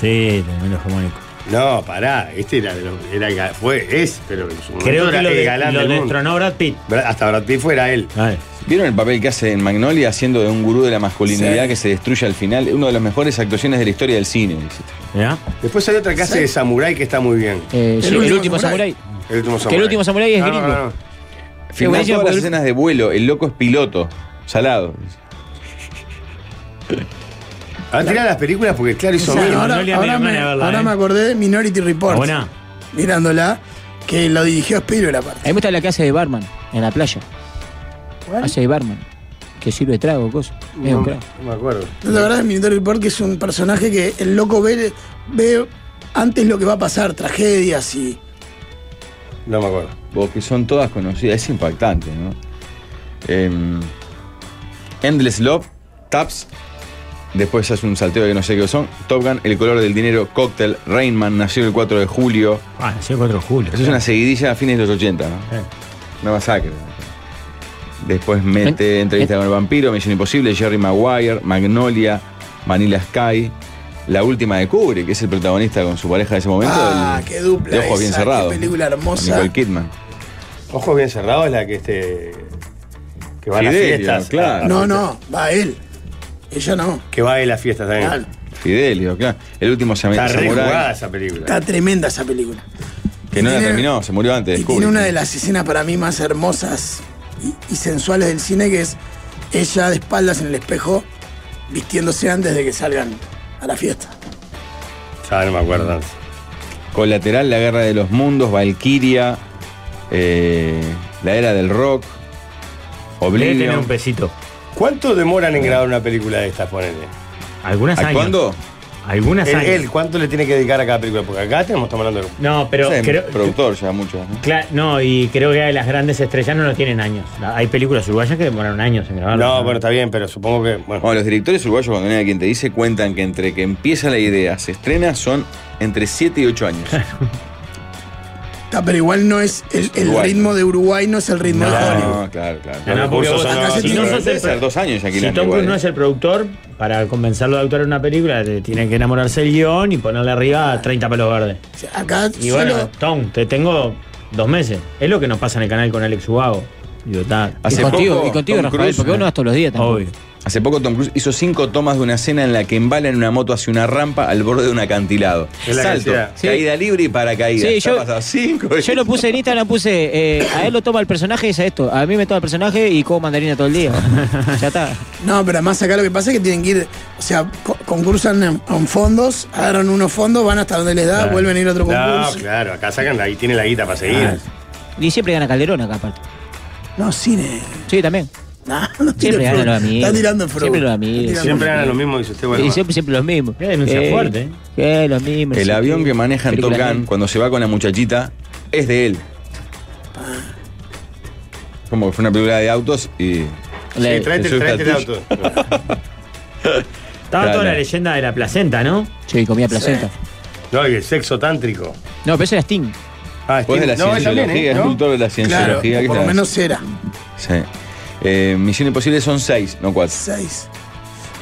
[SPEAKER 6] Sí, tremendo hegemónico.
[SPEAKER 5] No, pará. Este era, de los- era el ga- fue, es, pero en su momento
[SPEAKER 6] Creo que
[SPEAKER 5] era
[SPEAKER 6] lo,
[SPEAKER 5] el
[SPEAKER 6] de,
[SPEAKER 5] galán
[SPEAKER 6] lo
[SPEAKER 5] del mundo.
[SPEAKER 6] destronó Brad Pitt.
[SPEAKER 5] Bra- Hasta Brad Pitt fuera él.
[SPEAKER 6] A ver.
[SPEAKER 8] ¿Vieron el papel que hace en Magnolia haciendo de un gurú de la masculinidad
[SPEAKER 7] Sí.
[SPEAKER 8] que se destruye al final? Una de las mejores actuaciones de la historia del cine. dice.
[SPEAKER 6] ¿Ya?
[SPEAKER 5] Después hay otra que hace de Samurai que está muy bien.
[SPEAKER 9] Eh, sí, el,
[SPEAKER 7] último
[SPEAKER 9] último
[SPEAKER 7] samurái.
[SPEAKER 9] samurái.
[SPEAKER 5] El último Samurai.
[SPEAKER 9] último samurái es gringo.
[SPEAKER 8] Filmó
[SPEAKER 9] buenísimo
[SPEAKER 8] todas las
[SPEAKER 9] porque-
[SPEAKER 8] escenas de vuelo. El loco es piloto. Salado.
[SPEAKER 5] Ahora Ah, tirá las películas porque claro hizo
[SPEAKER 7] O sea,
[SPEAKER 5] mil.
[SPEAKER 7] ahora,
[SPEAKER 6] no le da
[SPEAKER 7] ahora
[SPEAKER 6] miedo
[SPEAKER 7] me,
[SPEAKER 6] ganas de verla,
[SPEAKER 7] ahora
[SPEAKER 6] eh.
[SPEAKER 7] me acordé de Minority Report.
[SPEAKER 6] Buena.
[SPEAKER 7] Mirándola, que lo dirigió Spielberg
[SPEAKER 9] A
[SPEAKER 7] aparte.
[SPEAKER 6] Eh,
[SPEAKER 9] mí me gusta la que hace de barman en la playa.
[SPEAKER 7] ¿Cuál?
[SPEAKER 9] Hace de barman. Que sirve trago, cosas. Es
[SPEAKER 5] No,
[SPEAKER 9] un
[SPEAKER 5] no
[SPEAKER 9] crack.
[SPEAKER 5] me acuerdo.
[SPEAKER 7] ¿No te acordás de Minority Report? Que es un personaje que el loco ve, ve antes lo que va a pasar, tragedias y.
[SPEAKER 5] No me acuerdo.
[SPEAKER 8] Vos que son todas conocidas. Es impactante, ¿no? Em, Endless Love, Taps. Después hace un salteo que no sé qué son. Top Gun, El color del dinero, Cocktail, Rainman, nació el 4 de julio.
[SPEAKER 6] Ah, nació el 4 de julio.
[SPEAKER 8] Eso es una seguidilla a fines de los 80, ¿no?
[SPEAKER 6] Eh.
[SPEAKER 8] Una masacre. Después mete
[SPEAKER 9] Ven-
[SPEAKER 8] entrevista con el vampiro, Misión Imposible, Jerry Maguire, Magnolia, Manila Sky, la última de Kubrick, que es el protagonista con su pareja de ese momento.
[SPEAKER 7] ah,
[SPEAKER 8] el-
[SPEAKER 7] qué dupla.
[SPEAKER 8] De ojos bien
[SPEAKER 7] esa, qué
[SPEAKER 8] cerrados.
[SPEAKER 7] película hermosa.
[SPEAKER 8] Nicole Kidman.
[SPEAKER 5] Ojos bien cerrados es la que este. Que va a las
[SPEAKER 8] Fidelio,
[SPEAKER 5] fiestas.
[SPEAKER 8] claro.
[SPEAKER 5] Ah,
[SPEAKER 7] No, no, va él. Ella no.
[SPEAKER 5] Que va a las fiestas también.
[SPEAKER 7] Claro.
[SPEAKER 8] Fidelio, claro. El último se
[SPEAKER 5] Está re jugada
[SPEAKER 8] Samurai,
[SPEAKER 5] esa película.
[SPEAKER 7] Está tremenda esa película.
[SPEAKER 8] que no la
[SPEAKER 7] Tiene-
[SPEAKER 8] terminó, se murió antes.
[SPEAKER 7] Y
[SPEAKER 8] de Kubrick.
[SPEAKER 7] tiene una de las escenas para mí más hermosas y, y sensuales del cine, que es ella de espaldas en el espejo, vistiéndose antes de que salgan a la fiesta.
[SPEAKER 5] Ya no me acuerdo.
[SPEAKER 8] Colateral, La Guerra de los Mundos, Valkyria, eh, La Era del Rock,
[SPEAKER 6] Debe tener
[SPEAKER 8] Oblivion.
[SPEAKER 6] un pesito.
[SPEAKER 5] ¿Cuánto demoran en grabar una película de estas, ponele?
[SPEAKER 6] Algunas años.
[SPEAKER 8] ¿Actuando?
[SPEAKER 6] Algunas
[SPEAKER 5] Él,
[SPEAKER 6] años.
[SPEAKER 5] él, ¿cuánto le tiene que dedicar a cada película? Porque acá tenemos estamos hablando de-
[SPEAKER 6] No, pero
[SPEAKER 8] Ese es
[SPEAKER 6] creo.
[SPEAKER 8] productor ya mucho. ¿no?
[SPEAKER 6] Cla- no, y creo que las grandes estrellas no lo tienen años. La- Hay películas uruguayas que demoraron años en grabar.
[SPEAKER 5] No, bueno, está bien, pero supongo que. Bueno,
[SPEAKER 8] Ah, Bueno, los directores uruguayos, cuando vienen a quien te dice, cuentan que entre que empieza la idea, se estrena, son entre 7 y 8 años.
[SPEAKER 7] Está, pero igual no es el, el
[SPEAKER 8] Uruguay.
[SPEAKER 7] ritmo de Uruguay, no es el ritmo de Hollywood.
[SPEAKER 8] no, claro, claro.
[SPEAKER 5] Los
[SPEAKER 6] No, no, porque
[SPEAKER 5] recursos
[SPEAKER 6] vos-
[SPEAKER 5] son
[SPEAKER 7] acá se
[SPEAKER 5] otros.
[SPEAKER 8] Sí,
[SPEAKER 6] si no
[SPEAKER 8] pero
[SPEAKER 6] sos el
[SPEAKER 8] debe ser
[SPEAKER 6] pro-
[SPEAKER 8] dos años ya que
[SPEAKER 6] Si
[SPEAKER 8] la
[SPEAKER 6] Tom Cruise
[SPEAKER 8] igual,
[SPEAKER 6] no
[SPEAKER 8] eh.
[SPEAKER 6] es el productor, para convencerlo de actuar en una película, te tiene que enamorarse el guión y ponerle arriba 30 palos verdes.
[SPEAKER 7] O sea, acá
[SPEAKER 6] Y
[SPEAKER 7] solo.
[SPEAKER 6] bueno, Tom, te tengo dos meses. Es lo que nos pasa en el canal con Alex Ubago. Digo, está.
[SPEAKER 8] Hace
[SPEAKER 9] y contigo,
[SPEAKER 8] poco,
[SPEAKER 9] y contigo
[SPEAKER 8] Tom
[SPEAKER 9] Rafael,
[SPEAKER 8] Cruise,
[SPEAKER 9] porque vos no vas todos los días tampoco.
[SPEAKER 6] Obvio.
[SPEAKER 8] Hace poco Tom Cruise hizo cinco tomas de una escena en la que embala en una moto hacia una rampa al borde de un acantilado.
[SPEAKER 5] Es la
[SPEAKER 8] Salto,
[SPEAKER 5] cantidad.
[SPEAKER 9] Sí.
[SPEAKER 8] caída libre y paracaídas.
[SPEAKER 9] Sí,
[SPEAKER 8] Está
[SPEAKER 9] yo-
[SPEAKER 8] pasado cinco
[SPEAKER 9] Yo
[SPEAKER 8] veces.
[SPEAKER 9] lo puse en Instagram, puse, eh, a él lo toma el personaje y dice esto, a mí me toma el personaje y como mandarina todo el día. ya está.
[SPEAKER 7] No, pero además acá lo que pasa es que tienen que ir, o sea, co- concursan en, en fondos, agarran unos fondos, van hasta donde les da,
[SPEAKER 6] Claro.
[SPEAKER 7] vuelven a ir a otro
[SPEAKER 5] No,
[SPEAKER 7] concurso.
[SPEAKER 5] claro, acá sacan ahí,
[SPEAKER 8] Ah,
[SPEAKER 5] tiene la guita para seguir.
[SPEAKER 9] Y siempre gana Calderón acá aparte.
[SPEAKER 7] No, cine.
[SPEAKER 9] Sí, también.
[SPEAKER 7] No, no tiene
[SPEAKER 9] Siempre ganan
[SPEAKER 7] fruta.
[SPEAKER 9] los amigos.
[SPEAKER 7] Está tirando fruta.
[SPEAKER 9] Siempre los amigos.
[SPEAKER 7] Está tirando
[SPEAKER 5] Siempre
[SPEAKER 7] fruta.
[SPEAKER 5] ganan lo mismo, dice usted. Bueno,
[SPEAKER 9] y
[SPEAKER 5] va.
[SPEAKER 9] siempre, siempre los mismos.
[SPEAKER 6] Qué denuncia fuerte, ¿eh?
[SPEAKER 9] que los mismos. no
[SPEAKER 8] El
[SPEAKER 9] sé
[SPEAKER 8] avión
[SPEAKER 9] qué.
[SPEAKER 8] que maneja en Top
[SPEAKER 9] Película
[SPEAKER 8] Gun
[SPEAKER 9] de-
[SPEAKER 8] cuando se va con la muchachita es de él. Como que fue una película de autos y.
[SPEAKER 9] la-
[SPEAKER 5] Sí, tráete,
[SPEAKER 8] Eso está
[SPEAKER 5] tráete el
[SPEAKER 8] tuyo.
[SPEAKER 5] auto.
[SPEAKER 6] Estaba toda
[SPEAKER 8] Claro.
[SPEAKER 6] la leyenda de la placenta, ¿no?
[SPEAKER 9] Sí, comía placenta.
[SPEAKER 5] No, el sexo tántrico.
[SPEAKER 9] No, pero eso era Sting.
[SPEAKER 5] Ah,
[SPEAKER 8] Vos de la
[SPEAKER 5] Steve- no, esa
[SPEAKER 8] cienciología,
[SPEAKER 5] también, ¿eh?
[SPEAKER 8] es
[SPEAKER 5] ¿No?
[SPEAKER 8] cultor de la
[SPEAKER 7] Claro,
[SPEAKER 8] cienciología. ¿qué
[SPEAKER 7] por lo
[SPEAKER 8] estás?
[SPEAKER 7] menos era.
[SPEAKER 8] Sí. Eh, Misión Imposible son seis, no cuatro.
[SPEAKER 7] Seis.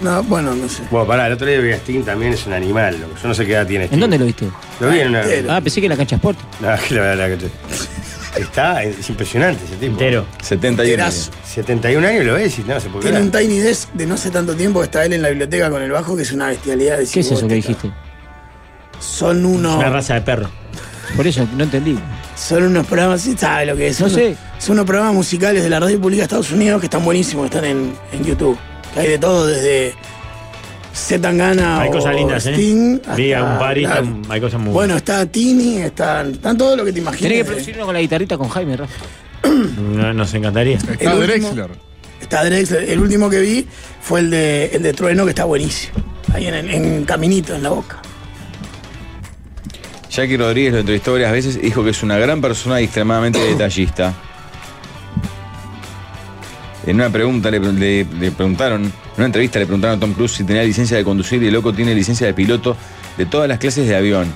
[SPEAKER 7] No, bueno, no sé.
[SPEAKER 5] Bueno, pará, el otro día vi a Sting también es un animal. loco. Yo no sé qué edad tiene.
[SPEAKER 9] ¿En
[SPEAKER 5] Sting.
[SPEAKER 9] dónde lo viste?
[SPEAKER 5] Lo vi en una.
[SPEAKER 7] Entero.
[SPEAKER 9] Ah, pensé que en la cancha Sport.
[SPEAKER 5] No, que la verdad que te- Está, es impresionante ese tipo.
[SPEAKER 6] Entero.
[SPEAKER 8] 71.
[SPEAKER 7] Terazo.
[SPEAKER 5] 71 años lo ves y no sé por qué.
[SPEAKER 7] Tiene
[SPEAKER 5] era.
[SPEAKER 7] un Tiny Desk de no hace tanto tiempo que está él en la biblioteca con el bajo, que es una bestialidad.
[SPEAKER 9] ¿Qué es eso que dijiste?
[SPEAKER 7] Son
[SPEAKER 6] Una
[SPEAKER 7] unos,
[SPEAKER 6] raza de perro.
[SPEAKER 9] Por eso, no entendí.
[SPEAKER 7] son unos programas, sí, sabe lo que es.
[SPEAKER 9] No
[SPEAKER 7] Son-
[SPEAKER 9] sé.
[SPEAKER 7] Son unos programas musicales de la radio pública de Estados Unidos que están buenísimos, que están en, en YouTube. Que hay de todo, desde Zetangana
[SPEAKER 6] Hay
[SPEAKER 7] o
[SPEAKER 6] cosas lindas, ¿eh?
[SPEAKER 7] Sting.
[SPEAKER 6] Vi a
[SPEAKER 7] hasta-
[SPEAKER 6] un par y
[SPEAKER 7] Oh, claro.
[SPEAKER 6] están- hay cosas muy
[SPEAKER 7] Bueno, está Tini, están, están todo lo que te
[SPEAKER 9] Tenés que
[SPEAKER 7] imagines.
[SPEAKER 9] producir uno con la guitarrita con Jaime, Rafa.
[SPEAKER 6] No- Nos encantaría.
[SPEAKER 10] Está
[SPEAKER 7] último-
[SPEAKER 10] Drexler.
[SPEAKER 7] Está Drexler. El último que vi fue el de, el de Trueno, que está buenísimo. Ahí en, en Caminito, en la boca.
[SPEAKER 8] Jackie Rodríguez lo entrevistó varias veces y dijo que es una gran persona y extremadamente detallista. En una pregunta le, le- le preguntaron, en una entrevista le preguntaron a Tom Cruise si tenía licencia de conducir y el loco tiene licencia de piloto de todas las clases de avión,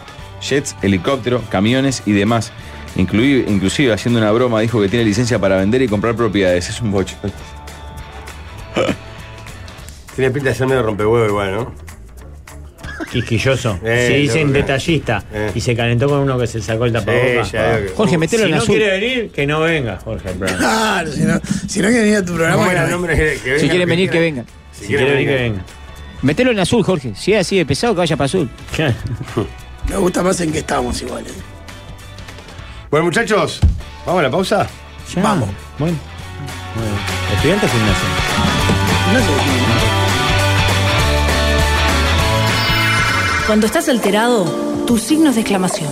[SPEAKER 8] jets, helicóptero, camiones y demás. Incluí- inclusive haciendo una broma dijo que tiene licencia para vender y comprar propiedades. Es un bocho.
[SPEAKER 5] Tiene pinta de ser medio rompehuevo igual, ¿no?
[SPEAKER 6] Quisquilloso.
[SPEAKER 5] Eh,
[SPEAKER 6] si dicen
[SPEAKER 5] loco, eh.
[SPEAKER 6] detallista
[SPEAKER 5] Eh.
[SPEAKER 6] y se calentó con uno que se sacó el tapabocas.
[SPEAKER 5] Sí, ya digo que-
[SPEAKER 9] Jorge, metelo
[SPEAKER 6] si
[SPEAKER 9] en
[SPEAKER 6] no
[SPEAKER 9] azul.
[SPEAKER 6] quiere venir, que no venga, Jorge. Brown.
[SPEAKER 7] Claro, si no, si no que venir a tu programa.
[SPEAKER 5] Bueno,
[SPEAKER 7] que no
[SPEAKER 5] el nombre es que venga,
[SPEAKER 9] Si quieren
[SPEAKER 5] que
[SPEAKER 9] venir, que vengan.
[SPEAKER 5] Si,
[SPEAKER 6] Si
[SPEAKER 5] quieren
[SPEAKER 6] quiere venir, que
[SPEAKER 5] venga.
[SPEAKER 6] venga.
[SPEAKER 9] Metelo en azul, Jorge. Si es así de pesado, que vaya para azul.
[SPEAKER 7] Me gusta más en que estamos igual. ¿eh?
[SPEAKER 5] Bueno, muchachos, ¿vamos a la pausa?
[SPEAKER 6] Ya.
[SPEAKER 7] Vamos.
[SPEAKER 6] Bueno. Bueno. Estudiantes gimnasio.
[SPEAKER 7] No sé qué tiene.
[SPEAKER 11] Cuando estás alterado, tus signos de exclamación.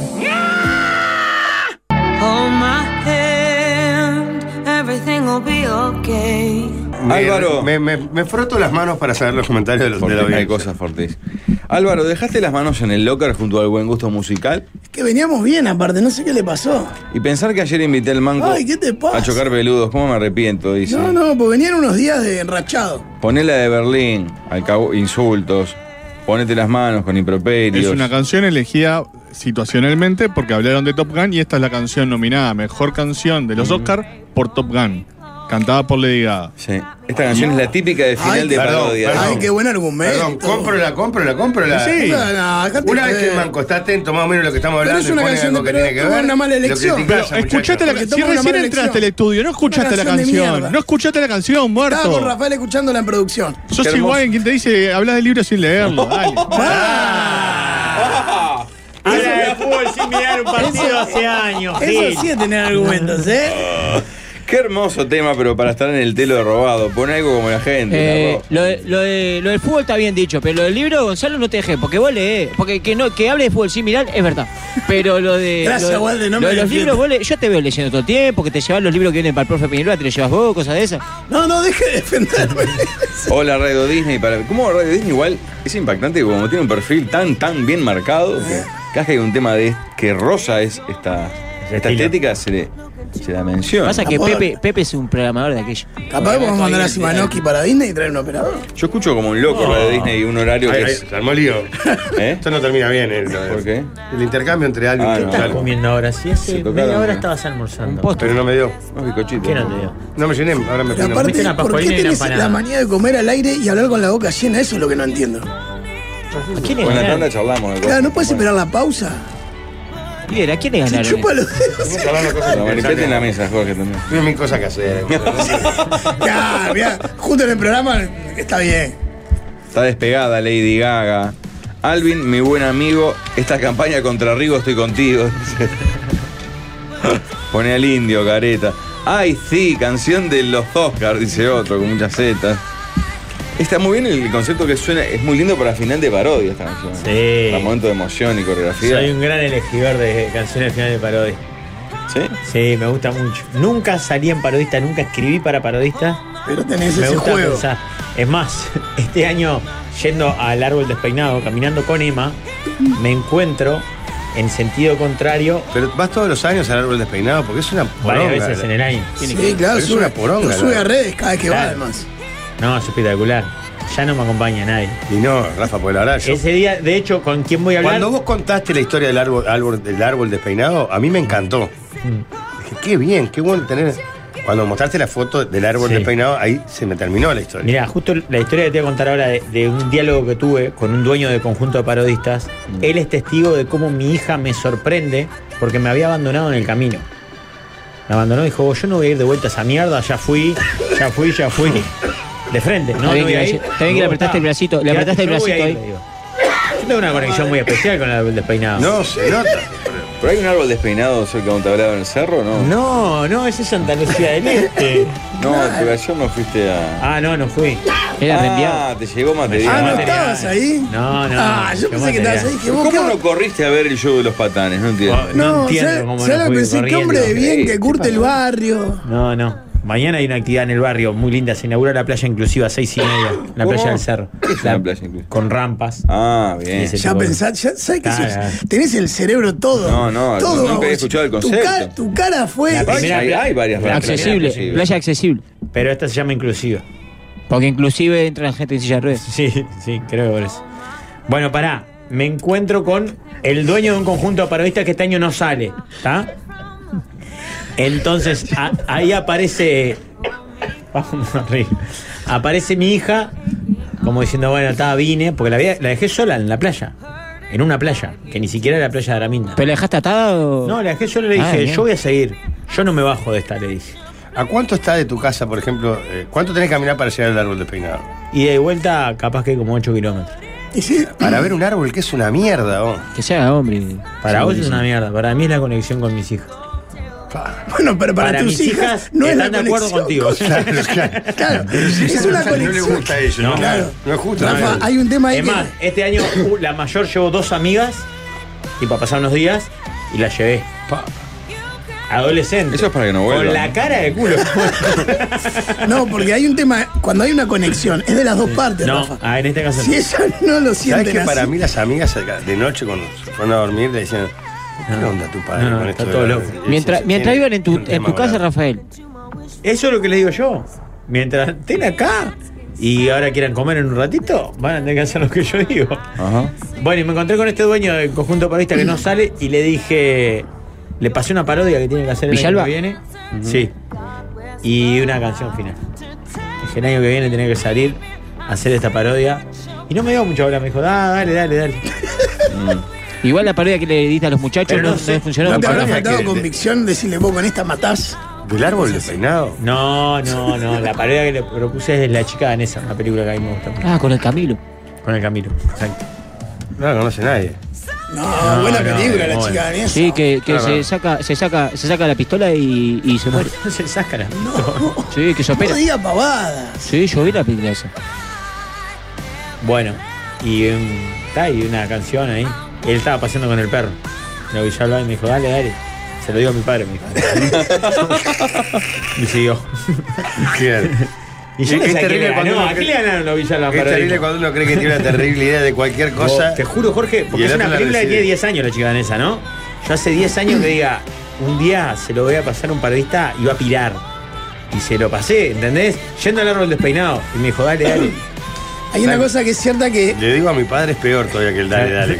[SPEAKER 2] Hold my hand, everything will be okay.
[SPEAKER 5] Me-
[SPEAKER 8] Álvaro.
[SPEAKER 5] Me, me- me froto las manos para saber los comentarios de los de
[SPEAKER 8] Porque
[SPEAKER 5] la
[SPEAKER 8] hay
[SPEAKER 5] audiencia.
[SPEAKER 8] cosas fuertes. Álvaro, ¿dejaste las manos en el locker junto al buen gusto musical?
[SPEAKER 7] Es que veníamos bien, aparte, no sé qué le pasó.
[SPEAKER 8] Y pensar que ayer invité al manco
[SPEAKER 7] Ay, ¿qué te pasa?
[SPEAKER 8] a chocar peludos, ¿cómo me arrepiento? Dice.
[SPEAKER 7] No, no, pues venían unos días de enrachado.
[SPEAKER 8] Ponela de Berlín, al cabo, insultos, ponete las manos con improperios.
[SPEAKER 10] Es una canción elegida situacionalmente porque hablaron de Top Gun y esta es la canción nominada a Mejor Canción de los Oscars por Top Gun, cantada por Lady Gaga.
[SPEAKER 8] Sí. Esta canción es la típica de final
[SPEAKER 7] Ay,
[SPEAKER 8] de
[SPEAKER 5] perdón,
[SPEAKER 8] parodia.
[SPEAKER 5] perdón.
[SPEAKER 7] Ay, qué buen argumento.
[SPEAKER 5] Perdón, cómprola, cómprola, cómprola.
[SPEAKER 10] Sí.
[SPEAKER 7] No, no, dejate
[SPEAKER 5] Una vez
[SPEAKER 7] joder.
[SPEAKER 5] que el manco está atento más o menos lo que estamos
[SPEAKER 7] Pero
[SPEAKER 5] hablando,
[SPEAKER 7] es una
[SPEAKER 5] y pone
[SPEAKER 7] canción
[SPEAKER 5] algo
[SPEAKER 7] de-
[SPEAKER 5] que tiene que
[SPEAKER 7] pero
[SPEAKER 5] ver.
[SPEAKER 7] es una mala
[SPEAKER 5] lo
[SPEAKER 7] elección.
[SPEAKER 10] Pero
[SPEAKER 5] criticás,
[SPEAKER 10] escuchaste la
[SPEAKER 5] muchacho.
[SPEAKER 10] canción.
[SPEAKER 7] Porque
[SPEAKER 10] Si
[SPEAKER 7] toma una
[SPEAKER 10] recién
[SPEAKER 7] mala
[SPEAKER 10] entraste
[SPEAKER 7] elección.
[SPEAKER 10] al estudio, no escuchaste
[SPEAKER 7] Una
[SPEAKER 10] la
[SPEAKER 7] canción de mierda.
[SPEAKER 10] canción. No escuchaste la canción,
[SPEAKER 7] Estaba con
[SPEAKER 10] muerto.
[SPEAKER 7] Rafael escuchando la producción.
[SPEAKER 10] Sos
[SPEAKER 8] Qué hermoso.
[SPEAKER 10] igual en quien te dice, hablas del libro sin leerlo. Dale.
[SPEAKER 6] Habla de fútbol sin mirar un partido hace años. Gil.
[SPEAKER 7] Ah, Eso sí es tener argumentos, ¿eh?
[SPEAKER 8] Qué hermoso tema, pero para estar en el telo de robado. Pon algo como la gente.
[SPEAKER 9] Eh,
[SPEAKER 8] tampoco.
[SPEAKER 9] lo, de- lo de- lo del fútbol está bien dicho, pero lo del libro, Gonzalo, no te dejé, porque vos lees. Porque que, no, que hable de fútbol sin mirar es verdad. Pero lo de.
[SPEAKER 7] Gracias,
[SPEAKER 9] lo,
[SPEAKER 7] Walde, no
[SPEAKER 9] lo
[SPEAKER 7] me
[SPEAKER 9] de los
[SPEAKER 7] defiendas.
[SPEAKER 9] libros, vos le- yo te veo leyendo todo el tiempo, que te llevas los libros que vienen para el profe Piñeroa, te los llevas vos, cosas de esas.
[SPEAKER 7] No, no, deje de defenderme.
[SPEAKER 8] Hola Radio Disney. Para... ¿Cómo Radio Disney igual? Es impactante como tiene un perfil tan, tan bien marcado.
[SPEAKER 7] Eh.
[SPEAKER 8] Que cada vez que hay un tema de que rosa es esta, esta
[SPEAKER 6] estilo.
[SPEAKER 8] estética, se, le, se la menciona.
[SPEAKER 9] Pasa que
[SPEAKER 7] Capaz.
[SPEAKER 9] Pepe, Pepe es un programador de aquello.
[SPEAKER 7] Capaz que podemos mandar a Simanoki para Disney y traer un operador.
[SPEAKER 8] Yo escucho como un
[SPEAKER 6] Ah.
[SPEAKER 8] loco Radio Disney y un horario
[SPEAKER 5] Ay,
[SPEAKER 8] que
[SPEAKER 5] ay,
[SPEAKER 8] es.
[SPEAKER 5] se armó el lío.
[SPEAKER 8] ¿Eh?
[SPEAKER 5] Esto no termina bien. El,
[SPEAKER 8] ¿Por qué?
[SPEAKER 5] El intercambio entre alguien y
[SPEAKER 8] Ah, no.
[SPEAKER 6] ¿Qué estás
[SPEAKER 5] algo.
[SPEAKER 6] comiendo ahora? Si hace
[SPEAKER 8] Se tocaron,
[SPEAKER 6] media hora
[SPEAKER 8] eh.
[SPEAKER 6] estabas almorzando.
[SPEAKER 9] Un postre.
[SPEAKER 5] Pero no me dio.
[SPEAKER 8] Unos bizcochitos.
[SPEAKER 6] ¿Qué no te dio?
[SPEAKER 5] No me llené, ahora me
[SPEAKER 7] Pero
[SPEAKER 5] pino.
[SPEAKER 7] aparte,
[SPEAKER 6] una
[SPEAKER 7] ¿por qué
[SPEAKER 6] pascualina y una
[SPEAKER 7] tenés
[SPEAKER 6] empanada.
[SPEAKER 7] la manía de comer al aire y hablar con la boca llena? Eso es lo que no entiendo.
[SPEAKER 9] ¿A quién le
[SPEAKER 8] Con la tanda
[SPEAKER 9] ganaron?
[SPEAKER 8] charlamos. de
[SPEAKER 7] Claro,
[SPEAKER 8] cosas.
[SPEAKER 7] no puedes
[SPEAKER 8] Bueno,
[SPEAKER 7] esperar la pausa.
[SPEAKER 9] Líder, ¿a quién le
[SPEAKER 7] Se
[SPEAKER 9] ganaron?
[SPEAKER 7] chupa los dedos.
[SPEAKER 5] Vamos a hablar de cosas
[SPEAKER 8] la manipete en la mesa, Jorge, también.
[SPEAKER 5] Tiene mil cosas que hacer.
[SPEAKER 7] Ya, mirá, justo en el programa está bien.
[SPEAKER 8] Está despegada Lady Gaga. Alvin, mi buen amigo, esta campaña contra Rigo estoy contigo. dice. Pone al indio, careta. Ay, sí, canción de los Oscars, dice otro, con muchas zetas. Está muy bien el concepto que suena, es muy lindo para final de parodia esta canción.
[SPEAKER 6] Sí.
[SPEAKER 8] Para momento de emoción y coreografía.
[SPEAKER 6] Soy un gran elegidor de canciones final de parodia.
[SPEAKER 8] ¿Sí?
[SPEAKER 6] Sí, me gusta mucho. Nunca salí en parodista, nunca escribí para parodista.
[SPEAKER 7] Pero tenés
[SPEAKER 6] Me
[SPEAKER 7] ese
[SPEAKER 6] gusta
[SPEAKER 7] juego.
[SPEAKER 6] pensar. Es más, este año, yendo al árbol despeinado, caminando con Emma, me encuentro en sentido contrario.
[SPEAKER 5] Pero vas todos los años al árbol despeinado porque es una poronga.
[SPEAKER 6] Varias veces en el año.
[SPEAKER 7] Sí, claro,
[SPEAKER 5] Pero es una poronga.
[SPEAKER 7] lo sube
[SPEAKER 5] la-
[SPEAKER 7] a redes cada vez que va,
[SPEAKER 6] Claro.
[SPEAKER 7] además.
[SPEAKER 6] No, es espectacular. Ya no me acompaña nadie.
[SPEAKER 5] Y no, Rafa, pues la verdad yo-
[SPEAKER 6] Ese día, de hecho, ¿con quién voy a hablar?
[SPEAKER 5] Cuando vos contaste la historia del árbol, árbol- del árbol despeinado, a mí me encantó.
[SPEAKER 6] Mm.
[SPEAKER 5] Dije, qué bien, qué bueno tener. Cuando mostraste la foto del árbol
[SPEAKER 6] Sí.
[SPEAKER 5] despeinado, ahí se me terminó la historia.
[SPEAKER 6] Mira, justo la historia que te voy a contar ahora de, de un diálogo que tuve con un dueño de conjunto de parodistas.
[SPEAKER 9] Mm.
[SPEAKER 6] Él es testigo de cómo mi hija me sorprende porque me había abandonado en el camino. Me abandonó y dijo, "Vos, yo no voy a ir de vuelta a esa mierda, ya fui, ya fui, ya fui. De frente, ¿no?
[SPEAKER 9] Está bien
[SPEAKER 6] no
[SPEAKER 9] que
[SPEAKER 6] voy a
[SPEAKER 9] le-
[SPEAKER 6] ir.
[SPEAKER 9] está bien que le
[SPEAKER 6] Vos,
[SPEAKER 9] apretaste el bracito, le
[SPEAKER 6] Quedate,
[SPEAKER 9] apretaste el
[SPEAKER 6] yo voy a
[SPEAKER 9] bracito
[SPEAKER 6] ir,
[SPEAKER 9] ahí.
[SPEAKER 6] le digo. Yo tengo una conexión muy especial con el despeinado.
[SPEAKER 5] No, se nota.
[SPEAKER 8] ¿Pero hay un árbol despeinado cerca de un tablado en el cerro, no?
[SPEAKER 6] No, no, ese es Santa Lucía del Este.
[SPEAKER 8] No, pero ayer no fuiste a.
[SPEAKER 6] Ah, no, no fui.
[SPEAKER 9] Era
[SPEAKER 8] Ah, te llegó material.
[SPEAKER 7] Ah,
[SPEAKER 6] llegó
[SPEAKER 7] ¿no
[SPEAKER 6] material.
[SPEAKER 7] estabas ahí?
[SPEAKER 6] No, no.
[SPEAKER 7] Ah, yo pensé que
[SPEAKER 6] material.
[SPEAKER 7] estabas ahí. Que vos,
[SPEAKER 8] ¿Cómo
[SPEAKER 7] qué-
[SPEAKER 8] no corriste a ver el show de los patanes? No entiendo.
[SPEAKER 6] Ah, No entiendo
[SPEAKER 7] ¿sabes-
[SPEAKER 6] cómo no
[SPEAKER 7] ¿sabes lo que
[SPEAKER 6] fui
[SPEAKER 7] pensé? Qué
[SPEAKER 6] corriendo?
[SPEAKER 7] hombre de bien
[SPEAKER 8] ¿Qué
[SPEAKER 7] que curte el barrio.
[SPEAKER 6] No, no. Mañana hay una actividad en el barrio muy linda. Se inaugura la playa inclusiva a seis y media. La
[SPEAKER 8] ¿Cómo?
[SPEAKER 6] playa del cerro.
[SPEAKER 8] ¿Qué es
[SPEAKER 6] La-
[SPEAKER 8] una playa inclusiva?
[SPEAKER 6] Con rampas.
[SPEAKER 8] Ah, bien.
[SPEAKER 6] Sí, sí.
[SPEAKER 7] Ya pensás, ya sabes que
[SPEAKER 6] Claro.
[SPEAKER 7] sos- tenés el cerebro todo.
[SPEAKER 8] No, no,
[SPEAKER 7] todo.
[SPEAKER 8] nunca había
[SPEAKER 7] vos.
[SPEAKER 8] escuchado el
[SPEAKER 7] Tu
[SPEAKER 8] concepto.
[SPEAKER 7] ca- Tu, cara fue.
[SPEAKER 6] La primera-
[SPEAKER 8] hay, hay varias
[SPEAKER 6] La
[SPEAKER 8] ramas.
[SPEAKER 9] accesible,
[SPEAKER 8] Sí.
[SPEAKER 9] playa accesible.
[SPEAKER 6] Pero esta se llama inclusiva.
[SPEAKER 9] Porque inclusive entra la gente en silla de ruedas.
[SPEAKER 6] Sí, sí, creo que por eso. Bueno, pará. Me encuentro con el dueño de un conjunto de parodistas que este año no sale. ¿Está? Entonces, a- ahí aparece. Vamos a reír. Aparece mi hija, como diciendo, bueno, estaba vine, porque la, había- la dejé sola en la playa. En una playa, que ni siquiera era la playa de Araminda.
[SPEAKER 9] ¿Pero la dejaste atada o.?
[SPEAKER 6] No, la dejé sola le
[SPEAKER 9] Ah,
[SPEAKER 6] dije,
[SPEAKER 9] bien.
[SPEAKER 6] yo voy a seguir. Yo no me bajo de esta, le dije.
[SPEAKER 5] ¿A cuánto está de tu casa, por ejemplo? eh, ¿Cuánto tenés que caminar para llegar al árbol despeinado?
[SPEAKER 6] Y de vuelta, capaz que como 8 kilómetros.
[SPEAKER 7] Y sí,
[SPEAKER 5] Para ver un árbol que es una mierda, vos.
[SPEAKER 9] Que sea hombre.
[SPEAKER 6] Para
[SPEAKER 9] Sí,
[SPEAKER 6] vos
[SPEAKER 9] sí.
[SPEAKER 6] es una mierda, para mí es la conexión con mis hijos.
[SPEAKER 7] Bueno, pero para,
[SPEAKER 6] Para
[SPEAKER 7] tus
[SPEAKER 6] mis
[SPEAKER 7] hijas,
[SPEAKER 6] hijas
[SPEAKER 7] no es la
[SPEAKER 6] están de acuerdo
[SPEAKER 7] conexión
[SPEAKER 6] contigo.
[SPEAKER 5] Claro, claro.
[SPEAKER 7] con- Claro, es
[SPEAKER 5] No,
[SPEAKER 7] una
[SPEAKER 5] o sea, No le
[SPEAKER 7] conexión.
[SPEAKER 5] gusta a ellos, ¿no?
[SPEAKER 6] No.
[SPEAKER 5] Claro. No es justo.
[SPEAKER 7] Rafa,
[SPEAKER 5] no.
[SPEAKER 7] hay un tema ahí
[SPEAKER 6] Es
[SPEAKER 7] que-
[SPEAKER 6] más, este año uh, la mayor llevó dos amigas y para pasar unos días y la llevé. Adolescente.
[SPEAKER 8] Eso es para que no vuelva.
[SPEAKER 6] Con la cara de culo.
[SPEAKER 7] No, porque hay un tema. Cuando hay una conexión, es de las dos partes,
[SPEAKER 6] no,
[SPEAKER 7] Rafa.
[SPEAKER 6] ah, en este caso
[SPEAKER 7] Si
[SPEAKER 6] no.
[SPEAKER 7] ella no lo siente.
[SPEAKER 5] ¿Sabes que para mí las amigas de noche cuando se fueron a dormir le decían, ¿qué onda tu
[SPEAKER 6] Ah.
[SPEAKER 5] padre
[SPEAKER 6] No, no,
[SPEAKER 5] con
[SPEAKER 6] está
[SPEAKER 5] esto? de
[SPEAKER 6] todo
[SPEAKER 5] la-
[SPEAKER 6] loco.
[SPEAKER 5] y ese
[SPEAKER 9] Mientras,
[SPEAKER 5] sí
[SPEAKER 9] mientras
[SPEAKER 5] tiene
[SPEAKER 9] iban en tu,
[SPEAKER 5] un
[SPEAKER 9] en
[SPEAKER 5] tema
[SPEAKER 9] tu casa,
[SPEAKER 5] grave.
[SPEAKER 9] Rafael.
[SPEAKER 6] Eso es lo que les digo yo. Mientras estén acá y ahora quieran comer en un ratito, van a tener que hacer lo que yo digo.
[SPEAKER 8] Ajá.
[SPEAKER 6] Bueno, y me encontré con este dueño del conjunto parista que no sale y le dije. Le pasé una parodia que tiene que hacer el
[SPEAKER 9] ¿Villalba?
[SPEAKER 6] año que viene. Sí. Y una canción final. Dije, el año que viene tenía que salir a hacer esta parodia. Y no me dio mucha hora, me dijo, ah, dale, dale, dale.
[SPEAKER 9] Igual la parodia que le diste a los muchachos
[SPEAKER 6] Pero
[SPEAKER 9] no,
[SPEAKER 6] no sé.
[SPEAKER 9] no funcionó.
[SPEAKER 7] No te
[SPEAKER 9] porque-
[SPEAKER 7] habrá
[SPEAKER 5] Rafa,
[SPEAKER 7] faltado
[SPEAKER 5] que-
[SPEAKER 7] convicción decirle vos con esta matás.
[SPEAKER 5] ¿Del árbol despeinado?
[SPEAKER 6] No, no, no. La parodia que le propuse es La chica danesa, una película que a mí me gusta mucho.
[SPEAKER 9] Ah, con el Camilo.
[SPEAKER 6] Con el Camilo. Exacto.
[SPEAKER 5] No la conoce nadie.
[SPEAKER 7] No,
[SPEAKER 6] No,
[SPEAKER 7] buena
[SPEAKER 6] no,
[SPEAKER 7] película la
[SPEAKER 6] bueno.
[SPEAKER 7] chica danesa.
[SPEAKER 9] Sí, que, que
[SPEAKER 5] Claro.
[SPEAKER 9] se saca, se saca, se saca la pistola y, y se muere.
[SPEAKER 6] Se saca la-
[SPEAKER 9] Sí, que se
[SPEAKER 7] No
[SPEAKER 9] opera.
[SPEAKER 7] diga pavada.
[SPEAKER 9] Sí, yo vi la película esa.
[SPEAKER 6] Bueno, y um, está y una canción ahí. Él estaba paseando con el perro. Lo vi yo hablar y me dijo, dale, dale. Se lo digo a mi padre, me dijo. y siguió.
[SPEAKER 5] Bien.
[SPEAKER 6] Y yo
[SPEAKER 5] Es- es
[SPEAKER 6] pensé que
[SPEAKER 5] terrible
[SPEAKER 6] le
[SPEAKER 5] cuando
[SPEAKER 6] ganó.
[SPEAKER 5] uno
[SPEAKER 6] ¿A
[SPEAKER 5] cree-
[SPEAKER 6] quién le ganaron los Villalba
[SPEAKER 5] Es terrible cuando uno cree que tiene una terrible idea de cualquier cosa.
[SPEAKER 6] Te juro, Jorge,
[SPEAKER 5] Y
[SPEAKER 6] porque
[SPEAKER 5] el
[SPEAKER 6] es
[SPEAKER 5] otro
[SPEAKER 6] una
[SPEAKER 5] la
[SPEAKER 6] película que
[SPEAKER 5] recibe.
[SPEAKER 6] tiene 10 años la chica danesa, ¿no? Yo hace 10 años que diga, un día se lo voy a pasar a un periodista y va a pirar. Y se lo pasé, ¿entendés? Yendo al árbol despeinado. Y me dijo, dale, dale.
[SPEAKER 7] Hay una cosa que es cierta que
[SPEAKER 5] Le digo a mi padre es peor todavía que el dale, dale.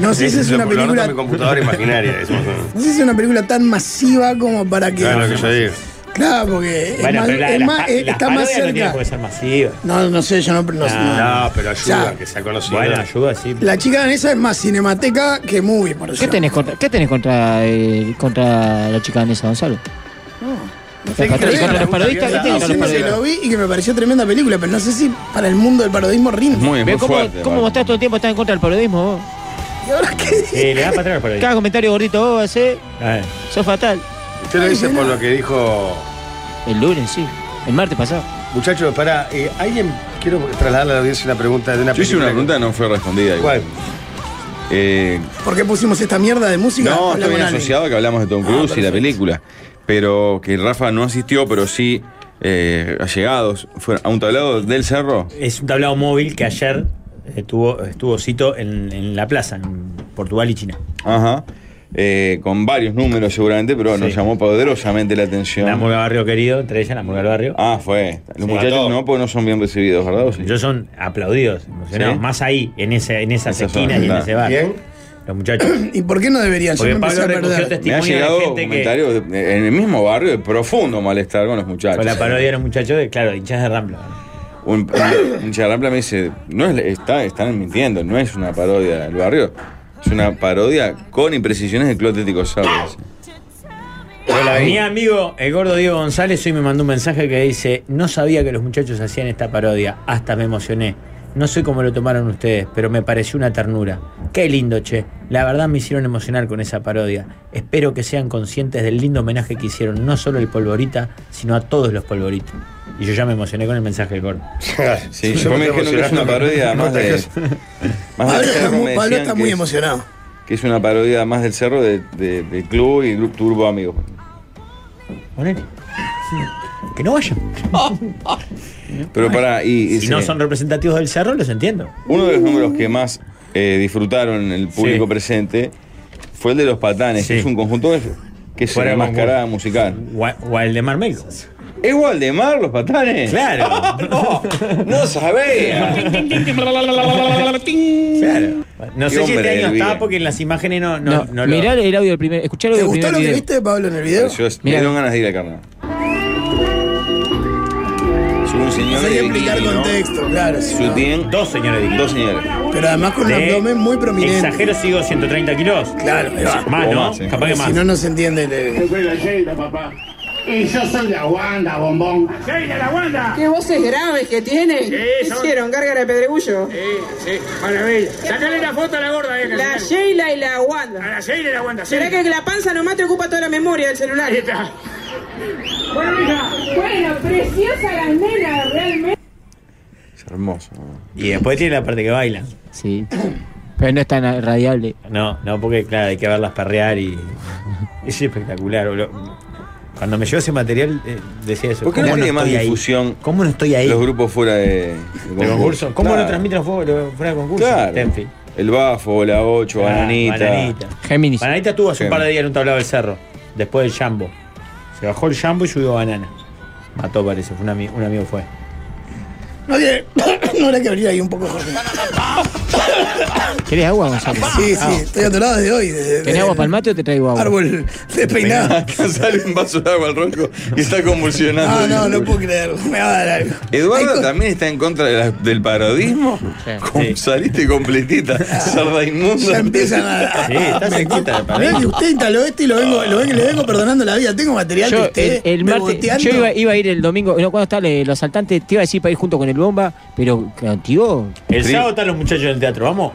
[SPEAKER 5] Eh,
[SPEAKER 7] no sé si es
[SPEAKER 5] Lo-
[SPEAKER 7] una
[SPEAKER 5] lo anoto en mi
[SPEAKER 7] película.
[SPEAKER 5] computadora imaginaria. eso.
[SPEAKER 7] No sé si es una película tan masiva como para que.
[SPEAKER 5] Claro, lo que yo digo.
[SPEAKER 7] Claro, porque es
[SPEAKER 6] Bueno,
[SPEAKER 7] más-
[SPEAKER 6] pero la,
[SPEAKER 7] es
[SPEAKER 6] las
[SPEAKER 7] más-
[SPEAKER 6] pa-
[SPEAKER 7] eh,
[SPEAKER 6] las
[SPEAKER 7] está más
[SPEAKER 6] parodias no tienen
[SPEAKER 7] cerca.
[SPEAKER 6] por qué ser masivas.
[SPEAKER 7] No, no sé, yo no. no-
[SPEAKER 6] Ah.
[SPEAKER 5] No, pero ayuda,
[SPEAKER 7] Ya.
[SPEAKER 5] que sea conocido.
[SPEAKER 6] Bueno, ayuda, sí.
[SPEAKER 7] La chica danesa es más cinemateca que movie, por
[SPEAKER 9] ¿Qué
[SPEAKER 7] ejemplo.
[SPEAKER 9] tenés contra, qué tenés contra, eh, contra la chica danesa, Gonzalo?
[SPEAKER 5] Sí,
[SPEAKER 9] Contra-
[SPEAKER 5] creo que
[SPEAKER 9] contra los
[SPEAKER 5] la-
[SPEAKER 9] parodistas, ¿qué
[SPEAKER 5] la-
[SPEAKER 9] tenés contra los
[SPEAKER 7] Estoy diciendo que
[SPEAKER 9] parodistas?
[SPEAKER 7] lo vi y que me pareció tremenda película, pero no sé si para el mundo del parodismo rinde.
[SPEAKER 8] Muy, muy
[SPEAKER 9] Ve ¿Cómo,
[SPEAKER 8] fuerte.
[SPEAKER 9] cómo vos estás todo el tiempo estás en contra del periodismo vos?
[SPEAKER 7] ¿Y ahora qué dice?
[SPEAKER 6] Eh, le da para atrás por ahí.
[SPEAKER 9] Cada comentario gordito vos haces,
[SPEAKER 6] A ver.
[SPEAKER 9] sos fatal.
[SPEAKER 5] Usted lo dice por lo que dijo
[SPEAKER 9] El lunes, sí. El martes pasado.
[SPEAKER 5] Muchachos, para alguien quiero trasladarle a la audiencia una pregunta de una
[SPEAKER 8] Yo hice una
[SPEAKER 5] película
[SPEAKER 8] pregunta que no fue respondida.
[SPEAKER 5] que-
[SPEAKER 8] igual.
[SPEAKER 5] ¿Cuál?
[SPEAKER 8] Eh,
[SPEAKER 7] ¿Por qué pusimos esta mierda de música?
[SPEAKER 8] no, está bien
[SPEAKER 7] Habla
[SPEAKER 6] Ah,
[SPEAKER 7] con alguien.
[SPEAKER 8] asociado que hablamos de Tom Cruise y la película. Pero que Rafa no asistió, pero sí eh, allegados fueron a un tablado del cerro.
[SPEAKER 6] Es un tablado móvil que ayer estuvo, estuvo cito en, en la plaza, en Portugal y China.
[SPEAKER 8] Ajá. Eh, con varios números seguramente, pero nos llamó poderosamente la atención.
[SPEAKER 6] La Murga Barrio Querido, entre ellas la Murga del Barrio.
[SPEAKER 8] Ah, fue. Los
[SPEAKER 6] Sí.
[SPEAKER 8] muchachos no, porque no son bien recibidos, ¿verdad?
[SPEAKER 6] Ellos son aplaudidos, emocionados.
[SPEAKER 8] Sí.
[SPEAKER 6] Más ahí, en, ese, en esas esquinas y en ese
[SPEAKER 8] Ah.
[SPEAKER 6] bar. Los muchachos.
[SPEAKER 7] ¿Y por qué no deberían? Yo
[SPEAKER 6] Porque
[SPEAKER 7] me empecé
[SPEAKER 6] Pablo
[SPEAKER 7] a
[SPEAKER 6] recogió
[SPEAKER 7] perder.
[SPEAKER 8] Me ha
[SPEAKER 6] testimonio de
[SPEAKER 8] llegado
[SPEAKER 6] gente que-
[SPEAKER 8] comentarios de- en el mismo barrio de profundo malestar con los muchachos.
[SPEAKER 6] Con la parodia de los muchachos, de, claro, hinchas de Rambla.
[SPEAKER 8] Un, un- un charrampla me dice, no es, está, están mintiendo, no es una parodia del barrio, es una parodia con imprecisiones de Clotético Sábales.
[SPEAKER 6] Mi amigo, el gordo Diego González, hoy me mandó un mensaje que dice: No sabía que los muchachos hacían esta parodia, hasta me emocioné. No sé cómo lo tomaron ustedes, pero me pareció una ternura. Qué lindo, che. La verdad me hicieron emocionar con esa parodia. Espero que sean conscientes del lindo homenaje que hicieron, no solo al polvorita, sino a todos los polvoritas. Y yo ya me emocioné con el mensaje del gordo.
[SPEAKER 8] Sí, yo me dijeron que es una parodia más de, más del
[SPEAKER 7] Pablo está
[SPEAKER 8] cerro,
[SPEAKER 7] muy-
[SPEAKER 8] me decían
[SPEAKER 7] Pablo está
[SPEAKER 8] que
[SPEAKER 7] muy
[SPEAKER 8] es-
[SPEAKER 7] emocionado.
[SPEAKER 8] Que es una parodia más del cerro de- de- del club y grupo Turbo Amigos.
[SPEAKER 6] Ponele. Que no vayan.
[SPEAKER 8] Pero para y, y
[SPEAKER 6] Si no
[SPEAKER 8] sí.
[SPEAKER 6] son representativos del cerro, los entiendo.
[SPEAKER 8] Uno de los números que más eh, disfrutaron el público
[SPEAKER 6] Sí.
[SPEAKER 8] presente fue el de los patanes, que es un conjunto de- que es
[SPEAKER 6] Fuera
[SPEAKER 8] una
[SPEAKER 6] de concurso.
[SPEAKER 8] mascarada musical.
[SPEAKER 6] Waldemar Melco.
[SPEAKER 8] ¿Es Waldemar los patanes?
[SPEAKER 6] Claro.
[SPEAKER 8] no, no sabía.
[SPEAKER 6] Claro. No
[SPEAKER 8] Qué
[SPEAKER 6] sé si
[SPEAKER 8] hombre
[SPEAKER 6] este
[SPEAKER 8] del
[SPEAKER 6] año
[SPEAKER 8] video.
[SPEAKER 6] estaba porque en las imágenes no, no,
[SPEAKER 9] No,
[SPEAKER 6] no lo-
[SPEAKER 9] mirá el audio del primer. Escuchá el audio
[SPEAKER 7] ¿Te
[SPEAKER 9] del
[SPEAKER 7] gustó
[SPEAKER 9] primer
[SPEAKER 7] lo que
[SPEAKER 9] video.
[SPEAKER 7] viste, Pablo, en el video?
[SPEAKER 8] Yo me
[SPEAKER 9] Mirá.
[SPEAKER 8] dieron ganas de ir al carnaval. Sube un señor
[SPEAKER 7] Hay
[SPEAKER 8] de
[SPEAKER 7] que explicar
[SPEAKER 8] bikini, ¿no?
[SPEAKER 7] contexto, claro. si
[SPEAKER 8] Su
[SPEAKER 7] no.
[SPEAKER 8] tien-
[SPEAKER 6] Dos señores de
[SPEAKER 8] dos señores.
[SPEAKER 7] Pero además con un
[SPEAKER 6] De-
[SPEAKER 7] abdomen muy prominente.
[SPEAKER 6] Exagero sigo 130 kilos.
[SPEAKER 7] Claro, ahí va.
[SPEAKER 6] Más,
[SPEAKER 8] O
[SPEAKER 6] ¿no?
[SPEAKER 8] más, sí.
[SPEAKER 6] Capaz que
[SPEAKER 7] Si
[SPEAKER 6] más.
[SPEAKER 7] no, no se entiende. le-
[SPEAKER 12] Y yo soy la Wanda, bombón. ¡Soy de la Wanda!
[SPEAKER 13] ¿Qué voces graves que tienen?
[SPEAKER 12] Sí, son-
[SPEAKER 13] Hicieron gárgara de pedregullo.
[SPEAKER 12] Sí, sí, maravilla. Sácale la foto a la gorda, eh. que
[SPEAKER 13] La
[SPEAKER 12] se-
[SPEAKER 13] Sheila y la Wanda.
[SPEAKER 12] A la Sheila y la Wanda, sí.
[SPEAKER 13] ¿Será que la panza nomás te ocupa toda la memoria del celular?
[SPEAKER 12] Ahí está. Bueno, hija.
[SPEAKER 13] Bueno, preciosa las nenas, realmente.
[SPEAKER 8] Es hermoso.
[SPEAKER 6] Y después tiene la parte que bailan.
[SPEAKER 9] Sí. Pero no es tan radiable.
[SPEAKER 6] No, no, porque claro, hay que verlas perrear y. Es espectacular. boludo. Cuando me llegó ese material, eh, decía eso.
[SPEAKER 8] ¿Por qué no
[SPEAKER 6] ¿Cómo
[SPEAKER 8] tiene
[SPEAKER 6] no
[SPEAKER 8] más
[SPEAKER 6] estoy ahí?
[SPEAKER 8] difusión
[SPEAKER 6] ¿Cómo no estoy ahí?
[SPEAKER 8] los grupos fuera de, de
[SPEAKER 6] ¿De concurso? ¿Cómo
[SPEAKER 8] Claro,
[SPEAKER 6] no transmiten los fuegos los- fuera de concurso?
[SPEAKER 8] Claro.
[SPEAKER 6] Tenfi.
[SPEAKER 8] El Bafo, la 8,
[SPEAKER 6] Ah,
[SPEAKER 8] Bananita.
[SPEAKER 6] Bananita.
[SPEAKER 9] Géminis.
[SPEAKER 6] Bananita estuvo hace un
[SPEAKER 8] Bien.
[SPEAKER 6] par de días en un tablado del cerro, después del Jambo. Se bajó el Jambo y subió Banana. Mató, parece, fue un, ami- un amigo fue.
[SPEAKER 7] No, tiene- no habrá que abrir ahí un poco, Jorge.
[SPEAKER 9] ¿Querés agua, Gonzalo?
[SPEAKER 7] Sí,
[SPEAKER 6] Ah.
[SPEAKER 7] sí, estoy atorado desde hoy. Desde, desde
[SPEAKER 9] ¿Tenés agua
[SPEAKER 7] el
[SPEAKER 9] para el mate o te traigo agua?
[SPEAKER 7] Árbol despeinado.
[SPEAKER 8] Acá sale un vaso de agua al ronco y está convulsionando.
[SPEAKER 6] Ah,
[SPEAKER 7] No, Ah, no, no puedo creerlo. Me va a dar algo.
[SPEAKER 8] Eduardo también está en contra de la- del parodismo. Com- Saliste completita,
[SPEAKER 6] Ah.
[SPEAKER 8] cerda inmunda.
[SPEAKER 7] Ya empiezan a.
[SPEAKER 6] Sí, está cerquita de
[SPEAKER 7] Ah, Mirá que usted instaló esto y lo vengo, lo vengo, le vengo perdonando la vida. Tengo material de
[SPEAKER 9] Yo,
[SPEAKER 7] usted.
[SPEAKER 9] el, el
[SPEAKER 7] me
[SPEAKER 9] martes,
[SPEAKER 7] boteando.
[SPEAKER 9] yo iba, iba a ir el domingo, no, cuando está el- los asaltantes, te iba a decir para ir junto con el bomba, pero contigo,
[SPEAKER 6] El
[SPEAKER 8] Sí.
[SPEAKER 6] sábado están los muchachos del teatro, vamos.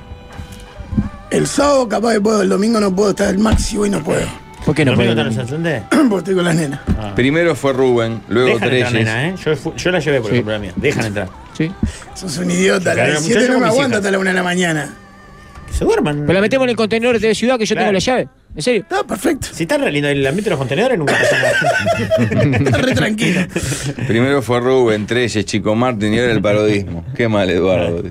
[SPEAKER 7] El sábado capaz que puedo, el domingo no puedo, está el maxi, hoy no puedo.
[SPEAKER 9] ¿por qué no
[SPEAKER 6] ¿Domingo
[SPEAKER 9] puedes?
[SPEAKER 6] están los asaltantes?
[SPEAKER 7] Porque estoy con las nenas.
[SPEAKER 8] Primero fue Rubén, luego
[SPEAKER 6] Dejan entrar,
[SPEAKER 8] Treyes.
[SPEAKER 6] nena, ¿eh? Yo, fu- yo la llevé por
[SPEAKER 9] Sí.
[SPEAKER 6] ejemplo, la mía. Dejan entrar.
[SPEAKER 9] Sí.
[SPEAKER 7] Sos un idiota. A
[SPEAKER 6] Claro,
[SPEAKER 7] las 7
[SPEAKER 6] muchacho,
[SPEAKER 7] no me
[SPEAKER 6] mis
[SPEAKER 7] aguanta
[SPEAKER 6] hijas.
[SPEAKER 7] hasta la 1 de la mañana.
[SPEAKER 6] Que se duerman.
[SPEAKER 9] Pero la metemos en el contenedor de ciudad que yo
[SPEAKER 6] Claro.
[SPEAKER 9] tengo la llave, en serio.
[SPEAKER 7] Está perfecto.
[SPEAKER 6] Si están re lindo el ambiente de los contenedores, nunca pasa nada.
[SPEAKER 7] Está re tranquilo.
[SPEAKER 8] Primero fue Rubén, Treyes, Chico Martín y ahora el parodismo. Qué mal, Eduardo.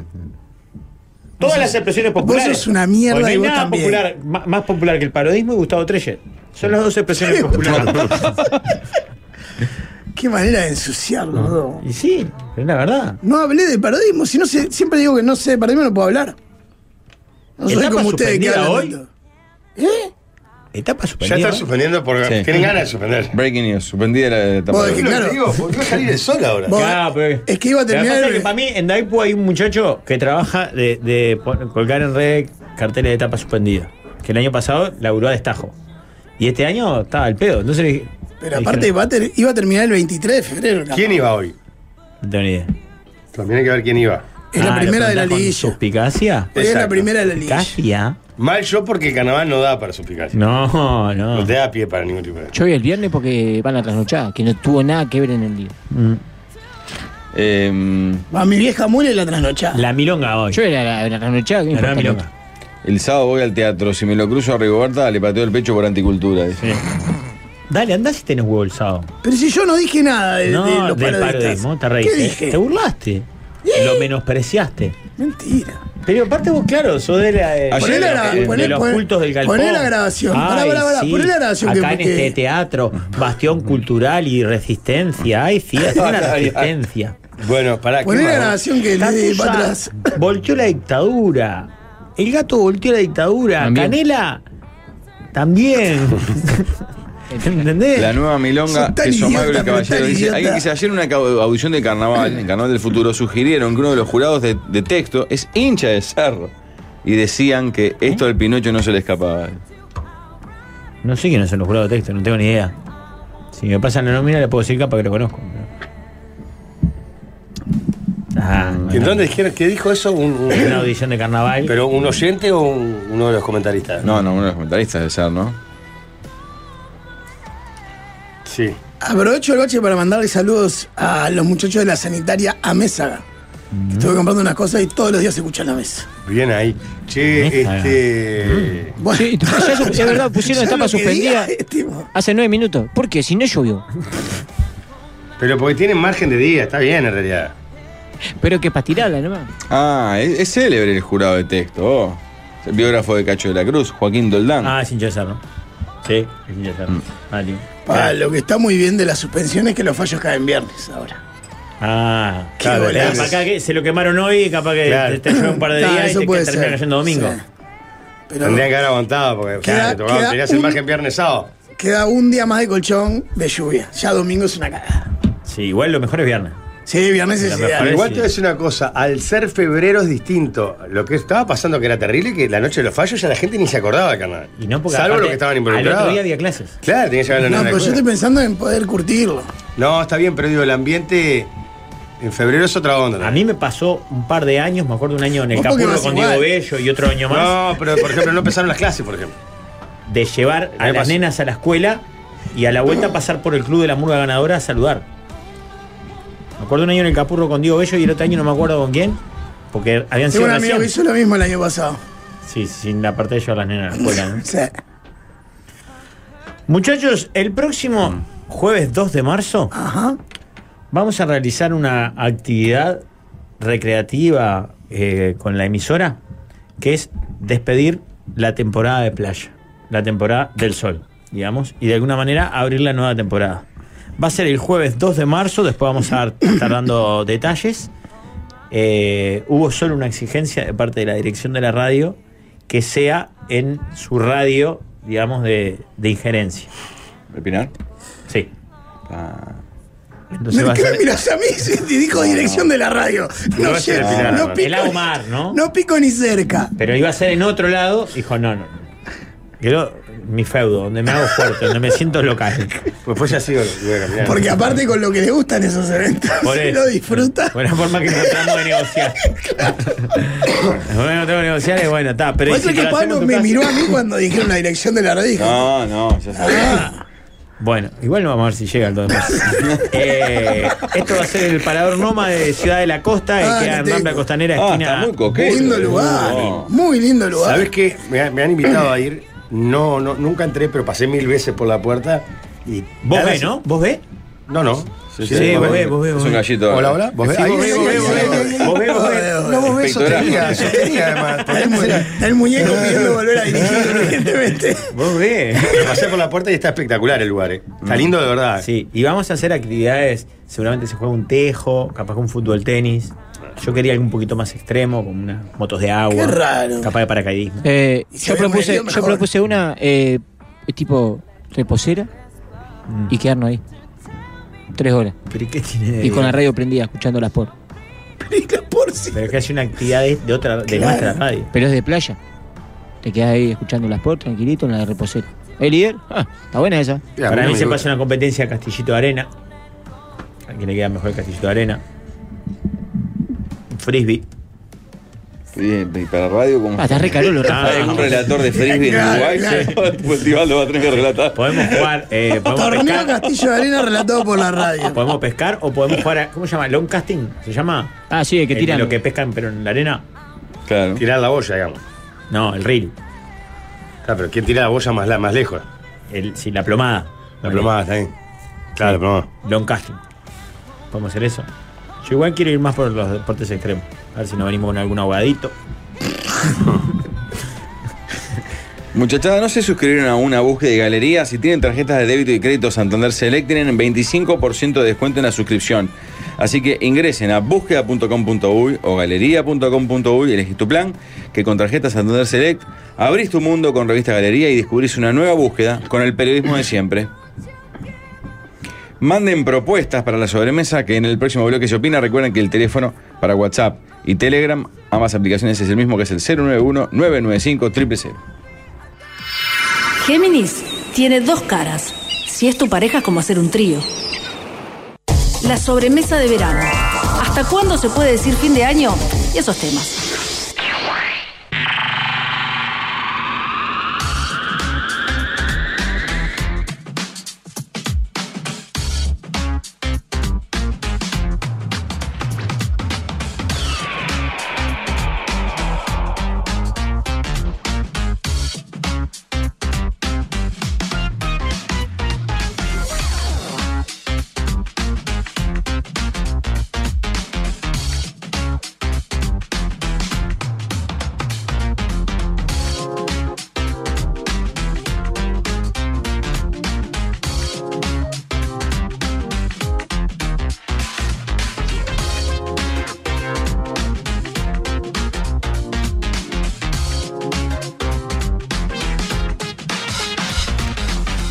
[SPEAKER 6] Todas las expresiones populares.
[SPEAKER 7] sos una mierda
[SPEAKER 6] Porque no hay
[SPEAKER 7] y vos
[SPEAKER 6] nada
[SPEAKER 7] también.
[SPEAKER 6] popular, ma- más popular que el parodismo y Gustavo Treyes. Son las dos expresiones populares.
[SPEAKER 7] Qué manera de ensuciarlo, bro.
[SPEAKER 6] y sí, pero es la verdad.
[SPEAKER 7] No hablé de parodismo, si no sé, siempre digo que no sé de parodismo, no puedo hablar. No soy
[SPEAKER 6] ¿Etapa
[SPEAKER 7] como ustedes ¿Eh? que
[SPEAKER 6] suspendida
[SPEAKER 7] hablan
[SPEAKER 6] hoy?
[SPEAKER 7] tanto.
[SPEAKER 6] Etapa
[SPEAKER 5] Ya
[SPEAKER 6] suspendida.
[SPEAKER 5] están suspendiendo porque
[SPEAKER 8] Sí.
[SPEAKER 5] tienen ganas de suspender.
[SPEAKER 8] Breaking news, suspendida la etapa.
[SPEAKER 7] Vos dejé
[SPEAKER 5] Yo
[SPEAKER 7] claro.
[SPEAKER 5] te digo, porque va a salir el sol ahora.
[SPEAKER 7] Vos- eh,
[SPEAKER 6] Claro, pues. pero-
[SPEAKER 7] Es que iba a
[SPEAKER 6] Lo que
[SPEAKER 7] terminar.
[SPEAKER 6] pasa es que para mí en Daipo hay un muchacho que trabaja de, de pon- colgar en red carteles de etapa suspendida. Que el año pasado laburó a destajo. Y este año estaba al pedo. Entonces le dije- le
[SPEAKER 7] Pero aparte
[SPEAKER 6] dijeron-
[SPEAKER 7] va a ter- iba a terminar el 23 de febrero. capaz.
[SPEAKER 5] ¿Quién iba hoy?
[SPEAKER 6] No tengo ni idea.
[SPEAKER 5] También hay que ver quién iba.
[SPEAKER 7] Es la
[SPEAKER 6] Ah,
[SPEAKER 7] primera de la
[SPEAKER 6] ¿lo preguntás con
[SPEAKER 7] liguilla.
[SPEAKER 6] ¿Suspicacia?
[SPEAKER 7] Es la
[SPEAKER 5] Exacto.
[SPEAKER 7] primera de la liguilla.
[SPEAKER 6] ¿Suspicacia?
[SPEAKER 5] Mal yo porque el carnaval no da para suspicacia.
[SPEAKER 6] No, no.
[SPEAKER 5] No te da pie para ningún tipo de.
[SPEAKER 9] Yo vi el viernes porque van a trasnochada, que no tuvo nada que ver en el día.
[SPEAKER 8] Eh,
[SPEAKER 7] Va mi vieja mula y la trasnochada.
[SPEAKER 6] La milonga hoy.
[SPEAKER 9] Yo era la, la trasnochada, ¿qué me
[SPEAKER 6] No, no,
[SPEAKER 9] importa
[SPEAKER 6] milonga.
[SPEAKER 9] mucho?
[SPEAKER 8] el sábado voy al teatro. Si me lo cruzo a Rigoberta, le pateo el pecho por anticultura. dice.
[SPEAKER 6] Dale, andá si tenés huevo el sábado.
[SPEAKER 7] Pero si yo no dije nada de,
[SPEAKER 6] no,
[SPEAKER 7] de los
[SPEAKER 6] del
[SPEAKER 7] parodistas.
[SPEAKER 6] parodismo, te reíste.
[SPEAKER 7] ¿Qué dije?
[SPEAKER 6] Te burlaste. Lo menospreciaste.
[SPEAKER 7] Mentira.
[SPEAKER 6] Pero aparte vos, claro, sos de, la, eh,
[SPEAKER 7] Poné
[SPEAKER 6] de
[SPEAKER 7] la
[SPEAKER 6] los-
[SPEAKER 7] gra-
[SPEAKER 6] de
[SPEAKER 7] poné-
[SPEAKER 6] los
[SPEAKER 7] poné-
[SPEAKER 6] cultos del galpón.
[SPEAKER 7] poné la grabación. Pará,
[SPEAKER 6] Ay,
[SPEAKER 7] pará, pará, poné la grabación que-
[SPEAKER 6] Acá en
[SPEAKER 7] que-
[SPEAKER 6] este teatro, bastión cultural y resistencia. Ay, sí, es una resistencia.
[SPEAKER 5] Bueno, pará,
[SPEAKER 7] Poné la grabación que le di para atrás.
[SPEAKER 6] Volteó la dictadura. El gato volteó la dictadura.
[SPEAKER 8] También.
[SPEAKER 6] Canela también. ¿Entendés?
[SPEAKER 8] La nueva milonga
[SPEAKER 6] Son tan
[SPEAKER 8] que Somagro
[SPEAKER 6] idiotas,
[SPEAKER 8] y
[SPEAKER 6] pero
[SPEAKER 8] Caballero
[SPEAKER 6] tan
[SPEAKER 8] dice,
[SPEAKER 6] idiotas.
[SPEAKER 8] alguien que se ayer en una cau- audición de carnaval, en Carnaval del Futuro, sugirieron que uno de los jurados de, de texto es hincha de Cerro. Y decían que esto al Pinocho no se le escapaba.
[SPEAKER 6] No sé quiénes son los jurados de texto, no tengo ni idea. Si me pasan la nómina, le puedo decir capaz que lo conozco. Ah,
[SPEAKER 5] ¿En dónde dijeron- qué dijo eso? Un,
[SPEAKER 6] Una audición de carnaval.
[SPEAKER 5] ¿Pero un oyente o un- uno de los comentaristas?
[SPEAKER 8] No, no, uno de los comentaristas de Cerro, ¿no?
[SPEAKER 5] Sí.
[SPEAKER 7] Aprovecho el bache para mandarle saludos a los muchachos de la sanitaria a Mésaga. Estuve comprando unas cosas y todos los días se escuchan la mesa.
[SPEAKER 5] Bien ahí. Che, este.
[SPEAKER 9] Sí, ya su- es verdad, pusieron
[SPEAKER 7] Ya
[SPEAKER 9] etapa
[SPEAKER 7] lo este que diga,
[SPEAKER 9] suspendida hace nueve minutos. ¿Por qué? Si no llovió.
[SPEAKER 5] Pero porque tienen margen de día, está bien en realidad.
[SPEAKER 9] Pero que para tirarla nomás.
[SPEAKER 8] Ah, es, es célebre el jurado de texto. oh. El biógrafo de Cacho de la Cruz, Joaquín Doldán.
[SPEAKER 6] Ah, es hincha de Cerro. Sí, Mm. es hincha de Cerro. Vale.
[SPEAKER 7] Pa, lo que está muy bien de la suspensión es que los fallos caen viernes ahora.
[SPEAKER 6] Ah,
[SPEAKER 7] Qué
[SPEAKER 6] claro,
[SPEAKER 7] golazo.
[SPEAKER 6] capaz que se lo quemaron hoy y capaz que
[SPEAKER 7] Claro.
[SPEAKER 6] te, te lleva un par de
[SPEAKER 7] Claro,
[SPEAKER 6] días
[SPEAKER 7] eso
[SPEAKER 6] y te,
[SPEAKER 7] puede
[SPEAKER 6] que termina
[SPEAKER 7] ser.
[SPEAKER 6] cayendo domingo.
[SPEAKER 7] Sí. Pero-
[SPEAKER 5] Tendrían que haber aguantado porque
[SPEAKER 7] Queda-
[SPEAKER 5] claro, te tocaban-
[SPEAKER 7] queda
[SPEAKER 5] tenías el
[SPEAKER 7] un-
[SPEAKER 5] margen viernes sábado.
[SPEAKER 7] Queda un día más de colchón de lluvia. Ya domingo es una cagada.
[SPEAKER 6] Sí, igual lo mejor es viernes.
[SPEAKER 7] Sí, viernes es ideal.
[SPEAKER 5] Pero igual te voy a decir una cosa, al ser febrero es distinto. Lo que estaba pasando que era terrible que la noche de los fallos ya la gente ni se acordaba del carnaval.
[SPEAKER 6] Y no porque
[SPEAKER 5] Salvo
[SPEAKER 6] aparte,
[SPEAKER 5] los que estaban
[SPEAKER 6] Al
[SPEAKER 5] involucrados.
[SPEAKER 6] otro día había clases.
[SPEAKER 5] Claro, tenía que llegar a la
[SPEAKER 7] No,
[SPEAKER 5] nena de
[SPEAKER 7] pero yo
[SPEAKER 5] escuela.
[SPEAKER 7] estoy pensando en poder curtirlo.
[SPEAKER 5] No, está bien, pero digo, el ambiente en febrero es otra onda.
[SPEAKER 6] A mí me pasó un par de años, me acuerdo un año en el
[SPEAKER 5] Vos porque
[SPEAKER 6] Capurro
[SPEAKER 5] vas
[SPEAKER 6] con
[SPEAKER 5] igual.
[SPEAKER 6] Diego Bello y otro año más.
[SPEAKER 5] No, pero por ejemplo no empezaron las clases, por ejemplo.
[SPEAKER 6] de llevar a
[SPEAKER 5] Me
[SPEAKER 6] las
[SPEAKER 5] pasó.
[SPEAKER 6] nenas a la escuela y a la vuelta pasar por el club de la murga ganadora a saludar. Me acuerdo un año en el Capurro con Diego Bello y el otro año no me acuerdo con quién, porque habían
[SPEAKER 7] Tengo
[SPEAKER 6] sido
[SPEAKER 7] un amigo que
[SPEAKER 6] recién.
[SPEAKER 7] hizo lo mismo el año pasado.
[SPEAKER 6] Sí, sin la parte de llevar a las nenas a la escuela. ¿no?
[SPEAKER 7] Sí.
[SPEAKER 6] Muchachos, el próximo jueves 2 de marzo vamos a realizar una actividad recreativa eh, con la emisora que es despedir la temporada de playa, la temporada del sol, digamos, y de alguna manera abrir la nueva temporada. Va a ser el jueves 2 de marzo, después vamos a estar dando detalles. Eh, hubo solo una exigencia de parte de la dirección de la radio que sea en su radio, digamos, de, de injerencia.
[SPEAKER 8] ¿El Pinar?
[SPEAKER 6] Sí.
[SPEAKER 7] ¿Me
[SPEAKER 8] Ah.
[SPEAKER 6] Entonces va a
[SPEAKER 7] qué me
[SPEAKER 6] ser.
[SPEAKER 7] mirás a mí? Sí, te dijo dirección de la radio. No,
[SPEAKER 6] va a ser
[SPEAKER 7] llego,
[SPEAKER 6] el Pinar,
[SPEAKER 7] no
[SPEAKER 6] no.
[SPEAKER 7] pico
[SPEAKER 6] El Lago
[SPEAKER 7] ni-
[SPEAKER 6] Mar, ¿no?
[SPEAKER 7] No pico ni cerca.
[SPEAKER 6] Pero iba a ser en otro lado, dijo, no, no. no. Quiero mi feudo, donde me hago fuerte, donde me siento local.
[SPEAKER 5] Pues ya sigo,
[SPEAKER 7] Porque aparte con lo que le gustan esos eventos,
[SPEAKER 6] Por
[SPEAKER 7] se
[SPEAKER 6] eso.
[SPEAKER 7] lo disfruta.
[SPEAKER 6] Buena forma que encontramos de negociar. Bueno, tengo que negociar, y bueno, está. Pero
[SPEAKER 7] Por
[SPEAKER 6] ¿y
[SPEAKER 7] eso
[SPEAKER 6] si
[SPEAKER 7] que
[SPEAKER 6] te lo hacemos
[SPEAKER 7] Pablo
[SPEAKER 6] en tu
[SPEAKER 7] me
[SPEAKER 6] casa?
[SPEAKER 7] miró a mí cuando dijeron la dirección de la radio. dijo, "Ah,
[SPEAKER 8] No, no, ya sabía.
[SPEAKER 6] Bueno, igual no vamos a ver si llega el 2 de marzo. Eh, esto va a ser el parador Noma de Ciudad de la Costa,
[SPEAKER 7] Ah,
[SPEAKER 6] que queda
[SPEAKER 7] lo
[SPEAKER 6] en
[SPEAKER 7] tengo.
[SPEAKER 6] Rambla Costanera,
[SPEAKER 5] Ah,
[SPEAKER 6] esquina.
[SPEAKER 5] está muy coqueto.
[SPEAKER 8] eh.
[SPEAKER 7] lindo lugar.
[SPEAKER 5] No.
[SPEAKER 7] Muy lindo lugar.
[SPEAKER 5] ¿Sabes qué? Me, ha- me han invitado a ir. No, no, nunca entré, pero pasé mil veces por la puerta y.
[SPEAKER 6] ¿Vos
[SPEAKER 5] Nada-
[SPEAKER 6] ves, no? ¿Vos ves?
[SPEAKER 5] No, no.
[SPEAKER 8] Sí, sí, vos ves, vos ves, vos ves.
[SPEAKER 5] Hola, hola. ¿Vos ves?
[SPEAKER 8] Sí,
[SPEAKER 5] Ahí,
[SPEAKER 8] vos ves,
[SPEAKER 5] ahí,
[SPEAKER 8] vos
[SPEAKER 5] ahí, ahí,
[SPEAKER 8] ves, vos
[SPEAKER 5] ahí,
[SPEAKER 8] ves.
[SPEAKER 5] ahí.
[SPEAKER 8] Vos ves, vos ves.
[SPEAKER 5] No, vos ves
[SPEAKER 8] Inspectora.
[SPEAKER 5] sostenía, sostenía además.
[SPEAKER 7] Está el, mu- está el muñeco pidiendo volver a dirigir, evidentemente.
[SPEAKER 6] ¿Vos ves?
[SPEAKER 5] Pero pasé por la puerta y está espectacular el lugar, eh. Está
[SPEAKER 7] Mm.
[SPEAKER 5] lindo de verdad.
[SPEAKER 6] Sí, y vamos a hacer actividades, seguramente se juega un tejo, capaz que un fútbol tenis. Yo quería algo un poquito más extremo, como unas motos de agua.
[SPEAKER 7] Qué raro.
[SPEAKER 6] Capaz de paracaidismo.
[SPEAKER 9] Eh,
[SPEAKER 7] Y se
[SPEAKER 9] yo,
[SPEAKER 7] había
[SPEAKER 9] propuse, yo
[SPEAKER 7] morido mejor.
[SPEAKER 9] propuse una eh, tipo reposera y quedarnos ahí. Tres horas.
[SPEAKER 6] ¿Pero y Mm. qué tiene de
[SPEAKER 9] Y con la
[SPEAKER 6] bien?
[SPEAKER 9] radio prendida, escuchándolas por.
[SPEAKER 6] Pero que hace una actividad de, de otra, de
[SPEAKER 9] Claro.
[SPEAKER 6] nuestra radio.
[SPEAKER 9] Pero es de playa. Te quedas ahí escuchándolas por, tranquilito, en la reposera. ¿El líder? Ah, está buena esa.
[SPEAKER 6] Para mí se pasa una competencia de Castillito de Arena. ¿A quién le queda mejor el Castillito de Arena? Un Frisbee.
[SPEAKER 8] eh. Bien, y para radio como.
[SPEAKER 6] Ah, está re calor, lo
[SPEAKER 8] Ah,
[SPEAKER 6] Rafa.
[SPEAKER 8] un relator de frisbee en
[SPEAKER 6] Claro,
[SPEAKER 8] Uruguay.
[SPEAKER 6] claro.
[SPEAKER 8] Pues Iván lo va a tener que relatar.
[SPEAKER 6] Podemos jugar, eh, podemos
[SPEAKER 7] Torneo
[SPEAKER 6] pescar.
[SPEAKER 7] Castillo de Arena relatado por la radio.
[SPEAKER 6] Podemos pescar o podemos jugar a, ¿cómo se llama? Long casting, ¿se llama?
[SPEAKER 9] Ah, sí, que tiran.
[SPEAKER 6] eh, Lo que pescan pero en la arena.
[SPEAKER 8] Claro.
[SPEAKER 5] Tirar la boya, digamos.
[SPEAKER 6] No, el reel.
[SPEAKER 5] Claro, pero ¿quién tira la boya más, la- más lejos?
[SPEAKER 6] El, sí, la plomada.
[SPEAKER 5] La plomada está ahí. Claro, la plomada.
[SPEAKER 6] Long casting. ¿Podemos hacer eso? Yo igual quiero ir más por los deportes extremos. A ver si nos venimos con algún abogadito.
[SPEAKER 8] Muchachada, no se suscribieron a una búsqueda de galería. Si tienen tarjetas de débito y crédito Santander Select, tienen 25% de descuento en la suscripción. Así que ingresen a búsqueda.com.uy o galería.com.uy, elegís tu plan, que con tarjetas Santander Select abrís tu mundo con revista Galería y descubrís una nueva búsqueda con el periodismo de siempre. Manden propuestas para la sobremesa que en el próximo bloque se opina. Recuerden que el teléfono para WhatsApp y Telegram, ambas aplicaciones es el mismo que es el 091-995-000.
[SPEAKER 11] Géminis tiene dos caras. Si es tu pareja es como hacer un trío. La sobremesa de verano. ¿Hasta cuándo se puede decir fin de año? Y esos temas.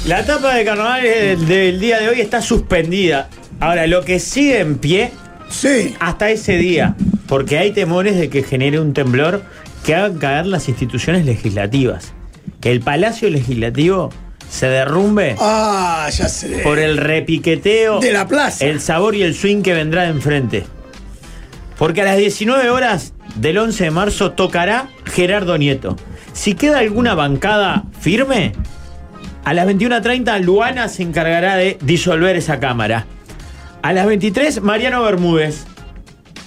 [SPEAKER 6] La etapa de carnaval del, del día de hoy está suspendida. Ahora, lo que sigue en pie hasta ese día, porque hay temores de que genere un temblor que haga caer las instituciones legislativas. Que el Palacio Legislativo se derrumbe
[SPEAKER 7] Ah, ya sé.
[SPEAKER 6] por el repiqueteo
[SPEAKER 7] De la plaza.
[SPEAKER 6] el sabor y el swing que vendrá de enfrente. Porque a las 19 horas del 11 de marzo tocará Gerardo Nieto. Si queda alguna bancada firme, a las 21.30 Luana se encargará de disolver esa cámara. A las 23 Mariano Bermúdez,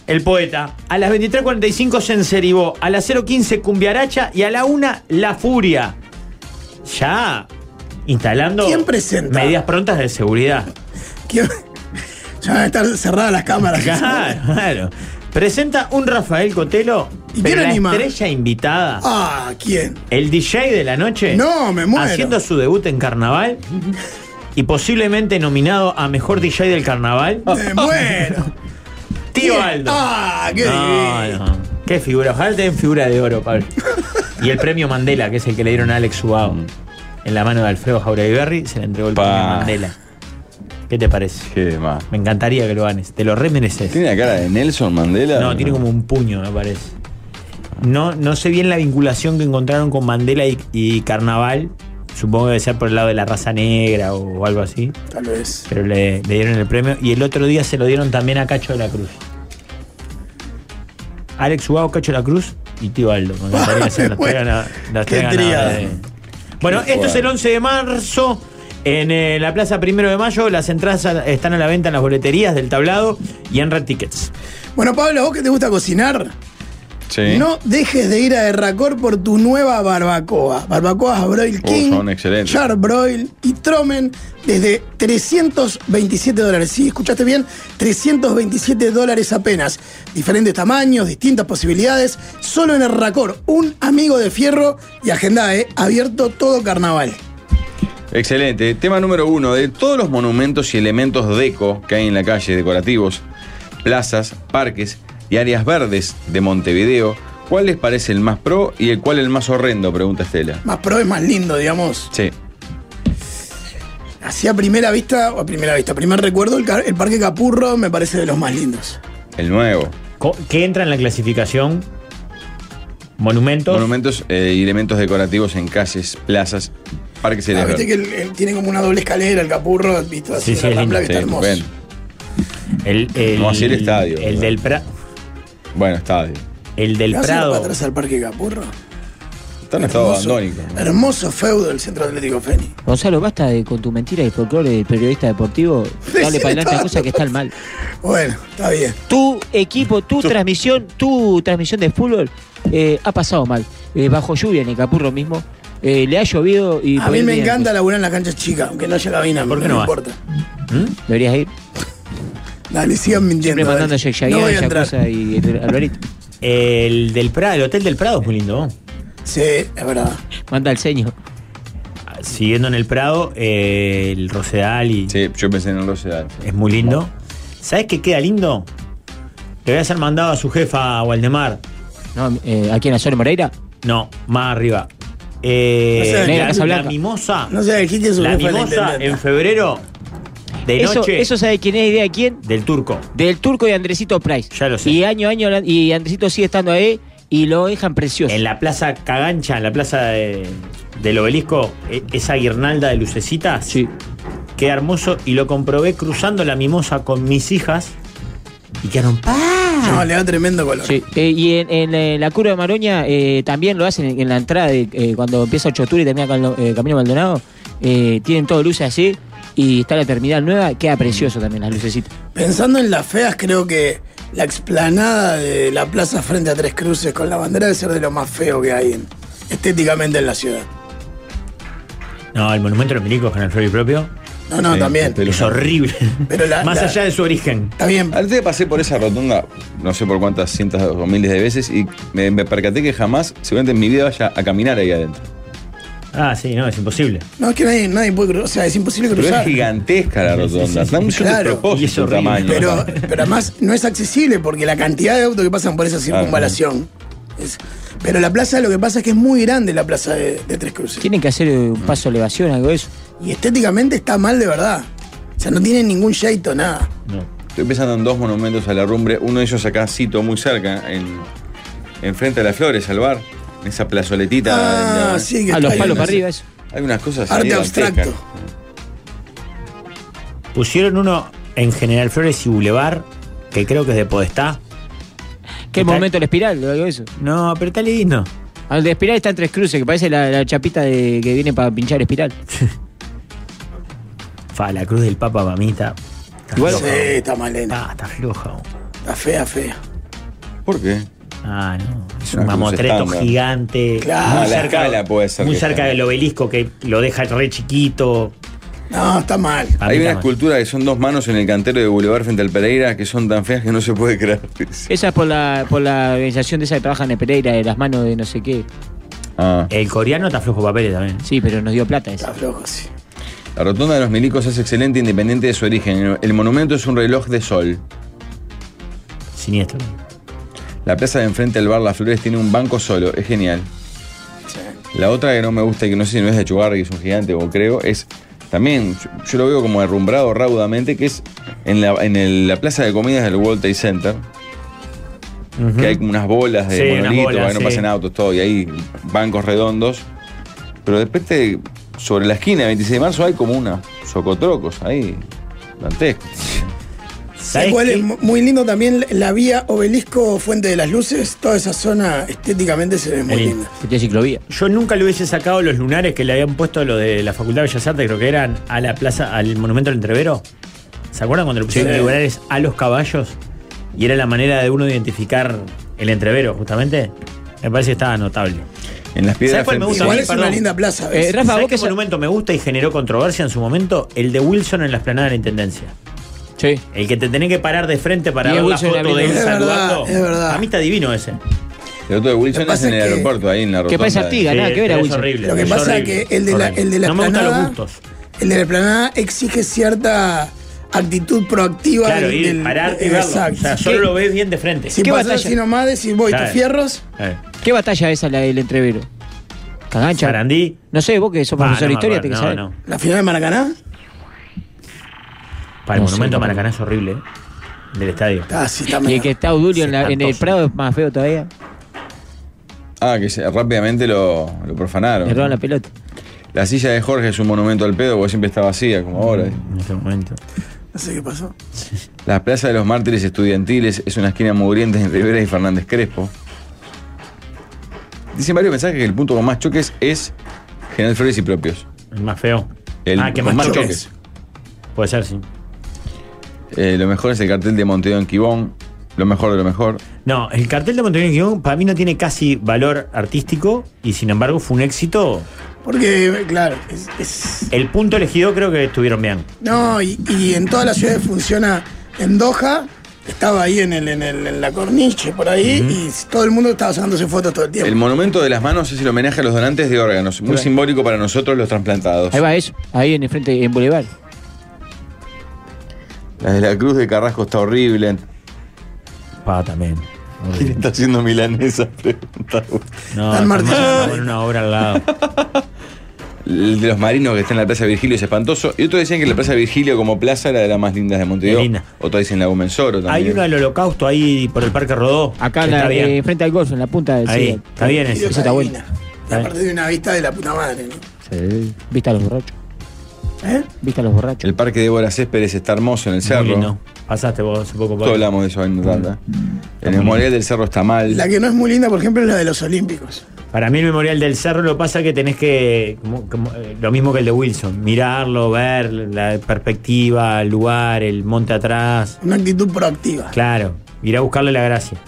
[SPEAKER 6] el poeta. A las 23.45 Senceribó. A las 0.15 Cumbiaracha y a la 1 La Furia. Ya instalando medidas prontas de seguridad.
[SPEAKER 7] Ya van a estar cerradas las cámaras.
[SPEAKER 6] Claro, claro. Presenta un Rafael Cotelo.
[SPEAKER 7] ¿Y
[SPEAKER 6] pero
[SPEAKER 7] quién
[SPEAKER 6] la
[SPEAKER 7] anima?
[SPEAKER 6] estrella invitada.
[SPEAKER 7] Ah, ¿quién?
[SPEAKER 6] El DJ de la noche.
[SPEAKER 7] No, me muero.
[SPEAKER 6] Haciendo su debut en carnaval. Y posiblemente nominado a mejor DJ del carnaval.
[SPEAKER 7] Me muero.
[SPEAKER 6] Tío Aldo.
[SPEAKER 7] Ah, qué divino.
[SPEAKER 6] no. Qué figura. Ojalá te den figura de oro, Pablo. y el premio Mandela, que es el que le dieron a Alex Subao. En la mano de Alfredo Jauregui Berry se le entregó el premio Mandela. ¿Qué te parece? Me encantaría que lo ganes. Te lo remereces.
[SPEAKER 8] ¿Tiene la cara de Nelson Mandela?
[SPEAKER 6] No, tiene como un puño, me parece. No, no sé bien la vinculación que encontraron con Mandela y, y Carnaval. Supongo que debe ser por el lado de la raza negra o, o algo así.
[SPEAKER 7] Tal vez.
[SPEAKER 6] Pero le, le dieron el premio. Y el otro día se lo dieron también a Cacho de la Cruz. Alex Ubago, Cacho de la Cruz y Tío Aldo. Me encantaría que sean los tres gana- los
[SPEAKER 7] Qué
[SPEAKER 6] tres ganadores
[SPEAKER 7] tríada.
[SPEAKER 6] de- Bueno,
[SPEAKER 7] Qué
[SPEAKER 6] esto es el
[SPEAKER 7] jugar.
[SPEAKER 6] 11 de marzo. En eh, la plaza primero de mayo, las entradas a- están a la venta en las boleterías del tablado y en Red Tickets.
[SPEAKER 7] Bueno, Pablo, vos que te gusta cocinar,
[SPEAKER 8] Sí.
[SPEAKER 7] no dejes de ir a Erracor por tu nueva barbacoa. Barbacoas a broil
[SPEAKER 8] Uh,
[SPEAKER 7] king,
[SPEAKER 8] son excelentes.
[SPEAKER 7] char broil y tromen desde 327 dólares. Sí, escuchaste bien, 327 dólares apenas. Diferentes tamaños, distintas posibilidades, solo en Erracor. Un amigo de fierro y agenda, ¿eh? Abierto todo carnaval.
[SPEAKER 8] Excelente. Tema número uno. De todos los monumentos y elementos deco que hay en la calle, decorativos, plazas, parques y áreas verdes de Montevideo, ¿cuál les parece el más pro y el cuál el más horrendo? Pregunta Estela.
[SPEAKER 7] Más pro es más lindo, digamos.
[SPEAKER 8] Sí.
[SPEAKER 7] Así a primera vista, o a primera vista, primer recuerdo, el, ca- el Parque Capurro me parece de los más lindos.
[SPEAKER 8] El nuevo.
[SPEAKER 6] ¿Qué entra en la clasificación? Monumentos.
[SPEAKER 8] Monumentos eh, y elementos decorativos en calles, plazas, parques y
[SPEAKER 7] Ah,
[SPEAKER 8] áreas
[SPEAKER 7] viste
[SPEAKER 8] verdes.
[SPEAKER 7] que el- el- tiene como una doble escalera el Capurro, visto así,
[SPEAKER 8] Sí, sí,
[SPEAKER 7] la
[SPEAKER 8] es
[SPEAKER 7] rambla que
[SPEAKER 8] lindo.
[SPEAKER 7] está
[SPEAKER 8] Sí,
[SPEAKER 7] hermoso.
[SPEAKER 8] estupendo.
[SPEAKER 6] El, el-
[SPEAKER 8] No, así el estadio,
[SPEAKER 6] El
[SPEAKER 8] ¿verdad?
[SPEAKER 6] del Prado.
[SPEAKER 8] Bueno, estadio.
[SPEAKER 6] El
[SPEAKER 7] ¿Le
[SPEAKER 6] del
[SPEAKER 7] vas a ir para
[SPEAKER 6] Prado.
[SPEAKER 7] atrás al Parque Capurro?
[SPEAKER 8] Está en estado abandónico.
[SPEAKER 7] Hermoso feudo del Centro Atlético Fénix.
[SPEAKER 9] Gonzalo, basta de, con tu mentira y folclore del periodista deportivo. Dale
[SPEAKER 7] Decile
[SPEAKER 9] para adelante a
[SPEAKER 7] tanto.
[SPEAKER 9] cosas que están mal.
[SPEAKER 7] Bueno, está bien.
[SPEAKER 9] Tu equipo, tu transmisión, tu transmisión de fútbol eh, ha pasado mal. Eh, bajo lluvia en el Capurro mismo. eh, le ha llovido y.
[SPEAKER 7] A mí me encanta laburar en la cancha chica, aunque no haya cabina.
[SPEAKER 9] pues. ¿Por qué
[SPEAKER 7] no
[SPEAKER 9] no
[SPEAKER 7] me
[SPEAKER 9] vas?
[SPEAKER 7] importa.
[SPEAKER 9] Deberías ir.
[SPEAKER 7] Dale, sigan mintiendo.
[SPEAKER 9] Siempre mandando a
[SPEAKER 7] dale.
[SPEAKER 9] Jack Jaguar,
[SPEAKER 7] no voy a
[SPEAKER 9] Jack
[SPEAKER 7] entrar.
[SPEAKER 9] Cosa y el Alvarito.
[SPEAKER 6] El del Prado, el hotel del Prado es muy lindo.
[SPEAKER 7] Sí, es verdad.
[SPEAKER 9] Manda el ceño.
[SPEAKER 6] Siguiendo en el Prado, eh, el Rosedal y.
[SPEAKER 8] Sí, yo pensé en el Rosedal.
[SPEAKER 6] Es muy lindo. ¿Sabes qué queda lindo? Le voy a hacer mandado a su jefa, a Waldemar.
[SPEAKER 9] No, eh, ¿A quién? ¿A Sol Moreira?
[SPEAKER 6] No, más arriba. Eh,
[SPEAKER 9] No sé,
[SPEAKER 6] la-
[SPEAKER 9] Negra Casa
[SPEAKER 6] la,
[SPEAKER 9] Blanca.
[SPEAKER 6] mimosa.
[SPEAKER 9] No sé, ¿quién es su
[SPEAKER 6] La
[SPEAKER 9] jefa, la
[SPEAKER 6] mimosa
[SPEAKER 9] intendenta?
[SPEAKER 6] en febrero de
[SPEAKER 9] eso,
[SPEAKER 6] noche
[SPEAKER 9] eso sabe quién es idea de quién.
[SPEAKER 6] del turco.
[SPEAKER 9] Del turco y Andresito Price. Ya lo sé. Y año a año y Andresito sigue estando ahí y lo dejan precioso.
[SPEAKER 6] En la plaza Cagancha, en la plaza de- del obelisco, e- esa guirnalda de lucecitas. Sí. Queda hermoso y lo comprobé cruzando la mimosa con mis hijas y quedaron
[SPEAKER 7] No, le da tremendo color.
[SPEAKER 9] Sí, eh, y en, en, eh, la curva de Maroña eh, también lo hacen en, en la entrada, de, eh, cuando empieza 8 de octubre y termina con lo- eh, Camino Maldonado, eh, tienen todo luces así y está la terminal nueva, queda precioso también las lucecitas.
[SPEAKER 7] Pensando en las feas, creo que la explanada de la plaza frente a Tres Cruces con la bandera debe ser de lo más feo que hay en- estéticamente en la ciudad.
[SPEAKER 6] No, el monumento de los milicos con el Flori propio.
[SPEAKER 7] No, no, Sí, también.
[SPEAKER 6] Es horrible.
[SPEAKER 7] Pero la-
[SPEAKER 6] Más
[SPEAKER 7] la-
[SPEAKER 6] allá de su origen.
[SPEAKER 7] Está bien.
[SPEAKER 8] Antes pasé por esa rotonda, no sé por cuántas cientos o miles de veces, y me, me percaté que jamás, seguramente en mi vida, vaya a caminar ahí adentro.
[SPEAKER 6] Ah, sí, no, es imposible.
[SPEAKER 7] No, es que nadie, nadie puede cruzar. O sea, es imposible
[SPEAKER 8] Pero es
[SPEAKER 7] cruzar.
[SPEAKER 8] gigantesca la rotonda. Está un
[SPEAKER 7] Claro.
[SPEAKER 8] propósito
[SPEAKER 7] Y es
[SPEAKER 8] el
[SPEAKER 7] horrible.
[SPEAKER 8] tamaño.
[SPEAKER 7] Pero, pero además no es accesible porque la cantidad de autos que pasan por esa circunvalación. es- pero la plaza, lo que pasa es que es muy grande la plaza de, de Tres Cruces.
[SPEAKER 9] Tienen que hacer eh, un paso de elevación, algo de eso.
[SPEAKER 7] Y estéticamente está mal de verdad. O sea, no tiene ningún jeito, nada.
[SPEAKER 8] Estoy pensando en dos monumentos a la rumbre. Uno de ellos acá, cito, muy cerca, en, enfrente a las flores, al bar. En esa plazoletita. en la-
[SPEAKER 7] Ah, sí, que A está los ahí, palos no para sé. arriba, eso.
[SPEAKER 8] Hay unas cosas
[SPEAKER 7] Arte
[SPEAKER 8] gigantescas.
[SPEAKER 7] abstracto.
[SPEAKER 6] Pusieron uno en General Flores y Boulevard, que creo que es de Podestá.
[SPEAKER 9] ¿Qué momento el espiral o algo de eso?
[SPEAKER 6] No, pero está lindo.
[SPEAKER 9] Al de espiral está en tres cruces, que parece la, la chapita de, que viene para pinchar espiral.
[SPEAKER 6] Fa, la cruz del Papa mamita. Ah,
[SPEAKER 9] Igual-
[SPEAKER 7] sí, está malena.
[SPEAKER 6] está floja.
[SPEAKER 7] Está fea, fea.
[SPEAKER 8] ¿Por qué?
[SPEAKER 6] Ah, no. Es
[SPEAKER 8] Una
[SPEAKER 6] un
[SPEAKER 8] cruz
[SPEAKER 6] mamotreto
[SPEAKER 8] estándar.
[SPEAKER 6] gigante.
[SPEAKER 8] Claro. Ah, la escala puede ser
[SPEAKER 6] Muy
[SPEAKER 8] que
[SPEAKER 6] cerca
[SPEAKER 8] esté.
[SPEAKER 6] del obelisco que lo deja re chiquito.
[SPEAKER 7] No, está mal.
[SPEAKER 8] Hay
[SPEAKER 6] está
[SPEAKER 8] una
[SPEAKER 6] mal.
[SPEAKER 8] escultura que son dos manos en el cantero de Boulevard frente al Pereira que son tan feas que no se puede creer.
[SPEAKER 9] Esa es por la, por la organización de esa que trabaja en el Pereira, de las manos de no sé qué.
[SPEAKER 7] Ah.
[SPEAKER 6] El coreano está flojo papeles también.
[SPEAKER 9] Sí, pero nos dio plata esa.
[SPEAKER 8] La rotonda de los milicos es excelente independiente de su origen. El monumento es un reloj de sol.
[SPEAKER 6] Siniestro.
[SPEAKER 8] La plaza de enfrente al bar Las Flores tiene un banco solo. Es genial. La otra que no me gusta y que no sé si no es de Chugarri, que es un gigante o creo, es también, yo, yo lo veo como derrumbrado raudamente, que es en la, en el- la plaza de comidas del World Trade Center, que hay como unas bolas de
[SPEAKER 6] Sí, unas
[SPEAKER 8] monolito,
[SPEAKER 6] bolas,
[SPEAKER 8] ahí no
[SPEAKER 6] sí.
[SPEAKER 8] pasan autos, todo, y hay bancos redondos. Pero de repente, sobre la esquina, 26 de marzo, hay como unos socotrocos ahí, dantescos.
[SPEAKER 7] ¿Sabes cuál es mu- muy lindo también? La vía Obelisco Fuente de las Luces. Toda esa zona estéticamente se ve muy linda.
[SPEAKER 9] ciclovía.
[SPEAKER 6] Yo nunca le hubiese sacado los lunares que le habían puesto los de la Facultad de Bellas Artes, creo que eran a la plaza, al monumento del entrevero. ¿Se acuerdan cuando le pusieron
[SPEAKER 7] Sí.
[SPEAKER 6] los lunares a los caballos? Y era la manera de uno identificar el entrevero, justamente. Me parece que estaba notable.
[SPEAKER 8] En las
[SPEAKER 7] piedras frente- Igual es una linda plaza, ¿ves?
[SPEAKER 6] Eh, Rafa,
[SPEAKER 7] ¿Sabés
[SPEAKER 6] ¿vos
[SPEAKER 7] qué
[SPEAKER 6] qué monumento me gusta y generó controversia en su momento? El de Wilson en la esplanada de la Intendencia.
[SPEAKER 9] Sí.
[SPEAKER 6] El que te tenés que parar de frente para
[SPEAKER 7] Y
[SPEAKER 6] ver
[SPEAKER 7] es
[SPEAKER 6] la
[SPEAKER 7] Wilson en la
[SPEAKER 6] foto de él
[SPEAKER 7] Avenida. Es verdad,
[SPEAKER 6] saludando.
[SPEAKER 7] es verdad.
[SPEAKER 6] A mí está divino ese.
[SPEAKER 8] El otro de Wilson es en el aeropuerto, ahí en la rotonda.
[SPEAKER 7] Tiga, Lo que pasa es que el de la, el de la esplanada- El de la planada exige cierta actitud proactiva.
[SPEAKER 6] Claro,
[SPEAKER 7] del-
[SPEAKER 6] ir,
[SPEAKER 7] del-
[SPEAKER 6] pararte y verlo.
[SPEAKER 7] Exacto.
[SPEAKER 6] O sea, solo lo ves bien de frente. Eh,
[SPEAKER 7] Si
[SPEAKER 9] ¿Qué
[SPEAKER 7] pasás
[SPEAKER 9] batalla?
[SPEAKER 7] así nomás, decís, voy, tus
[SPEAKER 9] Claro.
[SPEAKER 7] fierros.
[SPEAKER 9] ¿Qué batalla es esa la del entrevero? ¿Cagancha?
[SPEAKER 6] ¿Sarandí?
[SPEAKER 9] No sé, vos que sos
[SPEAKER 6] Ah,
[SPEAKER 9] profesor de
[SPEAKER 6] no me
[SPEAKER 9] historia,
[SPEAKER 6] acuerdo,
[SPEAKER 9] tenés que
[SPEAKER 6] no,
[SPEAKER 9] saber.
[SPEAKER 6] no.
[SPEAKER 7] ¿La final de Maracaná?
[SPEAKER 6] Para el
[SPEAKER 9] No sé,
[SPEAKER 6] monumento a
[SPEAKER 9] no.
[SPEAKER 6] Maracaná es horrible, ¿eh? Del estadio.
[SPEAKER 9] y el que está Odulio en, la- en el Prado es más feo todavía.
[SPEAKER 8] Ah, que se- rápidamente lo, lo profanaron.
[SPEAKER 9] Le roban la pelota.
[SPEAKER 8] La silla de Jorge es un monumento al pedo porque siempre está vacía, como ahora.
[SPEAKER 9] Mm.
[SPEAKER 8] En
[SPEAKER 6] este momento.
[SPEAKER 7] No sé qué pasó.
[SPEAKER 8] La Plaza de los Mártires Estudiantiles es una esquina mugrienta en Rivera y Fernández Crespo. Dicen varios mensajes que el punto con más choques es General Flores y propios.
[SPEAKER 6] El más feo.
[SPEAKER 8] El
[SPEAKER 6] ah, que
[SPEAKER 8] con
[SPEAKER 6] más choques. Puede ser, sí.
[SPEAKER 8] Eh, lo mejor es el cartel de Montevideo en Quibón. Lo mejor de lo mejor.
[SPEAKER 6] No, el cartel de Montevideo Guión para mí no tiene casi valor artístico y sin embargo fue un éxito
[SPEAKER 7] Porque, claro, es- es
[SPEAKER 6] El punto elegido creo que estuvieron bien.
[SPEAKER 7] No, y, y en todas las ciudades funciona. En Doha, estaba ahí en, el, en, el- en la corniche, por ahí, y todo el mundo estaba sacándose fotos todo el tiempo.
[SPEAKER 8] El monumento de las manos es el homenaje a los donantes de órganos, muy
[SPEAKER 9] Claro.
[SPEAKER 8] simbólico para nosotros los trasplantados.
[SPEAKER 9] Ahí va eso, ahí en el frente, en Boulevard.
[SPEAKER 8] La de la cruz de Carrasco está horrible.
[SPEAKER 6] Pa, también.
[SPEAKER 8] ¿Quién está haciendo milanesa? Pregunta.
[SPEAKER 6] No, San Martín. Con una obra al lado.
[SPEAKER 8] El de los marinos que está en la Plaza Virgilio es espantoso. Y otros decían que la Plaza Virgilio como plaza era de las más lindas de Montevideo.
[SPEAKER 6] Es linda.
[SPEAKER 8] Otros dicen la Gomensoro también.
[SPEAKER 6] Hay uno del holocausto ahí por el Parque Rodó.
[SPEAKER 9] Acá
[SPEAKER 6] que
[SPEAKER 9] en la-
[SPEAKER 6] está bien.
[SPEAKER 9] eh, frente al golf, en la punta del
[SPEAKER 6] Ahí,
[SPEAKER 9] cielo.
[SPEAKER 6] está bien eso.
[SPEAKER 9] Eso está bueno.
[SPEAKER 7] Aparte de una vista de la puta madre, ¿no?
[SPEAKER 9] Viste a los borrachos.
[SPEAKER 7] ¿Eh?
[SPEAKER 9] Viste a los borrachos.
[SPEAKER 8] El parque de Débora Céspedes está hermoso en el cerro.
[SPEAKER 6] lindo. Pasaste vos hace poco.
[SPEAKER 8] Todo hablamos de eso en Tanda. El memorial del cerro está mal.
[SPEAKER 7] La que no es muy linda, por ejemplo, es la de los Olímpicos.
[SPEAKER 6] Para mí el Memorial del Cerro lo pasa que tenés que, como- como, eh, lo mismo que el de Wilson, mirarlo, ver la perspectiva, el lugar, el monte atrás.
[SPEAKER 7] Una actitud proactiva.
[SPEAKER 6] Claro, ir a buscarle la gracia.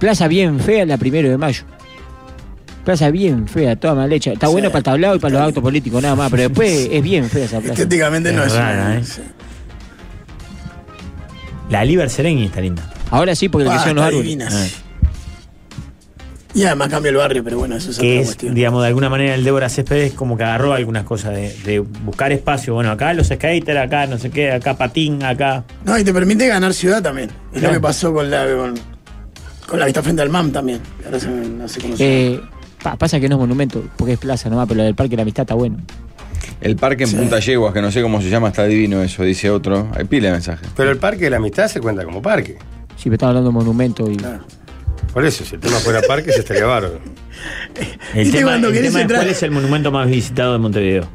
[SPEAKER 9] Plaza bien fea la primero de mayo. Plaza bien fea, toda mal hecha. Está bueno para el tablado y para los actos políticos, nada más, pero después es bien fea esa plaza.
[SPEAKER 7] Estéticamente
[SPEAKER 6] Es rara, ¿eh? La Liber Serenghi está linda.
[SPEAKER 9] Ahora sí, porque
[SPEAKER 7] lo que Ah, son los está árboles. divina, sí. Y además cambia el barrio, pero bueno, eso es
[SPEAKER 6] que
[SPEAKER 7] otra
[SPEAKER 6] es,
[SPEAKER 7] cuestión.
[SPEAKER 6] digamos, de alguna manera el Débora Céspedes como que agarró algunas cosas de, de buscar espacio. Bueno, acá los skaters, acá no sé qué, acá patín, acá.
[SPEAKER 7] No, y te permite ganar ciudad también. Es lo
[SPEAKER 6] Claro.
[SPEAKER 7] que pasó con la, con, con la vista frente al MAM también. Ahora se me- no sé cómo se llama.
[SPEAKER 9] Eh, pa- pasa que no es monumento, porque es plaza nomás, pero el del Parque de la Amistad está bueno.
[SPEAKER 8] El parque en Punta Yeguas, que no sé cómo se llama, está divino eso, dice otro. Hay pila de mensajes.
[SPEAKER 5] Pero el Parque de la Amistad se cuenta como parque.
[SPEAKER 9] Sí, pero estaba hablando de monumento y.
[SPEAKER 5] Por eso, si el tema fuera parque, se estaría bárbaro.
[SPEAKER 6] El
[SPEAKER 5] Viste
[SPEAKER 6] tema,
[SPEAKER 5] cuando
[SPEAKER 6] el
[SPEAKER 5] querés
[SPEAKER 6] tema es
[SPEAKER 5] entrar-
[SPEAKER 6] cuál es el monumento más visitado de Montevideo.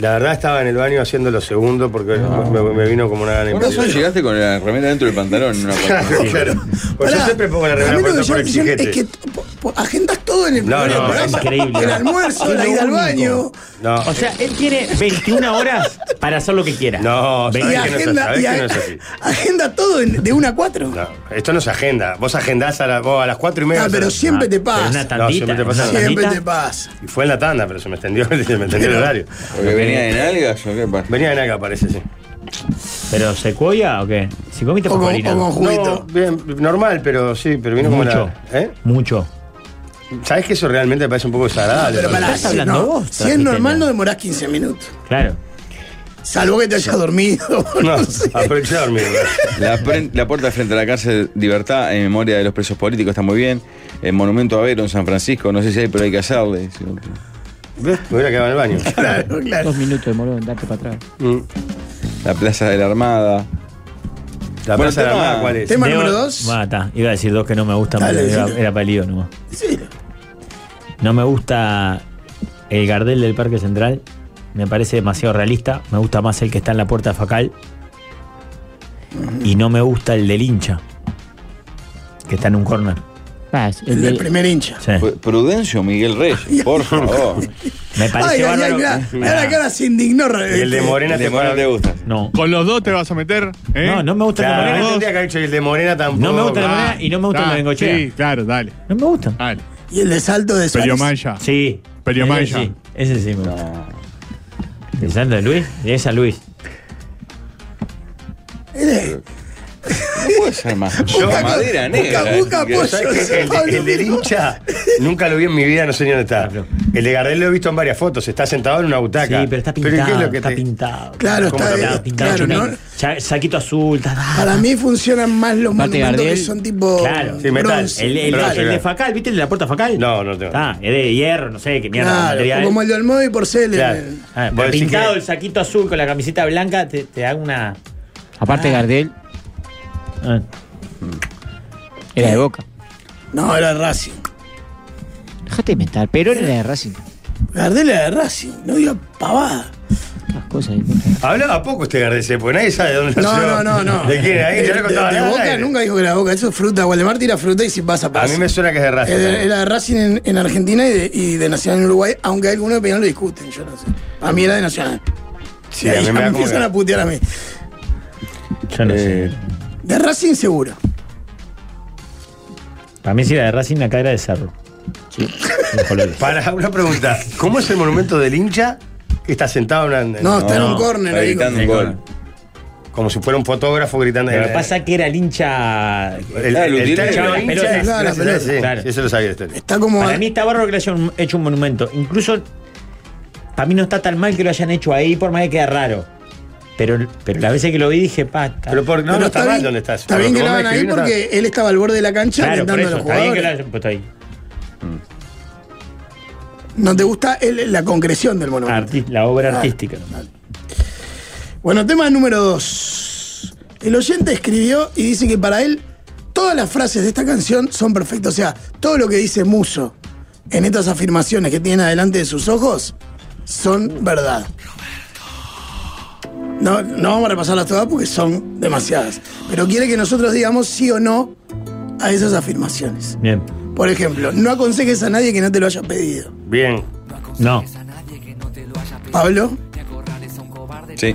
[SPEAKER 5] La verdad estaba en el baño haciendo lo segundo porque me, me vino como una gana
[SPEAKER 8] Por eso
[SPEAKER 5] imperiosa.
[SPEAKER 8] llegaste con la remera dentro del pantalón. una cosa.
[SPEAKER 5] Claro, claro. Pues yo
[SPEAKER 7] Pará,
[SPEAKER 5] siempre pongo la
[SPEAKER 7] a
[SPEAKER 5] remera
[SPEAKER 7] mí lo
[SPEAKER 5] puesta
[SPEAKER 7] que
[SPEAKER 5] por
[SPEAKER 7] llama la
[SPEAKER 5] el
[SPEAKER 7] atención es
[SPEAKER 5] chiquete.
[SPEAKER 7] que t- po- po- agendas todo en el
[SPEAKER 5] No,
[SPEAKER 7] en el
[SPEAKER 5] no,
[SPEAKER 7] programa.
[SPEAKER 5] es increíble.
[SPEAKER 7] El almuerzo,
[SPEAKER 5] Es
[SPEAKER 7] la
[SPEAKER 5] lo
[SPEAKER 7] ida al
[SPEAKER 5] único.
[SPEAKER 7] baño.
[SPEAKER 5] No.
[SPEAKER 6] O sea, él tiene 21 horas para hacer lo que quiera.
[SPEAKER 5] No, sabés
[SPEAKER 7] Y
[SPEAKER 5] que no es así,
[SPEAKER 7] agenda-
[SPEAKER 5] sabés
[SPEAKER 7] y
[SPEAKER 5] que no
[SPEAKER 7] a-
[SPEAKER 5] es así.
[SPEAKER 7] Agenda todo en- de 1 a 4.
[SPEAKER 5] Esto no es agenda. Vos agendás a, la- vos a las 4 y media.
[SPEAKER 7] Ah, pero siempre te pasa.
[SPEAKER 5] No, siempre te pasa.
[SPEAKER 7] Siempre te pasa.
[SPEAKER 5] Y fue en la tanda, pero se me extendió, se me extendió el horario.
[SPEAKER 8] Porque venía de nalgas o qué pasa.
[SPEAKER 5] Venía de nalgas, parece, sí.
[SPEAKER 6] ¿Pero se cuoya o qué? Si comiste
[SPEAKER 5] O con-
[SPEAKER 6] paparina.
[SPEAKER 5] o con juguito. normal, pero sí, pero vino como
[SPEAKER 6] Mucho.
[SPEAKER 5] la- ¿eh?
[SPEAKER 6] Mucho.
[SPEAKER 5] ¿Sabés que eso realmente me parece un poco desagradable?
[SPEAKER 7] Pero pará, si, no, si es normal no demorás 15 minutos.
[SPEAKER 6] Claro.
[SPEAKER 7] Salvo que te hayas dormido. No, sé.
[SPEAKER 5] aproveché a dormir.
[SPEAKER 8] La, pren- la puerta frente a la cárcel Libertad, en memoria de los presos políticos, está muy bien. El monumento a Vero en San Francisco, no sé si hay, pero hay que hallarle.
[SPEAKER 5] ¿Ves? Me hubiera quedado en el baño.
[SPEAKER 7] Claro, claro.
[SPEAKER 9] Dos minutos demoró en darte para atrás.
[SPEAKER 8] La Plaza de la Armada.
[SPEAKER 5] La
[SPEAKER 6] Plaza de la Armada, ¿cuál es? Tema número dos. Mata, iba a decir dos que no me gustan,
[SPEAKER 8] Dale,
[SPEAKER 6] pero era,
[SPEAKER 8] decilo.
[SPEAKER 6] era palío nomás.
[SPEAKER 7] Sí.
[SPEAKER 6] No me gusta el Gardel del Parque Central. Me parece demasiado realista. Me gusta más el que está en la puerta Facal. Y no me gusta el del hincha. Que está en un corner.
[SPEAKER 9] Ah, es- el del-
[SPEAKER 7] hincha.
[SPEAKER 6] Eh.
[SPEAKER 5] Pues-
[SPEAKER 8] Prudencio Miguel Reyes, por favor.
[SPEAKER 6] Me
[SPEAKER 7] Ay, ay, ay, mirá, mirá la cara se indignó. este.
[SPEAKER 8] te gusta.
[SPEAKER 6] No.
[SPEAKER 10] Con los dos te vas a meter. ¿eh?
[SPEAKER 6] No, no me gusta el de
[SPEAKER 10] Claro, los
[SPEAKER 6] Morena.
[SPEAKER 10] dos.
[SPEAKER 5] Tendría que haber hecho el de Morena tampoco.
[SPEAKER 6] No me gusta el de Morena y no me gusta el
[SPEAKER 10] Ah,
[SPEAKER 6] de Bengochea.
[SPEAKER 10] Sí, claro, dale.
[SPEAKER 6] No me gusta.
[SPEAKER 10] Dale.
[SPEAKER 7] Y el de salto de Suárez.
[SPEAKER 10] Periomaya.
[SPEAKER 6] Sí.
[SPEAKER 10] Periomaya.
[SPEAKER 6] Ese sí. Ese sí me gusta. ¿El Santo de Luis? De esa Luis.
[SPEAKER 7] Eh,
[SPEAKER 8] No puede ser más.
[SPEAKER 5] Yo-
[SPEAKER 8] La madera negra. eh.
[SPEAKER 5] Pero ¿sabes qué? El, de- el del hincha nunca lo vi en mi vida, no sé ni dónde está. El de Gardel lo he visto en varias fotos, está sentado en una butaca.
[SPEAKER 6] Sí, pero está
[SPEAKER 5] ¿qué es lo
[SPEAKER 6] pintado.
[SPEAKER 5] que
[SPEAKER 6] está
[SPEAKER 5] te-
[SPEAKER 6] pintado.
[SPEAKER 5] Claro,
[SPEAKER 6] ¿Cómo
[SPEAKER 5] está-
[SPEAKER 6] pintado?
[SPEAKER 5] eh,
[SPEAKER 6] pintado.
[SPEAKER 5] claro,
[SPEAKER 6] chonqui. Cha- Saquito azul. ta- ta.
[SPEAKER 7] Para mí funcionan más los
[SPEAKER 6] Mate
[SPEAKER 7] monumentos que
[SPEAKER 6] Gardel.
[SPEAKER 7] son tipo.
[SPEAKER 6] Claro.
[SPEAKER 7] bronce.
[SPEAKER 6] El, el-
[SPEAKER 7] Claro.
[SPEAKER 6] el de Facal, ¿viste el de la puerta Facal? No,
[SPEAKER 5] no tengo.
[SPEAKER 6] Ah, es de hierro, no sé qué mierda.
[SPEAKER 7] Claro,
[SPEAKER 6] material.
[SPEAKER 7] o como el de Olmodo y Porcel.
[SPEAKER 6] Claro.
[SPEAKER 7] el-
[SPEAKER 6] Ah,
[SPEAKER 7] Vos decís
[SPEAKER 6] pintado
[SPEAKER 7] que-
[SPEAKER 6] el saquito azul con la camiseta blanca, te, te da una.
[SPEAKER 9] Aparte Gardel.
[SPEAKER 6] Ah,
[SPEAKER 9] Era de Boca.
[SPEAKER 7] No, era de Racing.
[SPEAKER 9] Dejate de inventar, Perón era de Racing.
[SPEAKER 7] Gardel era de Racing, no diga pavada.
[SPEAKER 9] Las Ah, cosas.
[SPEAKER 5] Hablaba poco este Gardel, porque nadie sabe de dónde
[SPEAKER 7] No,
[SPEAKER 5] nació.
[SPEAKER 7] no, no, no.
[SPEAKER 5] ¿De quién? Ahí
[SPEAKER 7] De,
[SPEAKER 5] yo no contaba
[SPEAKER 7] de- de
[SPEAKER 5] nada al
[SPEAKER 7] Boca
[SPEAKER 5] aire.
[SPEAKER 7] nunca dijo que era de Boca. Eso es fruta. Waldemar tira fruta y si pasa,
[SPEAKER 5] A
[SPEAKER 7] pasa.
[SPEAKER 5] mí me suena que es de Racing.
[SPEAKER 7] Era, Eh, era de Racing en, en Argentina y de, y de Nacional en Uruguay, aunque algunos de Peñarol lo discuten, yo no sé. A mí era de Nacional.
[SPEAKER 5] Sí,
[SPEAKER 7] Y ahí
[SPEAKER 5] a mí me da como
[SPEAKER 7] empiezan
[SPEAKER 5] que-
[SPEAKER 7] a putear a mí.
[SPEAKER 6] Yo no
[SPEAKER 8] Eh,
[SPEAKER 6] sé.
[SPEAKER 7] De Racing seguro.
[SPEAKER 6] Para mí, si era de Racing, acá era de Cerro.
[SPEAKER 5] Para una pregunta, ¿cómo es el monumento del hincha que está sentado en una-
[SPEAKER 6] No, está en un No, córner está ahí. gritando un gol.
[SPEAKER 5] Como si fuera un fotógrafo gritando. Eh,
[SPEAKER 6] Lo que pasa es que era el hincha. eh,
[SPEAKER 5] El- el término hincha es gracias a ese, sí, sí, eso lo sabía
[SPEAKER 7] Está como
[SPEAKER 6] para mí está bárbaro que le hayan un- hecho un monumento. Incluso, para mí no está tan mal que lo hayan hecho ahí, por más que queda raro. Pero, pero las veces que lo vi dije, pa.
[SPEAKER 5] Pero por- no, no está mal donde estás.
[SPEAKER 7] Está bien que lo hagan ahí porque él estaba al borde de la cancha
[SPEAKER 6] Claro, por
[SPEAKER 7] alentando
[SPEAKER 6] eso,
[SPEAKER 7] a los
[SPEAKER 6] está bien que lo
[SPEAKER 7] jugadores.
[SPEAKER 6] hayan puesto ahí.
[SPEAKER 7] No te gusta el- la concreción del monumento.
[SPEAKER 6] Arti- la obra
[SPEAKER 7] Ah.
[SPEAKER 6] artística.
[SPEAKER 7] Bueno, tema número dos. El oyente escribió y dice que para él todas las frases de esta canción son perfectas. O sea, todo lo que dice Muso en estas afirmaciones que tiene adelante de sus ojos son verdad. No, no vamos a repasarlas todas porque son demasiadas. Pero quiere que nosotros digamos sí o no a esas afirmaciones.
[SPEAKER 6] Bien.
[SPEAKER 7] Por ejemplo, no aconsejes a nadie que no te lo haya pedido.
[SPEAKER 5] Bien.
[SPEAKER 6] No.
[SPEAKER 7] Pablo,
[SPEAKER 8] Sí.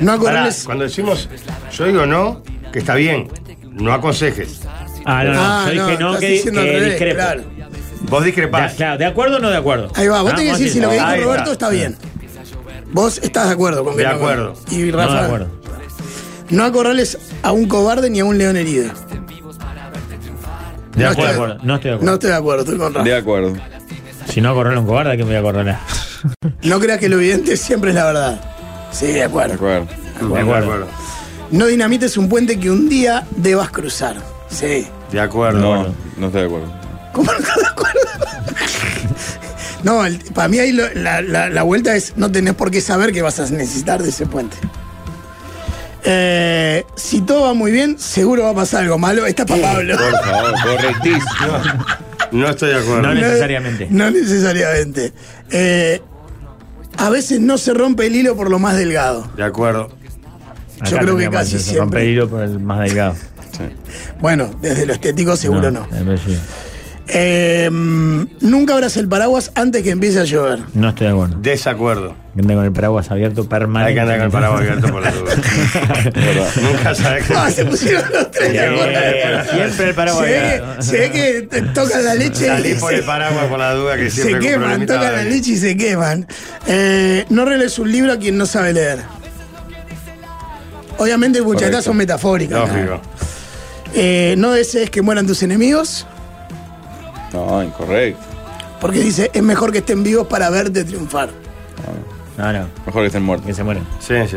[SPEAKER 7] No
[SPEAKER 5] Pará,
[SPEAKER 7] acorrales-
[SPEAKER 5] cuando decimos, yo digo no, que está bien, no aconsejes.
[SPEAKER 6] Ah, no, no, yo dije no, que, que discrepo.
[SPEAKER 5] Vos discrepás.
[SPEAKER 6] De, claro, ¿de acuerdo o no de acuerdo?
[SPEAKER 7] ahí va. Vos
[SPEAKER 6] Ah,
[SPEAKER 7] tenés que decir
[SPEAKER 6] sí.
[SPEAKER 7] si lo que dijo
[SPEAKER 6] Ahí está.
[SPEAKER 7] Roberto está bien. Vos estás de acuerdo con que
[SPEAKER 6] De
[SPEAKER 7] no-
[SPEAKER 6] acuerdo.
[SPEAKER 7] Y
[SPEAKER 6] No,
[SPEAKER 7] Rafa,
[SPEAKER 6] de acuerdo.
[SPEAKER 7] no acorrales a un cobarde ni a un león herido.
[SPEAKER 6] De acuerdo,
[SPEAKER 7] No estoy-
[SPEAKER 6] de acuerdo. No estoy de acuerdo.
[SPEAKER 7] No estoy de acuerdo, estoy con Rafa.
[SPEAKER 8] De acuerdo.
[SPEAKER 6] Si no acorrala un cobarde, ¿qué me voy a acorralar?
[SPEAKER 7] No creas que lo evidente siempre es la verdad. Sí, de acuerdo.
[SPEAKER 8] acuerdo.
[SPEAKER 5] De acuerdo.
[SPEAKER 7] No dinamites un puente que un día debas cruzar. Sí.
[SPEAKER 5] De acuerdo.
[SPEAKER 8] No, no estoy de acuerdo.
[SPEAKER 7] ¿Cómo no estás de acuerdo? no, para mí ahí lo- la, la- la vuelta es no tenés por qué saber que vas a necesitar de ese puente. Eh, si todo va muy bien, seguro va a pasar algo malo. Está para Pablo.
[SPEAKER 8] Por favor, correctísimo.
[SPEAKER 5] No estoy de acuerdo.
[SPEAKER 6] No necesariamente.
[SPEAKER 7] No necesariamente. Eh, a veces no se rompe el hilo por lo más delgado.
[SPEAKER 5] De acuerdo.
[SPEAKER 7] Yo creo que casi siempre.
[SPEAKER 6] Romper hilo por el más delgado.
[SPEAKER 7] Bueno, desde lo estético seguro no.
[SPEAKER 6] eh, pero sí.
[SPEAKER 7] Eh, mm, nunca abras el paraguas antes que empiece a llover.
[SPEAKER 6] No estoy de acuerdo.
[SPEAKER 5] Desacuerdo.
[SPEAKER 6] Anda con el paraguas abierto permanente.
[SPEAKER 5] Hay que andar con el paraguas abierto por la duda. Nunca sabes que.
[SPEAKER 7] Ah, se pusieron los tres de acuerdo.
[SPEAKER 6] Siempre el paraguas
[SPEAKER 7] Se ve,
[SPEAKER 6] abierto.
[SPEAKER 7] que- se ve que te tocan la leche
[SPEAKER 5] Salí
[SPEAKER 7] y
[SPEAKER 5] por el
[SPEAKER 7] se,
[SPEAKER 5] paraguas por la duda que
[SPEAKER 7] se
[SPEAKER 5] siempre con
[SPEAKER 7] queman,
[SPEAKER 5] problemita
[SPEAKER 7] tocan la
[SPEAKER 5] hay.
[SPEAKER 7] leche y se queman. Eh, no reles un libro a quien no sabe leer. Obviamente el
[SPEAKER 5] Correcto.
[SPEAKER 7] buchetazo son metafóricas.
[SPEAKER 5] Lógico.
[SPEAKER 7] Eh, no desees que mueran tus enemigos,
[SPEAKER 8] No, incorrecto.
[SPEAKER 7] porque dice, es mejor que estén vivos para verte triunfar.
[SPEAKER 6] No, no.
[SPEAKER 8] Mejor que estén muertos.
[SPEAKER 6] Que se mueran.
[SPEAKER 5] Sí, sí.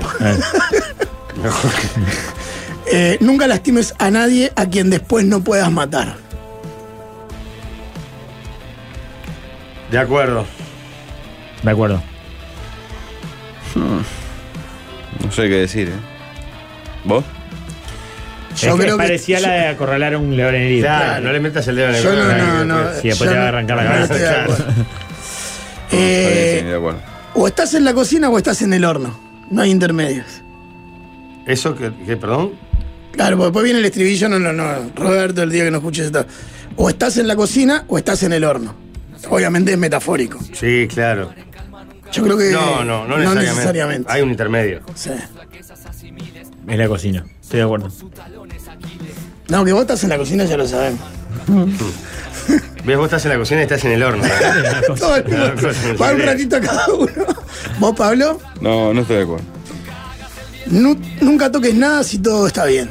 [SPEAKER 5] Mejor que-
[SPEAKER 7] Eh, nunca lastimes a nadie a quien después no puedas matar.
[SPEAKER 5] De acuerdo.
[SPEAKER 6] De acuerdo.
[SPEAKER 8] No sé qué decir, ¿eh? ¿Vos?
[SPEAKER 6] Yo es que parecía la de acorralar a un león herido.
[SPEAKER 5] Claro, no le metas el dedo en el
[SPEAKER 7] Yo no,
[SPEAKER 5] culo.
[SPEAKER 7] no, no,
[SPEAKER 6] Si después te
[SPEAKER 7] yo
[SPEAKER 6] va a
[SPEAKER 7] no-
[SPEAKER 6] arrancar la
[SPEAKER 7] no
[SPEAKER 6] cabeza.
[SPEAKER 7] estoy de acuerdo.
[SPEAKER 8] Sí,
[SPEAKER 7] Eh,
[SPEAKER 8] de acuerdo.
[SPEAKER 7] o estás en la cocina o estás en el horno. No hay intermedios.
[SPEAKER 5] Eso que, que- perdón.
[SPEAKER 7] Claro, porque después viene el estribillo, no, no, no. Roberto, el día que no escuches esto. O estás en la cocina o estás en el horno. Obviamente es metafórico.
[SPEAKER 5] Sí, claro.
[SPEAKER 7] Yo creo que
[SPEAKER 5] No, no, no necesariamente. Hay un intermedio.
[SPEAKER 7] Sí.
[SPEAKER 6] Es la cocina. Estoy de acuerdo.
[SPEAKER 7] No, que vos estás en la cocina ya lo sabemos.
[SPEAKER 5] Ves, vos estás en la cocina y estás en el horno.
[SPEAKER 7] Todo el mundo. Va un ratito a cada uno. Vos, Pablo,
[SPEAKER 8] No, no estoy de acuerdo.
[SPEAKER 7] nu- nunca toques nada si todo está bien.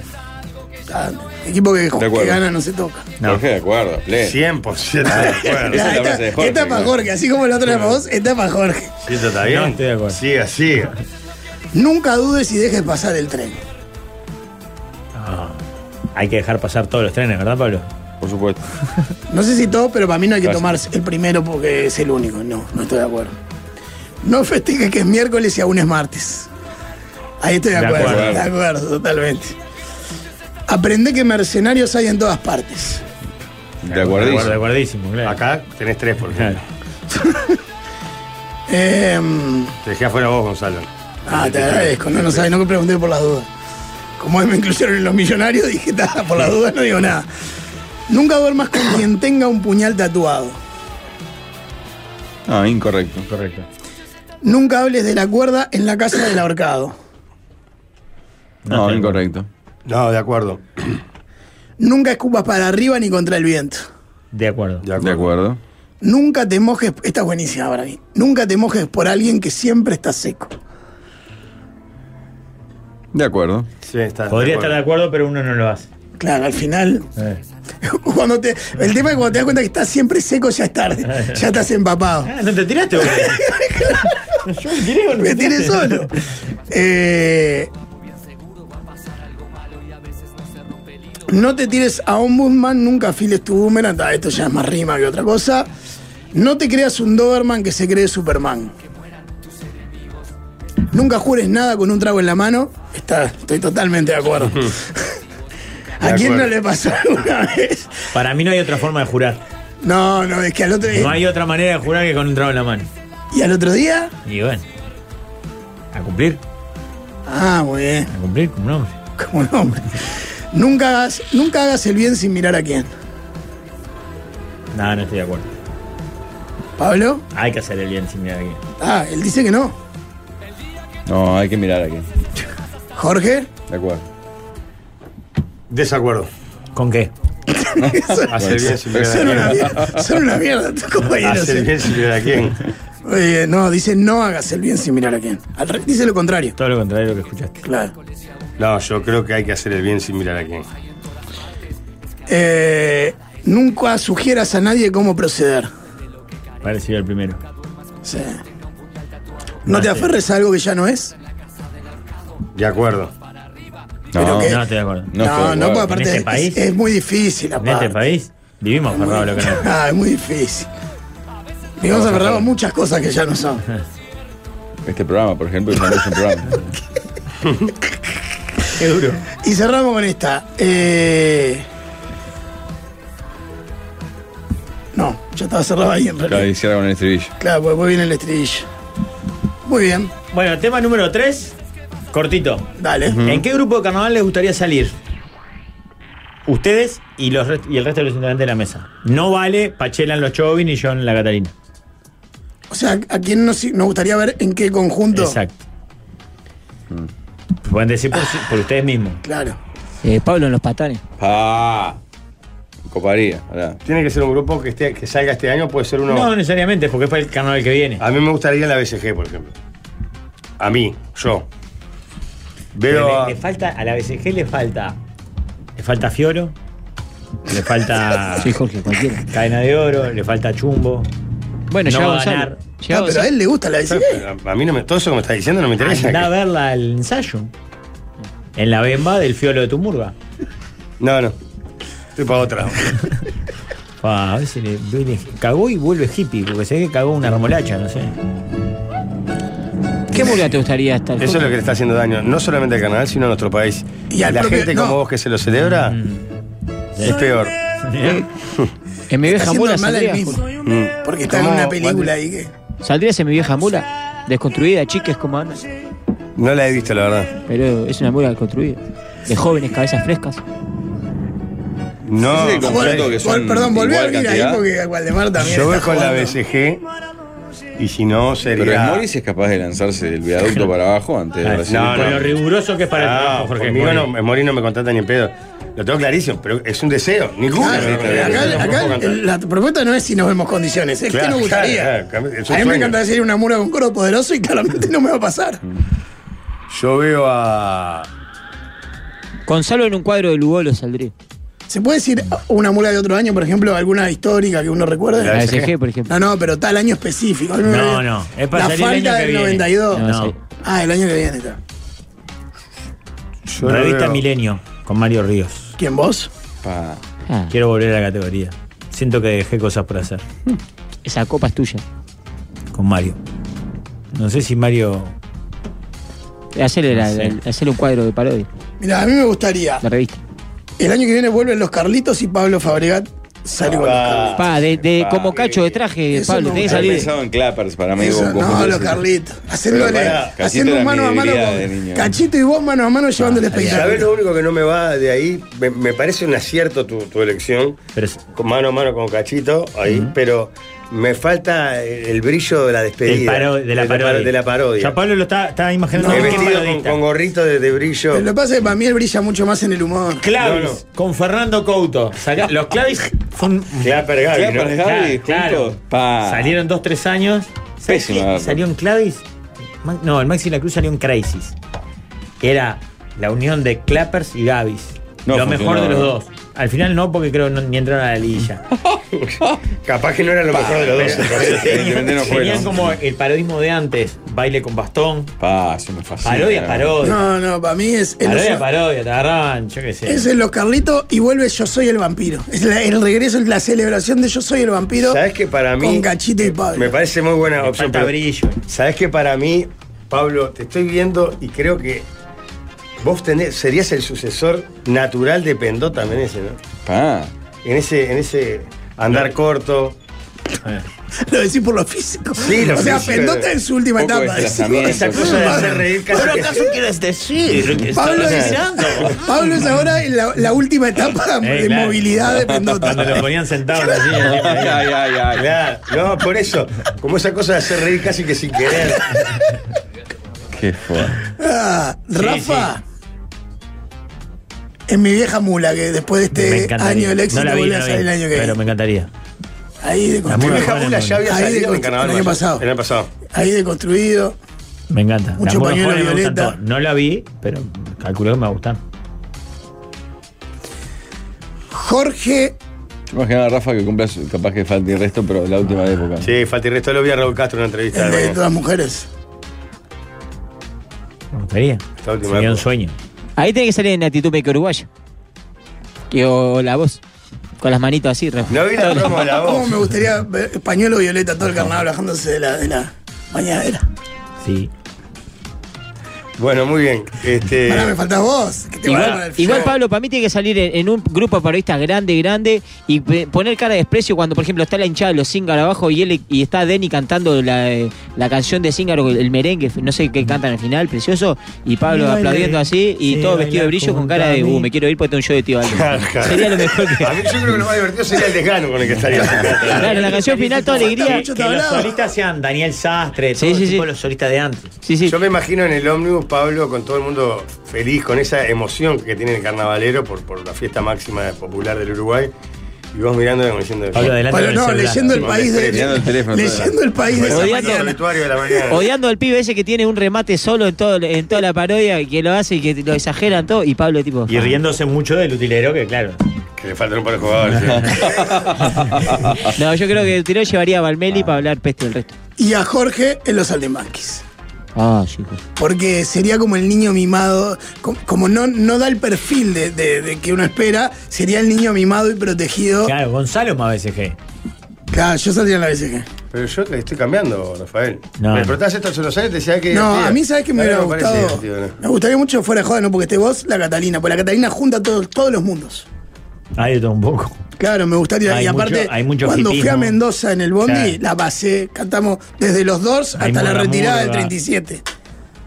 [SPEAKER 7] Ah, equipo que,
[SPEAKER 8] acuerdo.
[SPEAKER 7] que gana no se toca.
[SPEAKER 8] Jorge, de acuerdo. Ple.
[SPEAKER 5] 100% de acuerdo.
[SPEAKER 8] Esa es la frase de Jorge.
[SPEAKER 7] Esta para Jorge, así como la otra para vos, esta para Jorge.
[SPEAKER 5] Sí, eso está bien.
[SPEAKER 6] No estoy de acuerdo.
[SPEAKER 5] Siga, siga.
[SPEAKER 7] Nunca dudes y dejes pasar el tren.
[SPEAKER 6] Ah, hay que dejar pasar todos los trenes, ¿verdad, Pablo?
[SPEAKER 8] Por supuesto.
[SPEAKER 7] No sé si todo, pero para mí no hay que
[SPEAKER 8] Gracias.
[SPEAKER 7] tomarse el primero porque es el único. No, no estoy de acuerdo. No festejes que es miércoles y aún es martes. Ahí estoy de
[SPEAKER 6] De
[SPEAKER 7] acuerdo,
[SPEAKER 6] acuerdo.
[SPEAKER 7] de acuerdo, totalmente. Aprende que mercenarios hay en todas partes.
[SPEAKER 8] De acuerdo.
[SPEAKER 6] De acuerdo, de acuerdísimo, claro.
[SPEAKER 5] Acá tenés tres, por ejemplo.
[SPEAKER 6] Claro.
[SPEAKER 7] Em,
[SPEAKER 5] Te dejé afuera vos, Gonzalo.
[SPEAKER 7] ah, te agradezco. No, no sabes, no me pregunté por las dudas. Como me incluyeron en los millonarios, dije, "Ta, por las dudas no digo nada. Nunca duermas con quien tenga un puñal tatuado.
[SPEAKER 8] No, incorrecto.
[SPEAKER 6] Correcto.
[SPEAKER 7] Nunca hables de la cuerda en la casa del ahorcado.
[SPEAKER 8] No, incorrecto.
[SPEAKER 5] No, de acuerdo.
[SPEAKER 7] Nunca escupas para arriba ni contra el viento.
[SPEAKER 6] De acuerdo.
[SPEAKER 5] De
[SPEAKER 8] acuerdo. De acuerdo.
[SPEAKER 7] Nunca te mojes. Esta es buenísima para mí. Nunca te mojes por alguien que siempre está seco.
[SPEAKER 6] Sí, Podría estar de acuerdo, pero uno no lo hace.
[SPEAKER 7] Claro, al final.
[SPEAKER 6] Eh.
[SPEAKER 7] Cuando te, el tema es cuando te das cuenta que estás siempre seco, ya es tarde. Ya estás empapado.
[SPEAKER 6] Ah, no te tiraste, Yo me tiré, boludo.
[SPEAKER 7] Me tiré solo. Eh, no te tires a un busman, nunca afiles tu boomerang. Ah, Esto ya es más rima que otra cosa. No te creas un Doberman que se cree Superman. Nunca jures nada con un trago en la mano. Está, estoy totalmente de acuerdo. ¿A
[SPEAKER 6] De
[SPEAKER 7] quién no
[SPEAKER 6] acuerdo.
[SPEAKER 7] le pasó alguna vez?
[SPEAKER 6] Para mí no hay otra forma de jurar.
[SPEAKER 7] No, no, es que al otro
[SPEAKER 6] No hay otra manera de jurar que con un trago en la mano.
[SPEAKER 7] ¿Y al otro día?
[SPEAKER 6] Y bueno. A cumplir,
[SPEAKER 7] Ah, muy bien.
[SPEAKER 6] a cumplir como un hombre.
[SPEAKER 7] Como un hombre. Nunca hagas, nunca hagas el bien sin mirar a quién.
[SPEAKER 6] No, no estoy de acuerdo.
[SPEAKER 7] ¿Pablo?
[SPEAKER 6] Hay que hacer el bien sin mirar aquí.
[SPEAKER 7] Ah, él dice que no.
[SPEAKER 8] No, hay que mirar aquí.
[SPEAKER 7] ¿Jorge?
[SPEAKER 8] De acuerdo.
[SPEAKER 5] Desacuerdo.
[SPEAKER 6] ¿Con qué?
[SPEAKER 5] Hacer bien sin mirar a
[SPEAKER 7] Son
[SPEAKER 5] quién.
[SPEAKER 7] una mierda, son una mierda tus compañeros.
[SPEAKER 5] Hacer bien sin mirar a quién.
[SPEAKER 7] Oye, no, dice no hagas el bien sin mirar a quién. Al re- dice lo contrario.
[SPEAKER 6] Todo lo contrario de lo que escuchaste.
[SPEAKER 7] Claro.
[SPEAKER 5] No, yo creo que hay que hacer el bien sin mirar a quién.
[SPEAKER 7] Eh, nunca sugieras a nadie cómo proceder.
[SPEAKER 6] Parecido al primero.
[SPEAKER 7] Sí. No te aferres a algo que ya no es.
[SPEAKER 5] De acuerdo.
[SPEAKER 6] No,
[SPEAKER 7] Pero que-
[SPEAKER 6] no estoy de acuerdo.
[SPEAKER 7] No, no, porque aparte
[SPEAKER 6] en este
[SPEAKER 7] es-
[SPEAKER 6] país,
[SPEAKER 7] es, muy difícil.
[SPEAKER 6] en este
[SPEAKER 7] aparte.
[SPEAKER 6] país, vivimos aferrados a lo que no.
[SPEAKER 7] Ah, es muy difícil. Digamos aferrado a muchas cosas que ya no son.
[SPEAKER 8] Este programa, por ejemplo, ya no es un programa.
[SPEAKER 6] Qué duro.
[SPEAKER 7] Y cerramos con esta. Eh, No, ya estaba cerrada ahí en
[SPEAKER 8] Claro,
[SPEAKER 7] realidad.
[SPEAKER 8] y cierra con el estribillo.
[SPEAKER 7] Claro, pues muy bien el estribillo. Muy bien.
[SPEAKER 6] Bueno, tema número 3, cortito.
[SPEAKER 7] Dale.
[SPEAKER 6] ¿En qué grupo de carnaval les gustaría salir? Ustedes y, los rest- y el resto de los integrantes de la mesa. No vale Pachela en los Chovin y yo en la Catalina.
[SPEAKER 7] O sea, ¿a quién nos, nos gustaría ver en qué conjunto?
[SPEAKER 6] Exacto. Pueden decir por, si- por ustedes mismos.
[SPEAKER 7] Claro.
[SPEAKER 9] Eh, Pablo en los patanes.
[SPEAKER 8] Ah. Coparía, ¿verdad?
[SPEAKER 5] Tiene que ser un grupo que, esté, que salga este año, puede ser uno.
[SPEAKER 6] No. necesariamente, porque es para el carnaval que viene.
[SPEAKER 5] A mí me gustaría la BCG, por ejemplo. A mí, yo. Veo
[SPEAKER 6] le,
[SPEAKER 5] a-
[SPEAKER 6] le falta, a la BCG le falta. Le falta Fioro. Le falta.
[SPEAKER 9] Sí, Jorge, cualquiera.
[SPEAKER 6] Cadena de oro, le falta Chumbo.
[SPEAKER 9] Bueno,
[SPEAKER 6] no
[SPEAKER 9] llega
[SPEAKER 6] va a
[SPEAKER 9] Gonzalo.
[SPEAKER 6] ganar.
[SPEAKER 9] Llega Ah, pero Gonzalo.
[SPEAKER 7] a él le gusta la
[SPEAKER 5] A- A mí no me, todo eso que me estás diciendo no me interesa.
[SPEAKER 6] Andá a verla al ensayo. En la bemba del fiolo de Tumurga.
[SPEAKER 5] No, no. Estoy para otra.
[SPEAKER 6] Pa, a veces le, viene- cagó y vuelve hippie, porque se ve que cagó una remolacha, no sé.
[SPEAKER 5] Eh,
[SPEAKER 9] ¿Qué murga te gustaría estar?
[SPEAKER 5] Eso es lo que le está haciendo daño, no solamente al canal, sino a nuestro país.
[SPEAKER 9] Y
[SPEAKER 5] Y
[SPEAKER 9] al
[SPEAKER 5] la
[SPEAKER 9] propio-
[SPEAKER 5] gente
[SPEAKER 9] no.
[SPEAKER 5] como vos que se lo celebra es peor.
[SPEAKER 6] Eh,
[SPEAKER 9] En mi vieja mula saldría.
[SPEAKER 7] Porque está en
[SPEAKER 9] ¿Cómo?
[SPEAKER 7] una película
[SPEAKER 9] ¿Cuál?
[SPEAKER 7] ahí que.
[SPEAKER 9] Saldrías en mi vieja mula. Desconstruida, chiques como Ana.
[SPEAKER 5] No la he visto, la verdad.
[SPEAKER 9] Pero es una mula desconstruida. De jóvenes, cabezas frescas.
[SPEAKER 5] No,
[SPEAKER 7] Sí, sí,
[SPEAKER 5] por ahí.
[SPEAKER 7] vol- vol- Perdón, volví a abrir ahí porque al Waldemar también.
[SPEAKER 5] Yo voy
[SPEAKER 7] está
[SPEAKER 5] con la
[SPEAKER 7] jugando.
[SPEAKER 5] BCG y si no sería.
[SPEAKER 8] Pero Morris es capaz de lanzarse del viaducto para abajo antes
[SPEAKER 6] ah,
[SPEAKER 8] de recibir
[SPEAKER 5] No,
[SPEAKER 8] el
[SPEAKER 5] no.
[SPEAKER 8] premio.
[SPEAKER 6] riguroso que es para el trabajo, Jorge
[SPEAKER 5] Ah, Conmigo
[SPEAKER 6] Mori.
[SPEAKER 5] no, Mori no me contrata ni en pedo. Lo tengo clarísimo, pero es un deseo. Ninguno.
[SPEAKER 7] Claro,
[SPEAKER 5] me- me- me- me-
[SPEAKER 7] acá, acá
[SPEAKER 5] me- me- me-
[SPEAKER 7] la propuesta no es si nos vemos condiciones, es que
[SPEAKER 5] Claro,
[SPEAKER 7] nos gustaría.
[SPEAKER 5] claro, claro, es un
[SPEAKER 7] a mí me
[SPEAKER 5] sueño.
[SPEAKER 7] encanta decir una mura con coro poderoso y claramente no me va a pasar.
[SPEAKER 5] Yo veo a.
[SPEAKER 9] Gonzalo en un cuadro de Lugolo saldría.
[SPEAKER 7] ¿Se puede decir una mula de otro año, por ejemplo, alguna histórica que uno recuerde?
[SPEAKER 9] La SG, por ejemplo.
[SPEAKER 7] No, no, pero tal año específico.
[SPEAKER 9] No, no, es para
[SPEAKER 7] la
[SPEAKER 9] salir el
[SPEAKER 7] falta
[SPEAKER 9] año que
[SPEAKER 7] del
[SPEAKER 9] viene.
[SPEAKER 7] 92.
[SPEAKER 6] No.
[SPEAKER 7] Ah, el año que viene. está.
[SPEAKER 5] lo
[SPEAKER 6] Revista
[SPEAKER 5] veo.
[SPEAKER 6] Milenio, con Mario Ríos.
[SPEAKER 7] ¿Quién vos?
[SPEAKER 9] Ah,
[SPEAKER 6] Quiero volver a la categoría. Siento que dejé cosas por hacer
[SPEAKER 9] Esa copa es tuya.
[SPEAKER 6] con Mario. No sé si Mario.
[SPEAKER 9] Hacele, la-
[SPEAKER 6] No sé.
[SPEAKER 9] la- hacele un cuadro de parodia.
[SPEAKER 7] Mira, a mí me gustaría.
[SPEAKER 9] La revista.
[SPEAKER 7] El año que viene vuelven los Carlitos y Pablo Fabregat sale con los Carlitos.
[SPEAKER 9] Pa, de, de-
[SPEAKER 8] pa,
[SPEAKER 9] como cacho de traje,
[SPEAKER 7] Eso
[SPEAKER 9] Pablo,
[SPEAKER 7] no-
[SPEAKER 9] tenés que
[SPEAKER 8] Había
[SPEAKER 9] salir.
[SPEAKER 8] pensado en clappers para mí.
[SPEAKER 7] Eso,
[SPEAKER 8] con
[SPEAKER 7] no,
[SPEAKER 8] conjunto
[SPEAKER 7] los
[SPEAKER 8] de-
[SPEAKER 7] Carlitos. Haciéndole,
[SPEAKER 8] Pero pará, Cachito
[SPEAKER 7] haciendo
[SPEAKER 8] era
[SPEAKER 7] un
[SPEAKER 8] mi
[SPEAKER 7] mano a mano
[SPEAKER 8] debilidad
[SPEAKER 7] con
[SPEAKER 8] de niño.
[SPEAKER 7] Cachito y vos mano a mano llevando el
[SPEAKER 5] ¿Sabés
[SPEAKER 7] espectáculo.
[SPEAKER 5] lo único que no me va de ahí? Me, me parece un acierto tu, tu elección,
[SPEAKER 6] Pero es-
[SPEAKER 5] con mano a mano con Cachito, ahí, pero Me falta el brillo de la
[SPEAKER 6] Del
[SPEAKER 5] despedida.
[SPEAKER 6] paro- de la
[SPEAKER 5] paro-
[SPEAKER 6] parodia.
[SPEAKER 5] de la parodia.
[SPEAKER 6] Ya Pablo lo está, está imaginando
[SPEAKER 5] Me he
[SPEAKER 6] como un
[SPEAKER 5] vestido con,
[SPEAKER 6] parodista.
[SPEAKER 5] con gorrito de, de brillo.
[SPEAKER 7] Lo que pasa es que para mí él brilla mucho más en el humor.
[SPEAKER 6] Clavis, con Fernando Couto. Sacá- los Clavis son.
[SPEAKER 5] Clapper
[SPEAKER 8] Gaby, ¿no? Clapper Gaby, juntos. Pa.
[SPEAKER 6] Salieron dos, tres años. ¿Sabés
[SPEAKER 8] Pésima
[SPEAKER 6] qué?
[SPEAKER 8] Gaby.
[SPEAKER 6] Salió en Clavis. Ma- No, el Maxi y la Cruz salió en Crisis. Que era la unión de Clappers y Gavis.
[SPEAKER 8] No
[SPEAKER 6] lo mejor
[SPEAKER 8] funcionó,
[SPEAKER 6] de los
[SPEAKER 8] ¿no?
[SPEAKER 6] dos. Al final no, porque creo que no- ni entraron a la liguilla.
[SPEAKER 5] Capaz que no era lo mejor de los dos. entonces.
[SPEAKER 8] Evidentemente no fue,
[SPEAKER 6] Tenían
[SPEAKER 8] ¿no?
[SPEAKER 6] como el parodismo de antes: baile con bastón.
[SPEAKER 8] Pa, eso me fascina.
[SPEAKER 6] Parodia, parodia.
[SPEAKER 7] No, no, para mí es. es
[SPEAKER 6] Parodia,
[SPEAKER 7] los-
[SPEAKER 6] parodia, te agarraban, yo qué sé.
[SPEAKER 7] Es en los Carlitos y vuelve Yo soy el vampiro. Es la- el regreso, es la celebración de Yo soy el vampiro.
[SPEAKER 5] ¿Sabes que para mí.
[SPEAKER 7] Con Cachito y Pablo.
[SPEAKER 5] Me parece muy buena opción.
[SPEAKER 6] falta brillo.
[SPEAKER 5] ¿Sabes que para mí, Pablo, te estoy viendo y creo que vos tenés, serías el sucesor natural de Pendó también ese, ¿no?
[SPEAKER 8] Pa.
[SPEAKER 5] En ese, en ese andar corto.
[SPEAKER 7] Lo decís por lo físico.
[SPEAKER 5] Sí, lo
[SPEAKER 7] o sea,
[SPEAKER 5] físico.
[SPEAKER 7] Pendota en su última
[SPEAKER 8] Poco
[SPEAKER 7] etapa.
[SPEAKER 8] desplazamiento.
[SPEAKER 7] Esa
[SPEAKER 8] Esa
[SPEAKER 7] cosa
[SPEAKER 8] cosa
[SPEAKER 7] de
[SPEAKER 5] hacer reír casi que-
[SPEAKER 6] quieres decir?
[SPEAKER 7] Pablo es, Pablo es ahora en la, la última etapa
[SPEAKER 6] Eh,
[SPEAKER 7] de
[SPEAKER 6] claro.
[SPEAKER 7] movilidad de Pendota.
[SPEAKER 6] Cuando lo ponían sentado en la
[SPEAKER 8] Ay,
[SPEAKER 6] silla.
[SPEAKER 8] ay, ay, ay.
[SPEAKER 5] Claro, no, por eso. Como esa cosa de hacer reír casi que sin querer.
[SPEAKER 8] Qué fuerte.
[SPEAKER 7] Ah, Rafa. Es mi vieja mula que después
[SPEAKER 6] Me
[SPEAKER 7] de este
[SPEAKER 6] encantaría.
[SPEAKER 7] año del éxito
[SPEAKER 6] no la vi,
[SPEAKER 7] vuelve a
[SPEAKER 6] no la
[SPEAKER 7] salir el
[SPEAKER 6] vi,
[SPEAKER 7] año que
[SPEAKER 6] Pero
[SPEAKER 7] viene.
[SPEAKER 6] me encantaría.
[SPEAKER 7] Ahí
[SPEAKER 5] Mi
[SPEAKER 6] Bueno,
[SPEAKER 7] deconstruido.
[SPEAKER 5] vieja
[SPEAKER 6] bueno,
[SPEAKER 5] Mula ya había
[SPEAKER 7] ahí
[SPEAKER 5] salido
[SPEAKER 7] de-
[SPEAKER 5] en Carnaval
[SPEAKER 7] el año
[SPEAKER 5] Mayor,
[SPEAKER 7] pasado.
[SPEAKER 5] En el pasado.
[SPEAKER 7] Ahí deconstruido.
[SPEAKER 6] Me encanta.
[SPEAKER 7] Mucho
[SPEAKER 6] Las
[SPEAKER 7] pañuelo
[SPEAKER 6] mujeres me gustan
[SPEAKER 7] violeta.
[SPEAKER 6] todas. No la vi, pero calculo que me va a gustar.
[SPEAKER 7] Jorge.
[SPEAKER 8] Yo Imagino a Rafa que cumpla, su- capaz que falte el resto, pero la última época.
[SPEAKER 5] Sí, falta el resto. Lo vi a Raúl Castro en una entrevista.
[SPEAKER 7] El de
[SPEAKER 5] hermano.
[SPEAKER 7] todas las mujeres.
[SPEAKER 6] Me gustaría.
[SPEAKER 5] Esta última
[SPEAKER 6] Sería un
[SPEAKER 5] época.
[SPEAKER 6] sueño.
[SPEAKER 9] Ahí tiene que salir en actitud que uruguaya. Que o la voz. Con las manitos así, re-
[SPEAKER 5] No vi la promo de la
[SPEAKER 7] ¿Cómo
[SPEAKER 5] voz.
[SPEAKER 7] me gustaría ver pañuelo violeta todo el carnaval bajándose de la, de la bañadera?
[SPEAKER 6] Sí.
[SPEAKER 5] Bueno, muy bien. Este,
[SPEAKER 7] Ahora me faltás vos. Que te va a dar para
[SPEAKER 9] Igual,
[SPEAKER 7] el
[SPEAKER 9] igual,
[SPEAKER 7] show.
[SPEAKER 9] Pablo, para mí tiene que salir en, en un grupo de parodistas grande, grande y pe- poner cara de desprecio cuando, por ejemplo, está la hinchada de los cíngaros abajo y él y está Denny cantando la, eh, la canción de cíngaro, el merengue, no sé qué cantan al final, precioso, y Pablo
[SPEAKER 6] Y bailé,
[SPEAKER 9] aplaudiendo
[SPEAKER 5] eh,
[SPEAKER 9] así y
[SPEAKER 6] sí,
[SPEAKER 9] todo vestido de
[SPEAKER 6] baila
[SPEAKER 9] brillo con
[SPEAKER 6] junto
[SPEAKER 9] cara
[SPEAKER 6] a
[SPEAKER 9] de,
[SPEAKER 6] mí.
[SPEAKER 9] uh, me quiero ir porque tengo un show de tío Aldo". Sería lo mejor que.
[SPEAKER 5] A mí yo creo que lo más divertido sería el desgano con el que estaría.
[SPEAKER 9] Claro, en la canción final, toda alegría.
[SPEAKER 7] Mucho
[SPEAKER 6] Que los
[SPEAKER 7] tablado.
[SPEAKER 6] solistas sean Daniel Sastre,
[SPEAKER 9] Sí,
[SPEAKER 6] todo
[SPEAKER 9] sí,
[SPEAKER 6] tipo
[SPEAKER 9] sí.
[SPEAKER 6] de los solistas de antes.
[SPEAKER 9] Sí, sí.
[SPEAKER 5] Yo me imagino en el ómnibus, Pablo, con todo el mundo feliz, con esa emoción que tiene el carnavalero por, por la fiesta máxima popular del Uruguay. Y vos mirando como diciendo.
[SPEAKER 6] Pablo, adelante.
[SPEAKER 7] Pablo,
[SPEAKER 6] con el
[SPEAKER 7] no,
[SPEAKER 6] celular.
[SPEAKER 7] leyendo el
[SPEAKER 5] Sí,
[SPEAKER 7] país de.
[SPEAKER 8] mirando el teléfono,
[SPEAKER 7] Leyendo
[SPEAKER 8] todo
[SPEAKER 7] el país de esa
[SPEAKER 9] Odiando-
[SPEAKER 5] el
[SPEAKER 7] mañana.
[SPEAKER 5] obituario de la mañana.
[SPEAKER 9] Odiando al pibe ese que tiene un remate solo en todo en toda la parodia y que lo hace y que lo exageran todo y Pablo tipo
[SPEAKER 6] Y riéndose mucho del utilero, que claro.
[SPEAKER 5] Que le faltan un par de jugadores. ¿eh? ¿sí?
[SPEAKER 9] No, yo creo que el tiro llevaría a Valmeli para hablar peste del resto.
[SPEAKER 7] Y a Jorge en los aldemanquis.
[SPEAKER 9] Ah, chicos.
[SPEAKER 7] Porque sería como el niño mimado, com- como no, no da el perfil de, de- de que uno espera, sería el niño mimado y protegido.
[SPEAKER 6] Claro, Gonzalo más BCG.
[SPEAKER 7] Claro, yo saldría en la BCG.
[SPEAKER 5] Pero yo le estoy cambiando, Rafael.
[SPEAKER 6] No.
[SPEAKER 5] Me preguntás esto hace unos años y te decía que.
[SPEAKER 7] No,
[SPEAKER 5] tío,
[SPEAKER 7] a mí sabes que me
[SPEAKER 5] ahora
[SPEAKER 7] hubiera
[SPEAKER 5] no parece
[SPEAKER 7] gustado.
[SPEAKER 5] divertido, ¿no?
[SPEAKER 7] Me gustaría mucho fuera de joda, no porque esté vos, la Catalina, porque la Catalina junta todo- todos los mundos.
[SPEAKER 6] Ahí de todo un poco.
[SPEAKER 7] Claro, me gustaría.
[SPEAKER 6] Hay
[SPEAKER 7] y aparte,
[SPEAKER 6] mucho- hay mucho
[SPEAKER 7] cuando fui a
[SPEAKER 6] hipismo.
[SPEAKER 7] Mendoza en el Bondi,
[SPEAKER 6] Claro.
[SPEAKER 7] la pasé, cantamos desde los dos
[SPEAKER 6] Hay
[SPEAKER 7] hasta la
[SPEAKER 6] murga,
[SPEAKER 7] retirada del
[SPEAKER 6] murga.
[SPEAKER 7] 37.
[SPEAKER 9] Yo no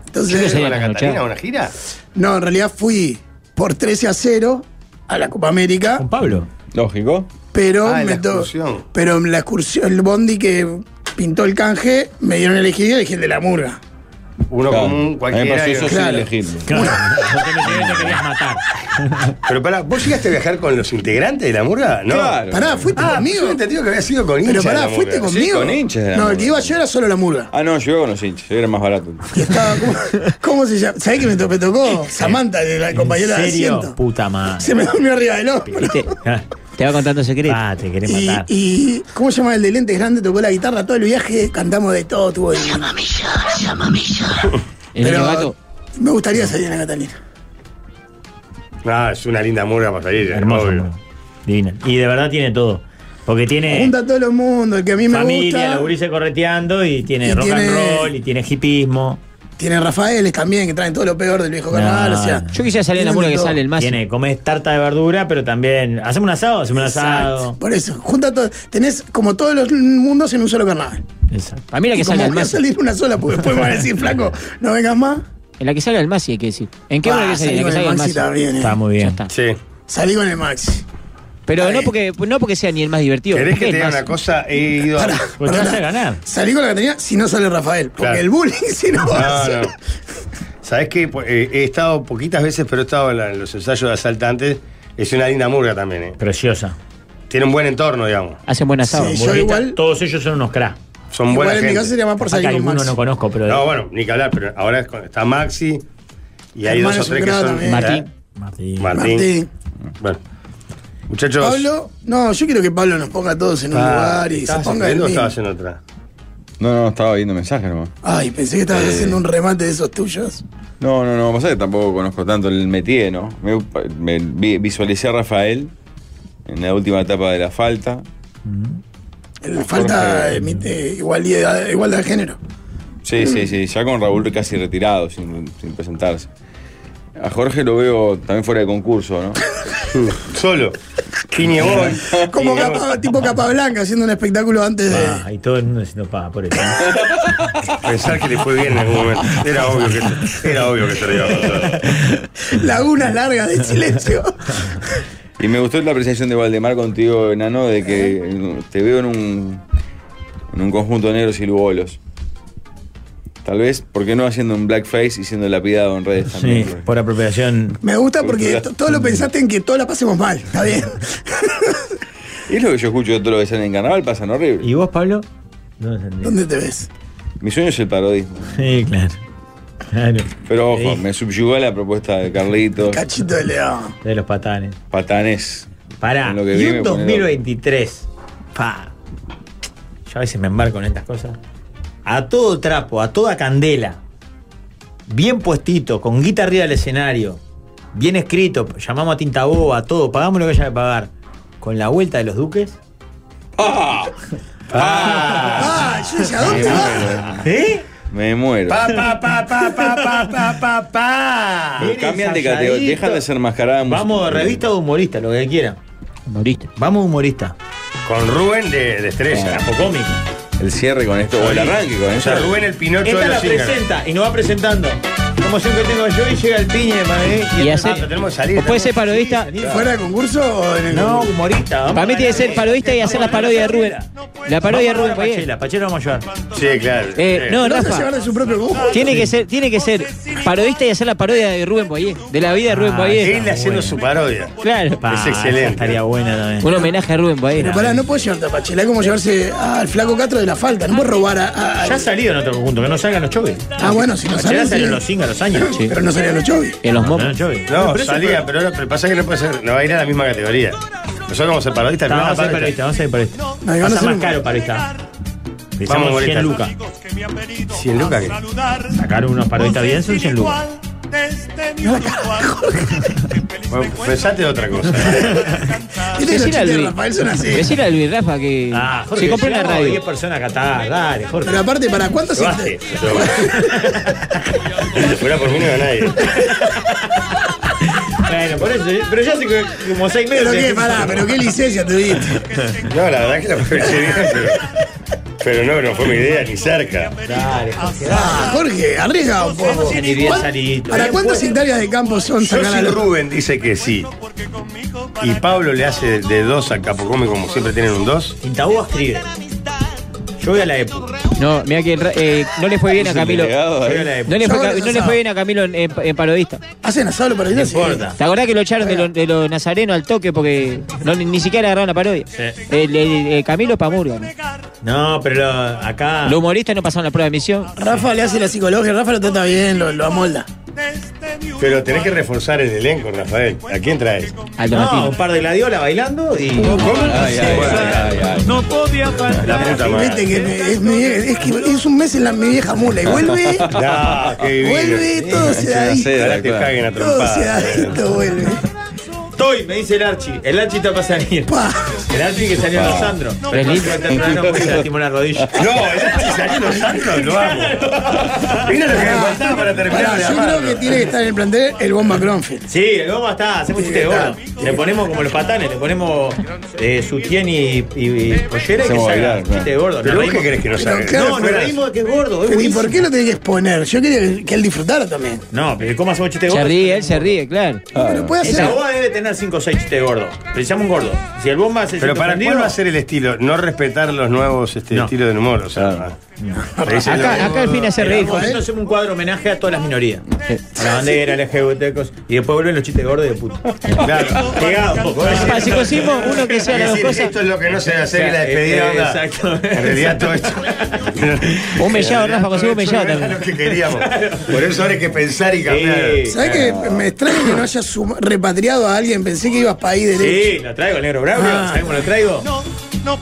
[SPEAKER 9] sabía
[SPEAKER 7] Entonces,
[SPEAKER 5] ¿Con la
[SPEAKER 9] Bueno,
[SPEAKER 5] Catalina
[SPEAKER 9] chao.
[SPEAKER 5] una gira?
[SPEAKER 7] no, en realidad fui por 13 a 0 a la Copa América.
[SPEAKER 6] Con Pablo.
[SPEAKER 8] Lógico.
[SPEAKER 7] Pero
[SPEAKER 5] Ah, en
[SPEAKER 7] me
[SPEAKER 5] la
[SPEAKER 7] to-
[SPEAKER 5] excursión.
[SPEAKER 7] Pero en la excursión, el bondi que pintó el canje, me dieron elegido y elegí el de la murga.
[SPEAKER 5] Uno
[SPEAKER 8] Claro.
[SPEAKER 5] común,
[SPEAKER 8] A mí me
[SPEAKER 5] cualquiera.
[SPEAKER 8] pasó
[SPEAKER 5] y-
[SPEAKER 8] eso
[SPEAKER 7] Claro.
[SPEAKER 8] sin elegirlo.
[SPEAKER 6] Claro. Yo te metí y te querías matar.
[SPEAKER 5] Pero pará, ¿vos llegaste a viajar con los integrantes de la murga? No.
[SPEAKER 8] Claro.
[SPEAKER 7] Pará, fuiste
[SPEAKER 5] Ah, amigo. Yo
[SPEAKER 7] conmigo.
[SPEAKER 5] entendido que había sido con
[SPEAKER 7] Pero
[SPEAKER 5] hinchas de la
[SPEAKER 7] pará,
[SPEAKER 5] murga.
[SPEAKER 7] fuiste
[SPEAKER 8] Sí,
[SPEAKER 7] conmigo.
[SPEAKER 8] con hinchas de la
[SPEAKER 7] no, el
[SPEAKER 8] murga.
[SPEAKER 7] que iba yo era solo la murga.
[SPEAKER 8] Ah, no, yo iba con los hinchas, yo era más barato.
[SPEAKER 7] Y estaba, ¿cómo, cómo se llama? ¿Sabés que me, to- me tocó? Samantha, de la compañera
[SPEAKER 6] ¿En
[SPEAKER 7] de
[SPEAKER 6] serio?
[SPEAKER 7] asiento.
[SPEAKER 6] Puta madre.
[SPEAKER 7] Se me durmió arriba del hombro.
[SPEAKER 9] Te, te va contando secretos.
[SPEAKER 6] Ah, te querés
[SPEAKER 7] Y,
[SPEAKER 6] matar.
[SPEAKER 7] y, ¿cómo se llama el de lentes grande? Tocó la guitarra todo el viaje, cantamos de todo, tuvo de-
[SPEAKER 9] el
[SPEAKER 7] Pero
[SPEAKER 9] otro gato.
[SPEAKER 7] me gustaría salir en la Catalina.
[SPEAKER 5] Ah, es una linda murga para salir.
[SPEAKER 6] Hermoso.
[SPEAKER 5] obvio.
[SPEAKER 6] mano. Divina. Y de verdad tiene todo. Porque tiene
[SPEAKER 7] Junta a todo el mundo, el que a mí me
[SPEAKER 6] Eh. familia, los
[SPEAKER 7] gusta.
[SPEAKER 6] gurises correteando y tiene
[SPEAKER 7] Y
[SPEAKER 6] rock and
[SPEAKER 7] tiene-
[SPEAKER 6] roll y tiene hipismo.
[SPEAKER 7] Tiene Rafaeles también, que traen todo lo peor del viejo carnaval.
[SPEAKER 6] No,
[SPEAKER 7] o sea,
[SPEAKER 9] Yo quisiera salir en la murga que sale el más.
[SPEAKER 6] Tiene, comes tarta de verdura, pero también. ¿Hacemos un asado? Hacemos un asado.
[SPEAKER 7] Por eso, junta todo. Tenés como todos los mundos en un solo carnaval.
[SPEAKER 6] Exacto.
[SPEAKER 9] A mí la
[SPEAKER 7] Y
[SPEAKER 9] que
[SPEAKER 7] como
[SPEAKER 9] sale el
[SPEAKER 7] voy a
[SPEAKER 9] más.
[SPEAKER 7] salir una sola, porque después me van a decir, flaco, no vengas más.
[SPEAKER 9] En la que sale el más, sí hay que decir. ¿En qué
[SPEAKER 7] Ah,
[SPEAKER 9] hora que sale?
[SPEAKER 7] salí
[SPEAKER 9] En la que
[SPEAKER 7] con el
[SPEAKER 9] sale el
[SPEAKER 7] Maxi
[SPEAKER 9] más.
[SPEAKER 7] también, eh.
[SPEAKER 6] Está muy
[SPEAKER 9] Ya
[SPEAKER 6] bien.
[SPEAKER 9] está.
[SPEAKER 5] Sí.
[SPEAKER 7] Salí con el Maxi.
[SPEAKER 9] Pero no porque, no porque sea ni el más divertido.
[SPEAKER 5] ¿Querés
[SPEAKER 9] porque
[SPEAKER 5] que
[SPEAKER 9] es
[SPEAKER 5] te diga
[SPEAKER 9] más-
[SPEAKER 5] una cosa? He ido a...
[SPEAKER 7] Salí con la que tenía si no sale Rafael. Porque
[SPEAKER 5] pues, Claro.
[SPEAKER 7] el bullying, si no, va a
[SPEAKER 5] No,
[SPEAKER 7] ser-
[SPEAKER 5] no. ¿Sabés qué? Po- eh, he estado poquitas veces, pero he estado en, la- en los ensayos de asaltantes. Es una linda murga también, ¿eh?
[SPEAKER 6] Preciosa.
[SPEAKER 5] Tiene un buen entorno, digamos.
[SPEAKER 9] Hacen buen asado.
[SPEAKER 5] Sí, yo igual-
[SPEAKER 6] Todos ellos son unos cracks.
[SPEAKER 5] Son buena gente.
[SPEAKER 6] Acá alguno no conozco, pero.
[SPEAKER 5] No, bueno, ni que hablar, pero ahora es con- está Maxi y hay
[SPEAKER 6] Germán
[SPEAKER 5] dos o
[SPEAKER 6] es un
[SPEAKER 5] tres que
[SPEAKER 6] grado
[SPEAKER 5] son.
[SPEAKER 6] también. Martín.
[SPEAKER 5] Martín.
[SPEAKER 7] Martín.
[SPEAKER 5] Bueno. Muchachos.
[SPEAKER 7] Pablo, no, yo quiero que Pablo nos ponga a todos en un
[SPEAKER 5] Ah,
[SPEAKER 7] lugar y se
[SPEAKER 5] ¿estabas
[SPEAKER 7] ponga el
[SPEAKER 5] escribiendo o
[SPEAKER 7] mismo.
[SPEAKER 5] estabas en otra?
[SPEAKER 8] No, no, estaba viendo mensajes nomás.
[SPEAKER 7] Ay, pensé que estabas
[SPEAKER 8] Eh.
[SPEAKER 7] haciendo un remate de esos tuyos.
[SPEAKER 8] No, no, no, pasa que tampoco conozco tanto el métier, ¿no? Me, me vi- visualicé a Rafael en la última etapa de la falta.
[SPEAKER 7] El falta
[SPEAKER 8] Jorge.
[SPEAKER 7] emite igualdad, igualdad de género.
[SPEAKER 8] Sí, sí, sí, ya con Raúl casi retirado, sin, sin presentarse. A Jorge lo veo también fuera de concurso, ¿no?
[SPEAKER 5] Solo.
[SPEAKER 7] Como capa- tipo capa blanca haciendo un espectáculo antes de.
[SPEAKER 6] Ah, y todo el mundo diciendo pa, por eso.
[SPEAKER 5] Pensar que le fue bien en algún momento. Era obvio que, era obvio que se le iba a pasar.
[SPEAKER 7] Lagunas largas de silencio.
[SPEAKER 8] Y me gustó la apreciación de Valdemar contigo, enano, de que te veo en un, en un conjunto negro silbolos. Tal vez, ¿por qué no haciendo un blackface y siendo lapidado en redes
[SPEAKER 6] Sí,
[SPEAKER 8] también?
[SPEAKER 6] por apropiación.
[SPEAKER 7] Me gusta porque to- todo lo pensaste en que todos la pasemos mal. Está bien.
[SPEAKER 8] Y es lo que yo escucho todos los que salen en carnaval, pasan horrible.
[SPEAKER 6] ¿Y vos, Pablo?
[SPEAKER 7] ¿Dónde te ves?
[SPEAKER 8] Mi sueño es el parodismo.
[SPEAKER 6] Sí, claro. Claro.
[SPEAKER 8] Pero ojo, me subyugó la propuesta de Carlitos.
[SPEAKER 7] Cachito de león.
[SPEAKER 6] De los patanes.
[SPEAKER 8] Patanes.
[SPEAKER 6] Pará.
[SPEAKER 8] Con lo que
[SPEAKER 6] y
[SPEAKER 8] vi
[SPEAKER 6] un
[SPEAKER 8] me pone
[SPEAKER 6] 2023. Pa. Yo a veces me embarco en estas cosas. A todo trapo, a toda candela. Bien puestito, con guita arriba del escenario. Bien escrito, llamamos a Tinta Boba, todo, pagamos lo que haya que pagar. Con la vuelta de los duques.
[SPEAKER 8] ¡Ah!
[SPEAKER 7] ¡Ah! Yo decía, ¿a dónde va?
[SPEAKER 6] ¿Eh?
[SPEAKER 8] Me muero.
[SPEAKER 5] Pa, pa, pa, pa, pa, pa, pa, pa, pa.
[SPEAKER 8] Pero Ah, cambian de categoría, dejan de ser mascarada mus-
[SPEAKER 6] Ah, Vamos, revista o humorista, lo que quieran.
[SPEAKER 9] Humorista.
[SPEAKER 6] Vamos, humorista.
[SPEAKER 5] Con Rubén de, de estrella.
[SPEAKER 6] O cómico.
[SPEAKER 8] El cierre con esto, o el arranque con
[SPEAKER 5] O sea,
[SPEAKER 8] esto.
[SPEAKER 5] Rubén el Pinocho
[SPEAKER 6] Esta
[SPEAKER 5] de
[SPEAKER 6] la
[SPEAKER 5] los Singer.
[SPEAKER 6] presenta y nos va presentando. Como siempre tengo yo y llega el piñe de Madrid.
[SPEAKER 9] Y hace-
[SPEAKER 6] Ah, pero tenemos que
[SPEAKER 9] o puede ser parodista.
[SPEAKER 7] ¿Fuera de concurso o en el.?
[SPEAKER 6] No, humorista. vamos
[SPEAKER 9] Para mí
[SPEAKER 6] a
[SPEAKER 9] tiene que
[SPEAKER 6] ganar.
[SPEAKER 9] ser parodista y hacer la parodia de Rubén. La parodia de Rubén
[SPEAKER 6] Vamos a llevar a
[SPEAKER 9] Payet.
[SPEAKER 6] Pachela, Pachela vamos a llevar.
[SPEAKER 5] Sí, claro.
[SPEAKER 9] Eh, no,
[SPEAKER 7] ¿Lo vas a
[SPEAKER 9] Rafa.
[SPEAKER 7] llevar de su propio grupo?
[SPEAKER 9] Tiene que ser, tiene que ser parodista y hacer la parodia de Rubén Boyer, de la vida de Rubén
[SPEAKER 6] Ah,
[SPEAKER 9] Boyer.
[SPEAKER 5] Él haciendo su parodia.
[SPEAKER 9] Claro.
[SPEAKER 6] Pa,
[SPEAKER 5] Es
[SPEAKER 6] esa
[SPEAKER 5] excelente.
[SPEAKER 6] Estaría buena también.
[SPEAKER 9] Un homenaje a Rubén Boyer.
[SPEAKER 7] Pero pará, no puedes llevarte a Pachela. Es como llevarse al flaco Castro de la falta. No puedes robar a. a-
[SPEAKER 6] Ya ha salido en otro conjunto, que no salgan los chovis.
[SPEAKER 7] Ah, bueno, si no
[SPEAKER 6] Pachela
[SPEAKER 7] salen.
[SPEAKER 6] salió
[SPEAKER 7] sí.
[SPEAKER 6] en los cingas, los años.
[SPEAKER 9] Sí.
[SPEAKER 7] Pero no salían los chovis.
[SPEAKER 9] En los
[SPEAKER 6] No,
[SPEAKER 9] mopos.
[SPEAKER 6] los chovis.
[SPEAKER 5] No,
[SPEAKER 6] pero eso
[SPEAKER 5] salía, pero, no- pero pasa que no puede ser, no va a ir a la misma categoría. Nosotros vamos a ser parodistas,
[SPEAKER 6] fue-
[SPEAKER 5] pero
[SPEAKER 6] No, vamos a
[SPEAKER 5] nada,
[SPEAKER 6] ser parodista, vamos a ser parodista.
[SPEAKER 7] No, y van a
[SPEAKER 6] Pasa
[SPEAKER 7] ser
[SPEAKER 6] más
[SPEAKER 7] un-
[SPEAKER 6] caro parodista.
[SPEAKER 5] Vamos,
[SPEAKER 6] Pensamos 100
[SPEAKER 5] parodista.
[SPEAKER 6] lucas.
[SPEAKER 5] 100 lucas que.
[SPEAKER 6] Sacar unos parodistas bien son 100 lucas.
[SPEAKER 5] Bueno, pensate de otra cosa.
[SPEAKER 7] Viste que
[SPEAKER 9] Decir
[SPEAKER 7] los
[SPEAKER 9] a
[SPEAKER 7] chistes de
[SPEAKER 9] Luis.
[SPEAKER 7] Rafael son así.
[SPEAKER 9] Decir a Luis Rafa que
[SPEAKER 6] Ah, Jorge,
[SPEAKER 9] se compró una
[SPEAKER 6] llegamos a
[SPEAKER 9] radio.
[SPEAKER 6] 10 personas Qatar, dale, Jorge.
[SPEAKER 7] Pero aparte, ¿para cuántos
[SPEAKER 5] Lo hace. Si fuera por mí no era nadie.
[SPEAKER 6] Bueno, por eso, pero ya hace que- como 6 meses.
[SPEAKER 7] Pero qué,
[SPEAKER 6] que-
[SPEAKER 7] pará, pero qué licencia tuviste.
[SPEAKER 5] No, la verdad que la aproveché bien, pero. Pero no, no fue mi idea, ni cerca.
[SPEAKER 6] Dale, Jorge, dale.
[SPEAKER 7] Ah, Jorge, arriesga un poco.
[SPEAKER 6] Ni bien
[SPEAKER 7] ¿Cuán-
[SPEAKER 6] salidito.
[SPEAKER 7] ¿Para
[SPEAKER 6] Bien
[SPEAKER 7] cuántas
[SPEAKER 6] puesto.
[SPEAKER 7] hectáreas de campo son
[SPEAKER 5] Yo
[SPEAKER 7] sacar a
[SPEAKER 5] si
[SPEAKER 7] la
[SPEAKER 5] Rubén dice que sí. Y Pablo le hace de dos a Capocome, como siempre tienen un dos.
[SPEAKER 6] Intabúa escribe. Yo voy a la EPU.
[SPEAKER 9] No, mira que el ra- eh, no le fue bien a
[SPEAKER 8] Es el
[SPEAKER 9] Camilo.
[SPEAKER 6] Yo
[SPEAKER 8] delegado
[SPEAKER 6] voy a
[SPEAKER 8] ahí.
[SPEAKER 6] la EPU.
[SPEAKER 9] No le fue,
[SPEAKER 7] Yo
[SPEAKER 9] ca-
[SPEAKER 7] no
[SPEAKER 9] no le
[SPEAKER 7] sabe.
[SPEAKER 9] fue bien a Camilo en, en- en parodista.
[SPEAKER 7] ¿Hacen asado para
[SPEAKER 6] No
[SPEAKER 7] Ignacio?
[SPEAKER 6] importa.
[SPEAKER 9] ¿Te acordás que lo echaron de lo, de lo nazareno al toque porque no, ni, ni siquiera agarraron la parodia? El, el- el Camilo Pamurga. ¿no?
[SPEAKER 6] Ah. No, pero lo- acá.
[SPEAKER 9] Los humoristas no pasaron la prueba de misión.
[SPEAKER 7] Rafa le hace la psicología, Rafa lo trata bien, lo, lo amolda.
[SPEAKER 5] Pero tenés que reforzar el elenco, Rafael. ¿A quién traes?
[SPEAKER 9] Al
[SPEAKER 6] No,
[SPEAKER 9] Donatino.
[SPEAKER 6] un par de gladiolas bailando y.
[SPEAKER 8] Ay, ay, ay, ay, ay.
[SPEAKER 3] No podía
[SPEAKER 5] La
[SPEAKER 3] faltar.
[SPEAKER 5] puta
[SPEAKER 7] Viste
[SPEAKER 5] madre.
[SPEAKER 7] que me- es, mi vieja- es que es un mes en la mi vieja mula y vuelve,
[SPEAKER 5] Ah, qué
[SPEAKER 7] vuelve,
[SPEAKER 5] divino.
[SPEAKER 7] todo
[SPEAKER 8] Sí,
[SPEAKER 7] se da
[SPEAKER 8] sí,
[SPEAKER 5] Ojalá te
[SPEAKER 8] claro.
[SPEAKER 5] caguen a
[SPEAKER 7] todo se da
[SPEAKER 5] trompadas.
[SPEAKER 7] vuelve.
[SPEAKER 6] Estoy, me dice el Archi. El Archi está para salir.
[SPEAKER 7] Pa.
[SPEAKER 6] El Archi que salió en los Sandros.
[SPEAKER 5] No,
[SPEAKER 6] Pero el
[SPEAKER 5] no,
[SPEAKER 6] Archi temprano porque se lastimó la rodilla.
[SPEAKER 5] No, el Archi salió en los Sandros, lo amo. Mira lo que me faltaba para terminar. de
[SPEAKER 7] Ah, Yo
[SPEAKER 5] amarlo.
[SPEAKER 7] creo que tiene que estar en el plantel el Bomba Cronfield.
[SPEAKER 6] Sí, el bomba está, hacemos chiste de gordo. Le ponemos como los patanes, le ponemos eh, sutien y, y, y pollera y que salga
[SPEAKER 8] Hacemos bailar,
[SPEAKER 6] un chiste de
[SPEAKER 8] claro.
[SPEAKER 6] gordo.
[SPEAKER 8] Pero
[SPEAKER 6] Nos
[SPEAKER 8] vos qué
[SPEAKER 6] reímos.
[SPEAKER 8] querés que nos Pero haga? claro,
[SPEAKER 6] No, nos
[SPEAKER 8] fuera.
[SPEAKER 6] reímos de que es gordo. es
[SPEAKER 7] Pero ¿y
[SPEAKER 6] buenísimo.
[SPEAKER 7] por qué lo tenés que exponer? Yo quería que él disfrutara también.
[SPEAKER 6] No, pero ¿cómo hacemos chiste de
[SPEAKER 9] Se
[SPEAKER 6] gordo?
[SPEAKER 9] ríe, él se ríe, claro.
[SPEAKER 7] Pero puede
[SPEAKER 6] Esa
[SPEAKER 7] hacer.
[SPEAKER 6] boda debe tener 5 o 6 chistes de gordo. Precisamos un gordo. Si el bomba se
[SPEAKER 5] Pero
[SPEAKER 6] siente
[SPEAKER 5] para
[SPEAKER 6] ofendido,
[SPEAKER 5] cuál va a ser el estilo, no respetar los nuevos este, estilos de humor, o sea. Ese es lo-
[SPEAKER 9] Acá, acá al fin hace reír.
[SPEAKER 6] Nosotros hacemos un cuadro homenaje a todas las minorías. A la bandera, LGBT, cosas. Y después vuelven los chistes de gordo y de puto.
[SPEAKER 5] Claro.
[SPEAKER 6] Pegado.
[SPEAKER 9] Para psicocismo, uno que sea
[SPEAKER 5] Es
[SPEAKER 9] las dos
[SPEAKER 5] decir,
[SPEAKER 9] cosas.
[SPEAKER 5] Esto es lo que no se debe hacer
[SPEAKER 6] O sea,
[SPEAKER 5] y la despedida.
[SPEAKER 6] eh,
[SPEAKER 5] onda.
[SPEAKER 6] exacto.
[SPEAKER 5] En realidad todo esto.
[SPEAKER 9] Un mellado, Rafa, consigo un
[SPEAKER 5] Eso no
[SPEAKER 9] mellado
[SPEAKER 5] era
[SPEAKER 9] también.
[SPEAKER 5] lo que queríamos. Por eso ahora hay que pensar y cambiar.
[SPEAKER 7] ¿Sabés que me extraña que no hayas sum- repatriado a alguien? Pensé que ibas para ahí derecho.
[SPEAKER 6] Sí, lo traigo, el negro bravo.
[SPEAKER 7] Ah.
[SPEAKER 6] ¿Sabes cómo lo traigo?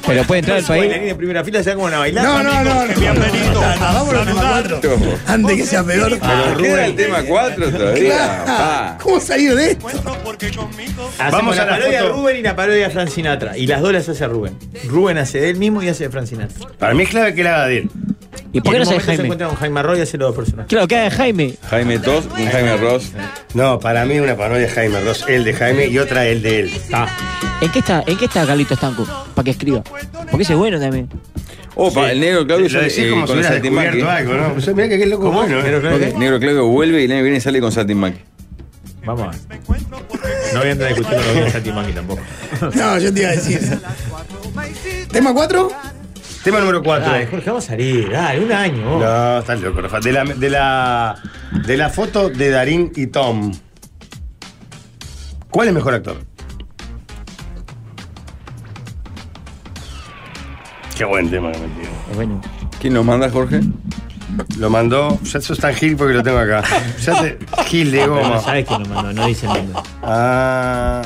[SPEAKER 9] Pero puede entrar al
[SPEAKER 6] Los
[SPEAKER 9] país.
[SPEAKER 6] bailarines de primera fila, ¿sabes cómo van a bailar?
[SPEAKER 7] No, no, no. no.
[SPEAKER 4] Bienvenido
[SPEAKER 7] Ah, Vámonos al tema 4. Antes que sea peor.
[SPEAKER 8] Pero queda el tema 4 todavía.
[SPEAKER 7] Claro.
[SPEAKER 8] pa.
[SPEAKER 7] ¿Cómo salir de esto?
[SPEAKER 6] Hacemos
[SPEAKER 5] Vamos
[SPEAKER 6] la
[SPEAKER 5] a la
[SPEAKER 6] parodia
[SPEAKER 5] foto.
[SPEAKER 6] de Rubén y la parodia de Frank Sinatra. Y las dos las hace Rubén. Rubén hace de él mismo y hace de Frank Sinatra.
[SPEAKER 5] Para mí es clave que la haga de él.
[SPEAKER 9] ¿Y por
[SPEAKER 6] Y
[SPEAKER 9] qué
[SPEAKER 6] en
[SPEAKER 9] no
[SPEAKER 6] un
[SPEAKER 9] se
[SPEAKER 6] momento se
[SPEAKER 9] Jaime?
[SPEAKER 6] encuentra con Jaime Arroyo y hace los dos personajes.
[SPEAKER 9] Claro, queda de Jaime.
[SPEAKER 8] Jaime Tos, un Jaime Ross.
[SPEAKER 5] No, para mí una parodia es Jaime Ross, el de Jaime y otra el de él.
[SPEAKER 9] ¿En qué está, en qué está Carlitos Tanco? Para que escriba. Porque ese es bueno también.
[SPEAKER 8] Opa, el negro Claudio
[SPEAKER 5] Lo decís
[SPEAKER 8] sale, eh,
[SPEAKER 5] como si
[SPEAKER 8] con el
[SPEAKER 5] hubieras
[SPEAKER 8] saltimbanqui.
[SPEAKER 5] descubierto algo, ¿no? Pues, mirá que aquel loco
[SPEAKER 6] ¿Cómo?
[SPEAKER 5] bueno, ¿eh?
[SPEAKER 6] Pero claro que-
[SPEAKER 8] El negro Claudio vuelve y el año que viene sale con Saltimbanqui.
[SPEAKER 6] Vamos a ver. No voy a entrar discutiendo con los Santimaki tampoco.
[SPEAKER 7] No, yo te iba a decir. ¿Tema 4?
[SPEAKER 5] Tema número 4.
[SPEAKER 6] Dale, Jorge, vamos a salir. Dale, un año. vos.
[SPEAKER 5] No, estás loco, Rafa. De la, de la, de la foto de Darín y Tom. ¿Cuál es mejor actor? Qué buen tema que metió.
[SPEAKER 9] Es bueno.
[SPEAKER 8] ¿Quién nos manda, Jorge?
[SPEAKER 5] Lo mandó. Ya sos tan Gil porque lo tengo acá. Ya te, Gil de
[SPEAKER 6] Pero no
[SPEAKER 5] goma.
[SPEAKER 6] sabes quién lo mandó, no dicen dónde.
[SPEAKER 5] Ah.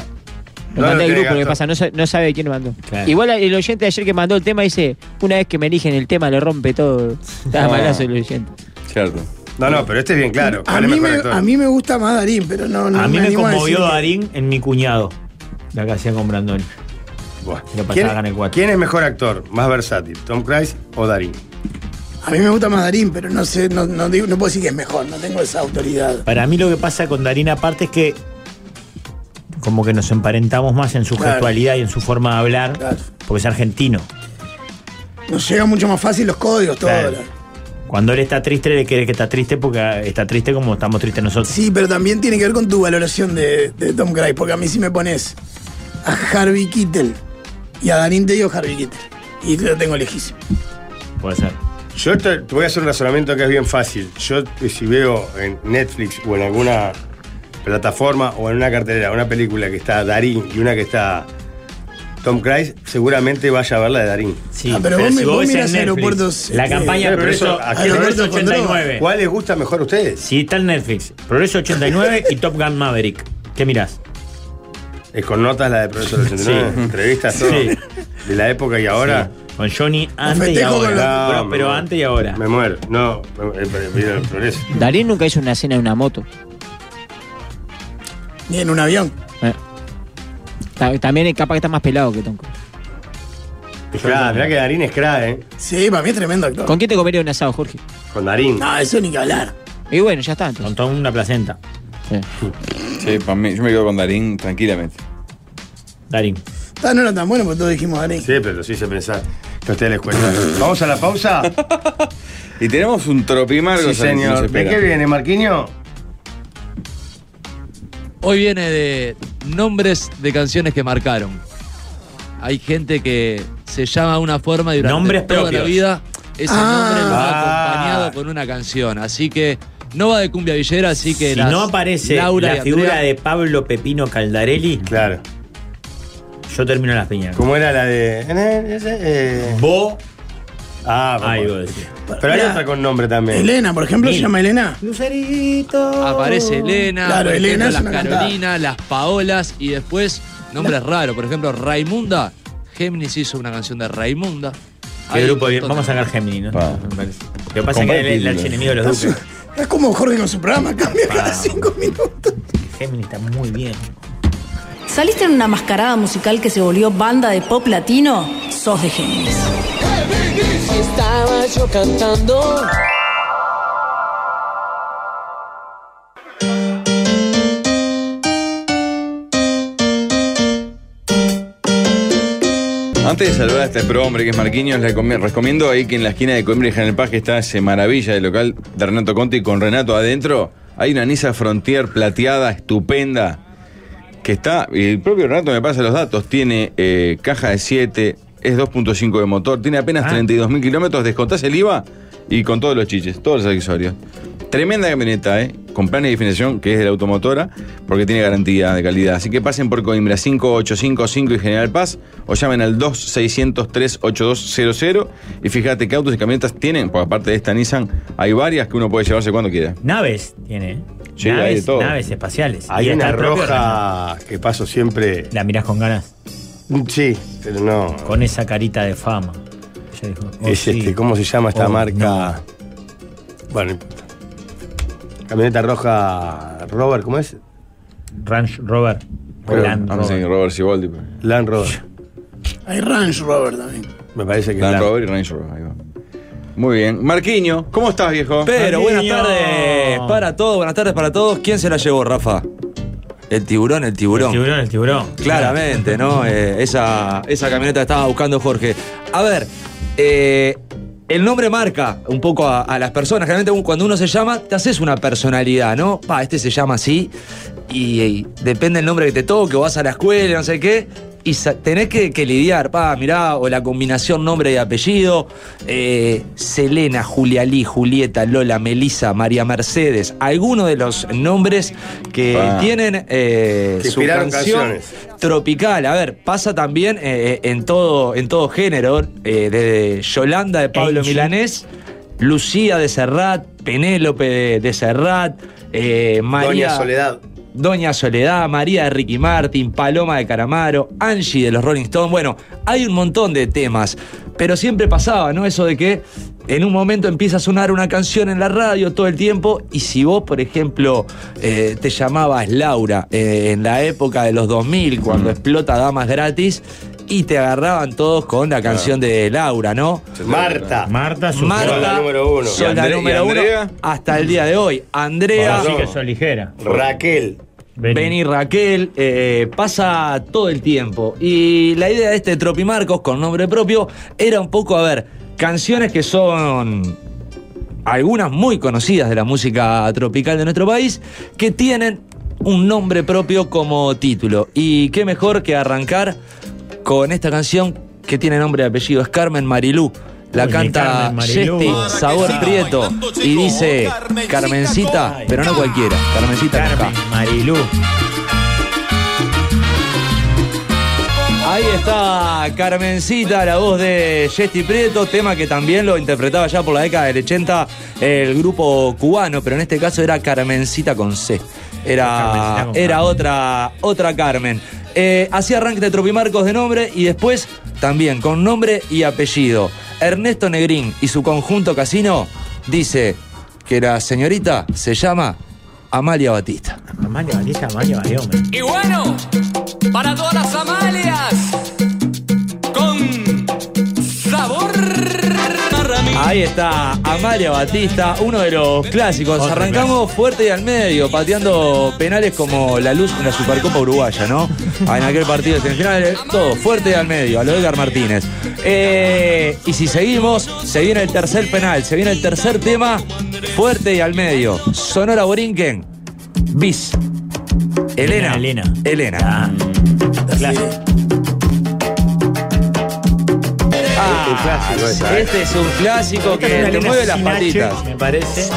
[SPEAKER 9] Lo
[SPEAKER 5] no
[SPEAKER 9] mandé al
[SPEAKER 5] tiene
[SPEAKER 9] grupo, lo que
[SPEAKER 5] gasto.
[SPEAKER 9] pasa, no, sa- no sabe quién lo mandó.
[SPEAKER 6] Claro.
[SPEAKER 9] Igual el oyente ayer que mandó el tema dice, una vez que me eligen el tema lo rompe todo. Estaba
[SPEAKER 8] Ah.
[SPEAKER 9] malazo el oyente.
[SPEAKER 8] Cierto.
[SPEAKER 5] No, no, pero este es bien claro.
[SPEAKER 7] A
[SPEAKER 5] ¿Cuál es
[SPEAKER 7] mí,
[SPEAKER 5] mejor
[SPEAKER 7] me,
[SPEAKER 5] actor?
[SPEAKER 7] a mí me gusta más Darín, pero no, no
[SPEAKER 6] A mí me
[SPEAKER 7] animo a
[SPEAKER 6] conmovió
[SPEAKER 7] decir-
[SPEAKER 6] Darín en mi cuñado. La que hacía con Brandoni.
[SPEAKER 5] Buah.
[SPEAKER 6] Lo pasaba
[SPEAKER 5] ¿Quién,
[SPEAKER 6] acá en el cuatro.
[SPEAKER 5] quién es mejor actor? Más versátil, Tom Cruise o Darín?
[SPEAKER 7] A mí me gusta más Darín, pero no sé, no, no digo- no puedo decir que es mejor, no tengo esa autoridad.
[SPEAKER 6] Para mí lo que pasa con Darín aparte es que como que nos emparentamos más en su
[SPEAKER 7] Claro.
[SPEAKER 6] gestualidad y en su forma de hablar,
[SPEAKER 7] Claro.
[SPEAKER 6] porque es argentino.
[SPEAKER 7] Nos llegan mucho más fácil los códigos, todo.
[SPEAKER 6] Claro. Cuando él está triste, le quiere que está triste porque ah, está triste como estamos tristes nosotros.
[SPEAKER 7] Sí, pero también tiene que ver con tu valoración de, de Tom Cruise, porque a mí si me pones a Harvey Keitel y a Darín te digo Harvey Keitel. Y lo tengo lejísimo.
[SPEAKER 6] Puede ser.
[SPEAKER 5] Yo te, te voy a hacer un razonamiento que es bien fácil. Yo, eh, si veo en Netflix o en alguna plataforma o en una cartelera una película que está Darín y una que está Tom Cruise, seguramente vaya a ver la de Darín.
[SPEAKER 6] Sí,
[SPEAKER 7] Ah, pero vos me- vos
[SPEAKER 6] ves en
[SPEAKER 7] mirás
[SPEAKER 6] Netflix,
[SPEAKER 7] aeropuertos,
[SPEAKER 6] La
[SPEAKER 7] eh,
[SPEAKER 6] campaña
[SPEAKER 5] pero
[SPEAKER 6] Progreso, Ah,
[SPEAKER 5] eso, ¿a qué
[SPEAKER 6] Progreso
[SPEAKER 7] aeropuerto con droga?
[SPEAKER 6] 89.
[SPEAKER 5] ¿Cuál les gusta mejor a ustedes?
[SPEAKER 6] Sí, está en Netflix. Progreso 89 y Top Gun Maverick. ¿Qué mirás?
[SPEAKER 5] Es con notas la de Profesor 89,
[SPEAKER 6] Sí.
[SPEAKER 5] entrevistas, todo.
[SPEAKER 6] Sí.
[SPEAKER 5] De la época y ahora.
[SPEAKER 6] Con Johnny antes y
[SPEAKER 7] festejo
[SPEAKER 6] ahora.
[SPEAKER 7] con
[SPEAKER 5] los-
[SPEAKER 6] Pero- pero antes y ahora.
[SPEAKER 5] Me muero. No, me- eh, pero- pero el progreso.
[SPEAKER 9] Darín nunca hizo una cena en una moto.
[SPEAKER 7] Ni en un avión.
[SPEAKER 9] Eh. Ta- También es capaz que está más pelado que Tonko.
[SPEAKER 5] Es cra, mirá que Darín es cra, ¿eh?
[SPEAKER 7] Sí, para mí es tremendo actor.
[SPEAKER 9] ¿Con quién te comería un asado, Jorge?
[SPEAKER 5] Con Darín.
[SPEAKER 7] No, eso ni que hablar.
[SPEAKER 9] Y bueno, ya está. entonces.
[SPEAKER 6] Con toda una placenta.
[SPEAKER 9] Sí.
[SPEAKER 8] Sí, pa' mí, yo me quedo con Darín tranquilamente.
[SPEAKER 6] Darín.
[SPEAKER 7] Ah, no era tan bueno porque todos dijimos Darín.
[SPEAKER 5] Sí, pero los hice pensar que a ustedes les cuesta. Vamos a la pausa.
[SPEAKER 8] Y tenemos un tropimargo
[SPEAKER 5] Sí, señor. ¿De qué viene, Marquiño?
[SPEAKER 14] Hoy viene de nombres de canciones que marcaron. Hay gente que se llama de una forma y durante
[SPEAKER 6] Nombres
[SPEAKER 14] toda
[SPEAKER 6] propios.
[SPEAKER 14] la vida ese
[SPEAKER 7] Ah.
[SPEAKER 14] nombre lo
[SPEAKER 5] Ah.
[SPEAKER 14] ha acompañado con una canción. Así que no va de cumbia villera, así que
[SPEAKER 6] Si
[SPEAKER 14] las
[SPEAKER 6] no aparece
[SPEAKER 14] Laura y
[SPEAKER 6] la figura
[SPEAKER 14] Andrea-
[SPEAKER 6] de Pablo Pepino Caldarelli,
[SPEAKER 5] Claro.
[SPEAKER 6] yo termino las piñas.
[SPEAKER 5] ¿Cómo era la de.? Eh,
[SPEAKER 6] Bo.
[SPEAKER 5] Ah,
[SPEAKER 6] Ay,
[SPEAKER 5] vamos.
[SPEAKER 6] iba a decir.
[SPEAKER 5] Pero hay
[SPEAKER 7] Mirá,
[SPEAKER 5] otra con nombre también.
[SPEAKER 7] Elena, por ejemplo, se
[SPEAKER 6] Mira.
[SPEAKER 7] llama Elena.
[SPEAKER 6] Lucerito.
[SPEAKER 14] aparece Elena,
[SPEAKER 7] Claro,
[SPEAKER 14] por ejemplo,
[SPEAKER 7] Elena es
[SPEAKER 14] las
[SPEAKER 7] una cantada.
[SPEAKER 14] Carolina, las Paolas y después nombres raros. Por ejemplo, Raimunda. Géminis hizo una canción de Raimunda.
[SPEAKER 6] Qué
[SPEAKER 14] Hay
[SPEAKER 6] grupo
[SPEAKER 14] un
[SPEAKER 6] bien.
[SPEAKER 14] montón
[SPEAKER 6] Vamos a
[SPEAKER 14] de-
[SPEAKER 6] sacar Gemini, ¿no?
[SPEAKER 8] Pa.
[SPEAKER 6] Me parece. Lo que pasa es que
[SPEAKER 8] Compatible.
[SPEAKER 6] él es el archienemigo de los
[SPEAKER 7] Es,
[SPEAKER 6] duques.
[SPEAKER 7] es como Jorge con su programa, cambia cada cinco minutos.
[SPEAKER 6] Gemini está muy bien.
[SPEAKER 11] ¿Saliste en una mascarada musical que se volvió banda de pop latino? Sos de genios.
[SPEAKER 1] Estaba yo cantando.
[SPEAKER 8] Antes de saludar a este pro hombre que es Marquinhos, les recom- recomiendo ahí que en la esquina de Coimbra y General Paz, que está ese maravilla de local de Renato Conti con Renato adentro, hay una Nisa Frontier plateada, estupenda, que está, y el propio Renato me pasa los datos, tiene eh, caja de 7, es 2.5 de motor, tiene apenas 32.000 kilómetros, descontás el IVA y con todos los chiches, todos los accesorios. Tremenda camioneta, ¿eh? Con planes de financiación, que es de la automotora, porque tiene garantía de calidad. Así que pasen por Coimbra 5855 y General Paz, o llamen al 2603-8200 y fíjate qué autos y camionetas tienen, porque aparte de esta Nissan, hay varias que uno puede llevarse cuando quiera.
[SPEAKER 6] Naves tiene.
[SPEAKER 8] Sí,
[SPEAKER 6] naves,
[SPEAKER 8] hay de todo.
[SPEAKER 6] naves espaciales.
[SPEAKER 5] Hay
[SPEAKER 6] Y está
[SPEAKER 5] una
[SPEAKER 6] el propio
[SPEAKER 5] roja que paso siempre. Mm,
[SPEAKER 6] ¿La mirás con ganas?
[SPEAKER 5] Sí, pero no.
[SPEAKER 6] Con esa carita de fama. Ella dijo, oh,
[SPEAKER 5] es
[SPEAKER 6] sí.
[SPEAKER 5] este, ¿cómo se llama esta
[SPEAKER 6] Oh,
[SPEAKER 5] marca? Bueno, no importa. Camioneta roja Robert, ¿cómo es?
[SPEAKER 6] Ranch Rover.
[SPEAKER 5] Creo-
[SPEAKER 6] Land
[SPEAKER 5] ah,
[SPEAKER 6] Rover.
[SPEAKER 8] Sí, Robert Siboldi. pues.
[SPEAKER 5] Land Rover.
[SPEAKER 7] Hay Ranch Rover también.
[SPEAKER 5] Me parece que
[SPEAKER 8] Land
[SPEAKER 5] es Land.
[SPEAKER 8] Rover y Range Rover. ahí va. Muy bien. Marquiño, ¿cómo estás, viejo?
[SPEAKER 15] Pero buenas tardes para todos, buenas tardes para todos. ¿Quién se la llevó, Rafa? El tiburón, el tiburón.
[SPEAKER 6] El tiburón, el tiburón.
[SPEAKER 15] Claramente, ¿no? Eh, esa, esa camioneta estaba buscando Jorge. A ver, eh, el nombre marca un poco a, a las personas. Realmente cuando uno se llama, te haces una personalidad, ¿no? Pa, este se llama así. Y, y depende el nombre que te toque, o vas a la escuela, no sé qué. Y sa- tenés que, que lidiar, pa, mirá, o la combinación nombre y apellido. eh, Selena, Julia Lee, Julieta, Lola, Melisa, María Mercedes. Algunos de los nombres que
[SPEAKER 5] Pa.
[SPEAKER 15] tienen eh,
[SPEAKER 5] Que
[SPEAKER 15] su
[SPEAKER 5] inspiraron
[SPEAKER 15] canción
[SPEAKER 5] canciones.
[SPEAKER 15] tropical. A ver, pasa también eh, en, todo, en todo género, eh, desde Yolanda de Pablo
[SPEAKER 6] Angie.
[SPEAKER 15] Milanés, Lucía de Serrat, Penélope de, de Serrat, eh, María.
[SPEAKER 5] Soledad.
[SPEAKER 15] Doña Soledad, María de Ricky Martin, Paloma de Caramaro, Angie de los Rolling Stones. Bueno, hay un montón de temas, pero siempre pasaba, ¿no? Eso de que en un momento empieza a sonar una canción en la radio todo el tiempo y si vos, por ejemplo, eh, te llamabas Laura eh, en la época de los 2000, cuando explota Damas Gratis, y te agarraban todos con la canción de Laura, ¿no?
[SPEAKER 5] Marta.
[SPEAKER 6] Marta, su
[SPEAKER 15] Marta,
[SPEAKER 5] la número uno.
[SPEAKER 15] sos la número uno hasta el día de hoy. Andrea.
[SPEAKER 6] Así que sos ligera.
[SPEAKER 5] Raquel.
[SPEAKER 6] Beni.
[SPEAKER 15] Beni Raquel, eh, pasa todo el tiempo. Y la idea de este Tropi Marcos con nombre propio era un poco, a ver, canciones que son algunas muy conocidas de la música tropical de nuestro país, que tienen un nombre propio como título. Y qué mejor que arrancar con esta canción que tiene nombre y apellido, es Carmen Marilú. La
[SPEAKER 6] Oye,
[SPEAKER 15] canta
[SPEAKER 6] Carmen Marilú.
[SPEAKER 15] Jesti
[SPEAKER 6] Ahora que
[SPEAKER 15] Sabor
[SPEAKER 6] siga
[SPEAKER 15] Prieto y dice Carmencita, pero no cualquiera, Carmencita Carmen
[SPEAKER 6] Marilú.
[SPEAKER 15] Ahí está Carmencita, la voz de Jesti Prieto, tema que también lo interpretaba ya por la década del eh, 80 el grupo cubano, pero en este caso era Carmencita con C.
[SPEAKER 6] Carmencita
[SPEAKER 15] Era,
[SPEAKER 6] con
[SPEAKER 15] era
[SPEAKER 6] Carmen.
[SPEAKER 15] otra, otra Carmen. Eh, así arranque de Tropimarcos de nombre y después también con nombre y apellido. Ernesto Negrín y su conjunto casino dice que la señorita se llama Amalia Batista.
[SPEAKER 6] Amalia Batista, Amalia Batista, hombre.
[SPEAKER 16] Y bueno, para todas las amalias, con sabor.
[SPEAKER 15] Ahí está Amalia Batista, uno de los clásicos. Arrancamos fuerte y al medio, pateando penales como la luz en la Supercopa Uruguaya, ¿no? En aquel partido de semifinales, todo fuerte y al medio, a lo de Edgar Martínez. Eh, y si seguimos, se viene el tercer penal, se viene el tercer tema, fuerte y al medio. Sonora Borinquen, bis. Elena.
[SPEAKER 6] Elena,
[SPEAKER 15] Elena.
[SPEAKER 9] este
[SPEAKER 15] Ah,
[SPEAKER 6] clásico esa, ¿eh?
[SPEAKER 15] este es un clásico que
[SPEAKER 6] Esta es una
[SPEAKER 15] te
[SPEAKER 6] Elena
[SPEAKER 15] mueve las
[SPEAKER 6] sin H,
[SPEAKER 15] patitas.
[SPEAKER 6] Me parece.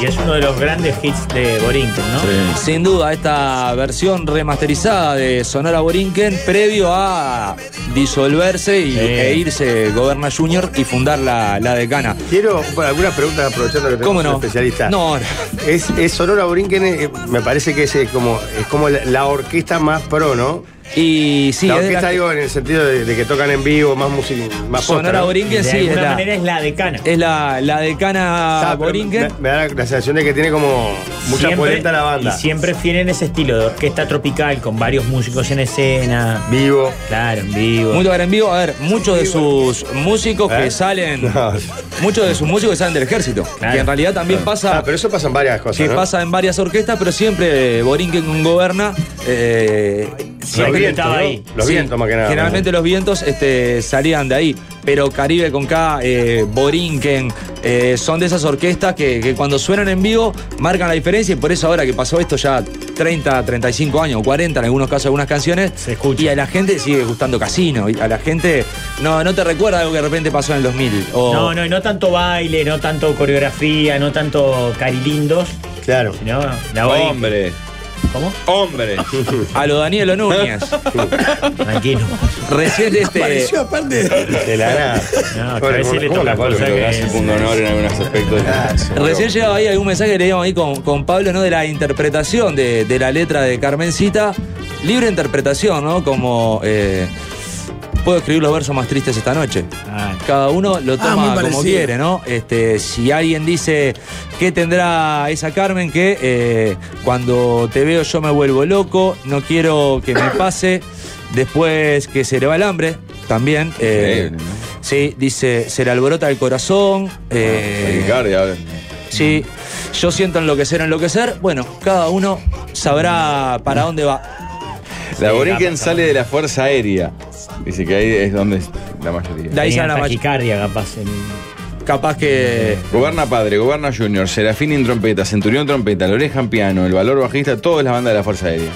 [SPEAKER 6] Y es uno de los grandes hits de Borinquen, ¿no?
[SPEAKER 15] Sin duda, esta versión remasterizada de Sonora Borinquen previo a disolverse y, e irse Goberna Junior y fundar la, la decana.
[SPEAKER 5] Quiero bueno, algunas preguntas aprovechando que tenemos
[SPEAKER 15] ¿Cómo
[SPEAKER 5] un
[SPEAKER 15] no?
[SPEAKER 5] especialista.
[SPEAKER 15] No, no.
[SPEAKER 5] Es, es Sonora Borinquen, eh, me parece que es eh, como, es como la, la orquesta más pro, ¿no?
[SPEAKER 15] Y sí,
[SPEAKER 5] la
[SPEAKER 15] es de
[SPEAKER 5] orquesta
[SPEAKER 15] las-
[SPEAKER 5] digo en el sentido de, de que tocan en vivo, más música, más posta,
[SPEAKER 15] Sonora
[SPEAKER 5] ¿no?
[SPEAKER 15] Borinquen, sí. es la,
[SPEAKER 6] es la decana.
[SPEAKER 15] Es la, la decana
[SPEAKER 5] Ah, pero
[SPEAKER 15] Borinquen.
[SPEAKER 5] Me, me da la, la sensación de que tiene como mucha
[SPEAKER 6] Siempre-
[SPEAKER 5] polenta la banda.
[SPEAKER 6] Y siempre tienen ese estilo de orquesta tropical con varios músicos en escena.
[SPEAKER 5] Vivo.
[SPEAKER 6] Claro, en vivo.
[SPEAKER 15] Muy lugar en vivo, a ver, muchos de sus músicos que salen.
[SPEAKER 5] Ah.
[SPEAKER 15] Muchos de sus músicos que salen del ejército. Que en realidad también pasa.
[SPEAKER 5] Ah, pero eso pasa en varias cosas.
[SPEAKER 15] Que
[SPEAKER 5] ¿no?
[SPEAKER 15] pasa en varias orquestas, pero siempre Borinquen con goberna. eh, siempre
[SPEAKER 5] vientos,
[SPEAKER 15] estaba
[SPEAKER 5] ¿no?
[SPEAKER 15] ahí.
[SPEAKER 5] Los vientos, más que nada.
[SPEAKER 15] Generalmente los vientos este, salían de ahí. Pero Caribe con K, eh, Borinquen, eh, son de esas orquestas que, que cuando suenan en vivo marcan la diferencia. Y por eso ahora que pasó esto ya 30, 35 años, 40 en algunos casos, algunas canciones. Se escucha. Y a la gente sigue gustando Casino. Y a la gente no, no te recuerda algo que de repente pasó en el 2000. O,
[SPEAKER 6] No, no, y no tanto baile, no tanto coreografía, no tanto carilindos.
[SPEAKER 5] Claro.
[SPEAKER 6] No, la
[SPEAKER 15] Hombre.
[SPEAKER 6] ¿Cómo?
[SPEAKER 15] Hombre. A lo Daniel Núñez.
[SPEAKER 6] Tranquilo.
[SPEAKER 15] Recién este.
[SPEAKER 7] Apareció aparte de
[SPEAKER 5] la nada.
[SPEAKER 6] No,
[SPEAKER 8] Bueno, ¿cómo la Pablo que hace punto honor en algunos aspectos?
[SPEAKER 15] Recién llegaba ahí algún mensaje que leíamos ahí con, con Pablo, ¿no? De la interpretación de, de la letra de Carmencita. Libre interpretación, ¿no? Como. eh, puedo escribir los versos más tristes esta noche.
[SPEAKER 6] Ah,
[SPEAKER 15] Cada uno lo toma
[SPEAKER 7] ah, muy
[SPEAKER 15] como
[SPEAKER 7] parecido.
[SPEAKER 15] quiere, ¿no? Este, si alguien dice que tendrá esa Carmen que eh, cuando te veo yo me vuelvo loco, no quiero que me pase, después que se le va el hambre, también. eh, Sí, dice, se le alborota el corazón. eh, Sí, yo siento enloquecer, enloquecer. Bueno, cada uno sabrá para dónde va.
[SPEAKER 8] La
[SPEAKER 15] Sí,
[SPEAKER 8] Borinquen
[SPEAKER 15] capaz,
[SPEAKER 8] sale de la Fuerza Aérea. Dice que ahí es donde es la mayoría.
[SPEAKER 15] De ahí sale la mayoría.
[SPEAKER 6] Taquicardia, capaz.
[SPEAKER 15] Capaz que.
[SPEAKER 8] Goberna Padre, Goberna Junior, Serafín en trompeta, Centurión en trompeta, La Oreja en piano, El Valor bajista, todas las bandas de la Fuerza Aérea.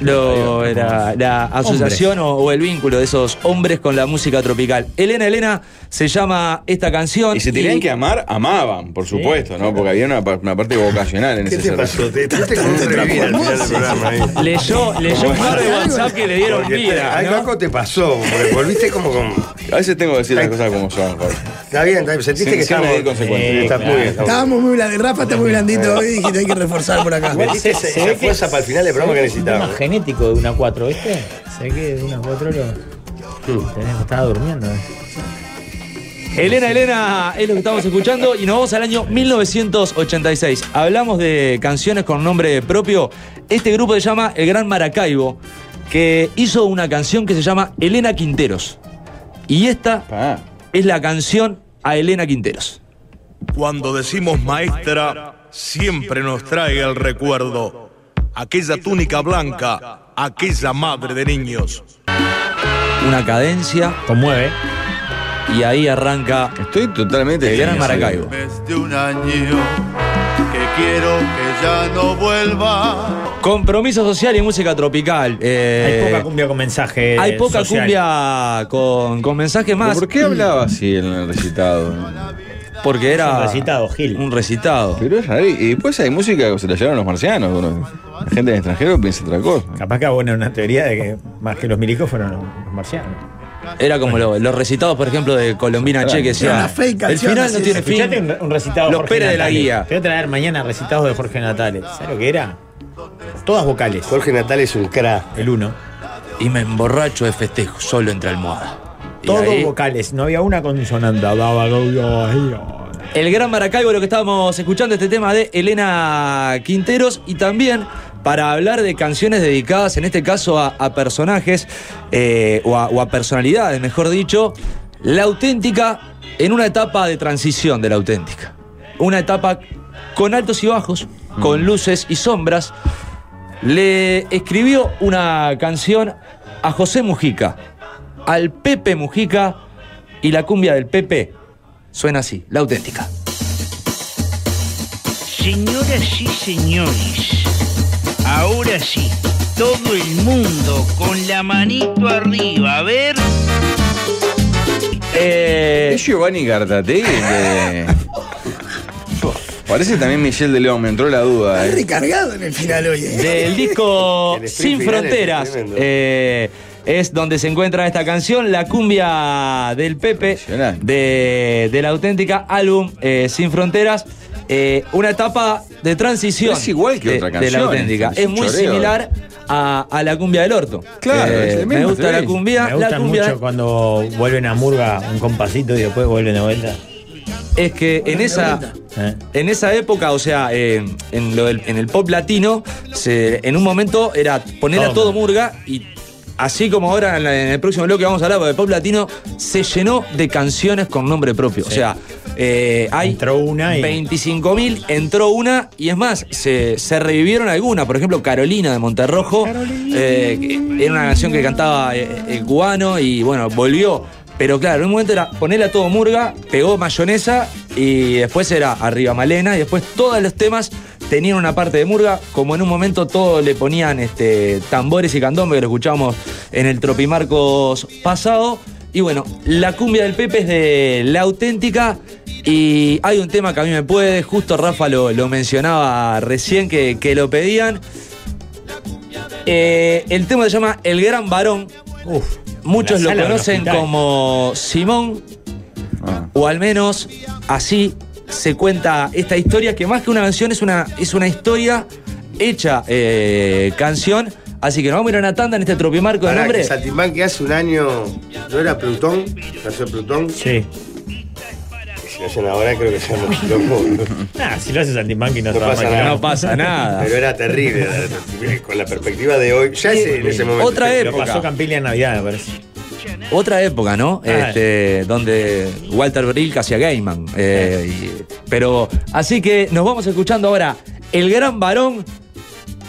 [SPEAKER 15] Lo, era la asociación o, o el vínculo de esos hombres con la música tropical. Elena, Elena se llama esta canción.
[SPEAKER 8] Y se tenían que amar, amaban, por supuesto, ¿no? Porque había una, pa- una parte vocacional en
[SPEAKER 5] ¿Qué
[SPEAKER 8] ese
[SPEAKER 5] te pasó? Te trataste como un revivir al final del programa. ahí.
[SPEAKER 15] Leyó, leyó un par de WhatsApp que le dieron
[SPEAKER 5] Porque te-
[SPEAKER 15] vida.
[SPEAKER 5] Algo algo te pasó, porque volviste como con.
[SPEAKER 8] A veces tengo que decir las cosas como son, Jorge.
[SPEAKER 5] Está bien, está bien. Sentiste
[SPEAKER 8] Sí,
[SPEAKER 5] que
[SPEAKER 8] sí, me
[SPEAKER 5] estamos.
[SPEAKER 8] di consecuencia.
[SPEAKER 5] Sí, está muy bien. está muy bien.
[SPEAKER 7] Estábamos muy blanditos, Rafa está muy blandito hoy y dijiste hay que reforzar por acá.
[SPEAKER 5] Metiste esa- esa fuerza para el final del programa que necesitábamos.
[SPEAKER 6] más genético de una 4, ¿viste? Mm. Sé que de una 4 lo. Tenés, estaba durmiendo. ¿eh?
[SPEAKER 15] Elena, Elena es lo que estamos escuchando y nos vamos al año 1986. Hablamos de canciones con nombre propio. Este grupo se llama El Gran Maracaibo, que hizo una canción que se llama Elena Quinteros. Y esta es la canción a Elena Quinteros.
[SPEAKER 17] Cuando decimos maestra, siempre nos trae el recuerdo. Aquella túnica blanca, aquella madre de niños.
[SPEAKER 15] Una cadencia.
[SPEAKER 6] Conmueve.
[SPEAKER 15] Y ahí arranca.
[SPEAKER 8] Estoy totalmente.
[SPEAKER 15] El Gran Maracaibo.
[SPEAKER 17] Desde un año que quiero que ya no vuelva.
[SPEAKER 15] Compromiso social y música tropical. Eh,
[SPEAKER 6] Hay poca cumbia con mensaje.
[SPEAKER 15] Hay poca
[SPEAKER 6] social.
[SPEAKER 15] cumbia con, con mensaje más.
[SPEAKER 8] ¿Por qué hablaba así en el recitado?
[SPEAKER 15] Porque era.
[SPEAKER 8] un
[SPEAKER 6] recitado, Gil.
[SPEAKER 15] Un recitado.
[SPEAKER 8] Pero es raro. Y después hay música que se la llevaron los marcianos. uno- La gente del extranjero piensa otra cosa.
[SPEAKER 6] Capaz que bueno, una teoría de que más que los milicos fueron los los marcianos.
[SPEAKER 15] Era como lo- los recitados, por ejemplo, de Colombina Che, que decía. El final no tiene fin.
[SPEAKER 6] Escuchate un, un recitado de
[SPEAKER 15] Los
[SPEAKER 6] Jorge
[SPEAKER 15] Pérez de la
[SPEAKER 6] Natale.
[SPEAKER 15] Guía.
[SPEAKER 6] Te voy a traer mañana recitados de Jorge Natales. ¿Sabes lo que era? Todas vocales.
[SPEAKER 5] Jorge Natales es un cra.
[SPEAKER 6] El uno.
[SPEAKER 15] Y me emborracho de festejo, solo entre almohadas. Y
[SPEAKER 6] Todos
[SPEAKER 15] ahí-
[SPEAKER 6] vocales. No había una consonante. Daba, daba, daba, daba.
[SPEAKER 15] El Gran Maracaibo, lo que estábamos escuchando, este tema de Elena Quinteros y también para hablar de canciones dedicadas, en este caso, a, a personajes eh, o, a, o a personalidades, mejor dicho, la auténtica en una etapa de transición de la auténtica. Una etapa con altos y bajos, con luces y sombras. Le escribió una canción a José Mujica, al Pepe Mujica y la cumbia del Pepe. Suena así, la auténtica.
[SPEAKER 18] Señoras y señores, ahora sí, todo el mundo con la manito arriba, a ver.
[SPEAKER 8] Es Giovanni Gartategui. que- Parece también Michelle de León, me entró la duda. ¿eh?
[SPEAKER 7] Recargado en el final hoy. eh.
[SPEAKER 15] Del disco
[SPEAKER 7] El split
[SPEAKER 15] Oh, Sin
[SPEAKER 7] final es
[SPEAKER 15] Fronteras.
[SPEAKER 7] tremendo.
[SPEAKER 15] eh, es donde se encuentra esta canción, la cumbia del Pepe, de, de la auténtica álbum eh, Sin Fronteras. eh, una etapa de transición.
[SPEAKER 8] Es igual que
[SPEAKER 15] de-
[SPEAKER 8] otra
[SPEAKER 15] De la
[SPEAKER 8] canción,
[SPEAKER 15] auténtica.
[SPEAKER 8] es un
[SPEAKER 15] Es muy
[SPEAKER 8] choreo.
[SPEAKER 15] similar a, a la cumbia del orto.
[SPEAKER 8] Claro,
[SPEAKER 15] Eh,
[SPEAKER 8] es el
[SPEAKER 15] me
[SPEAKER 8] mismo,
[SPEAKER 15] gusta
[SPEAKER 8] te
[SPEAKER 15] la
[SPEAKER 8] ves.
[SPEAKER 15] cumbia.
[SPEAKER 6] Me
[SPEAKER 15] la
[SPEAKER 6] gustan
[SPEAKER 15] cumbia- eh.
[SPEAKER 6] mucho cuando vuelven a Murga un compasito y después vuelven de vuelta. Eh.
[SPEAKER 15] es que en esa, en esa época, o sea, eh, en, lo del- en el pop latino, se- en un momento era poner a
[SPEAKER 6] Todo.
[SPEAKER 15] todo murga y así como ahora en, la- en el próximo bloque vamos a hablar de pop latino, se llenó de canciones con nombre propio. O sea, eh, hay 25.000, entró una y es más, se, se revivieron algunas. Por ejemplo, Carolina de Monterrojo, eh, que era una canción que cantaba eh, el cubano y bueno, volvió. Pero claro, en un momento era ponerle a todo murga, pegó mayonesa y después era arriba Malena y después todos los temas tenían una parte de murga, como en un momento todos le ponían este, tambores y candombe que lo escuchamos en el Tropimarcos pasado. Y bueno, la cumbia del Pepe es de la auténtica y hay un tema que a mí me puede, justo Rafa lo, lo mencionaba recién que, que lo pedían. Eh, el tema se llama El Gran Varón. Muchos
[SPEAKER 6] la
[SPEAKER 15] lo
[SPEAKER 6] sala del
[SPEAKER 15] conocen
[SPEAKER 6] hospital.
[SPEAKER 15] como Simón,
[SPEAKER 8] Ah.
[SPEAKER 15] o al menos así se cuenta esta historia, que más que una canción es una, es una historia hecha eh, canción. Así que nos vamos a ir a una tanda en este tropimarco de
[SPEAKER 5] Pará, que
[SPEAKER 15] nombre.
[SPEAKER 5] Saltimbanqui que hace un año no era Plutón, nació Plutón.
[SPEAKER 6] Sí.
[SPEAKER 5] Si lo hacen ahora creo que son los locos.
[SPEAKER 6] Nah, si lo hace Santimbanqui no,
[SPEAKER 5] No
[SPEAKER 6] se va a
[SPEAKER 5] pasa
[SPEAKER 6] imaginar.
[SPEAKER 5] nada. Pero era terrible. era- Con la perspectiva de hoy. Ya es en ese momento.
[SPEAKER 15] Otra
[SPEAKER 5] Pero
[SPEAKER 15] época.
[SPEAKER 5] pasó
[SPEAKER 6] Campilla en Navidad, me parece.
[SPEAKER 15] Otra época, ¿no?
[SPEAKER 6] Ah,
[SPEAKER 15] Este, donde Walter Brill hacía Gaiman. Eh, y- pero, así que nos vamos escuchando ahora El Gran Varón,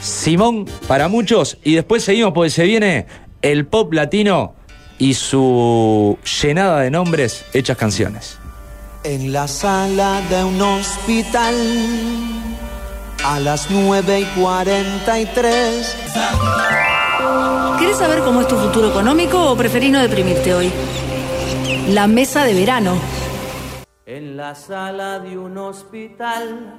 [SPEAKER 15] Simón para muchos, y después seguimos porque se viene el pop latino y su llenada de nombres hechas canciones.
[SPEAKER 19] En la sala de un hospital a las 9 y 43.
[SPEAKER 11] ¿Querés saber cómo es tu futuro económico o preferís no deprimirte hoy? La mesa de verano.
[SPEAKER 20] En la sala de un hospital,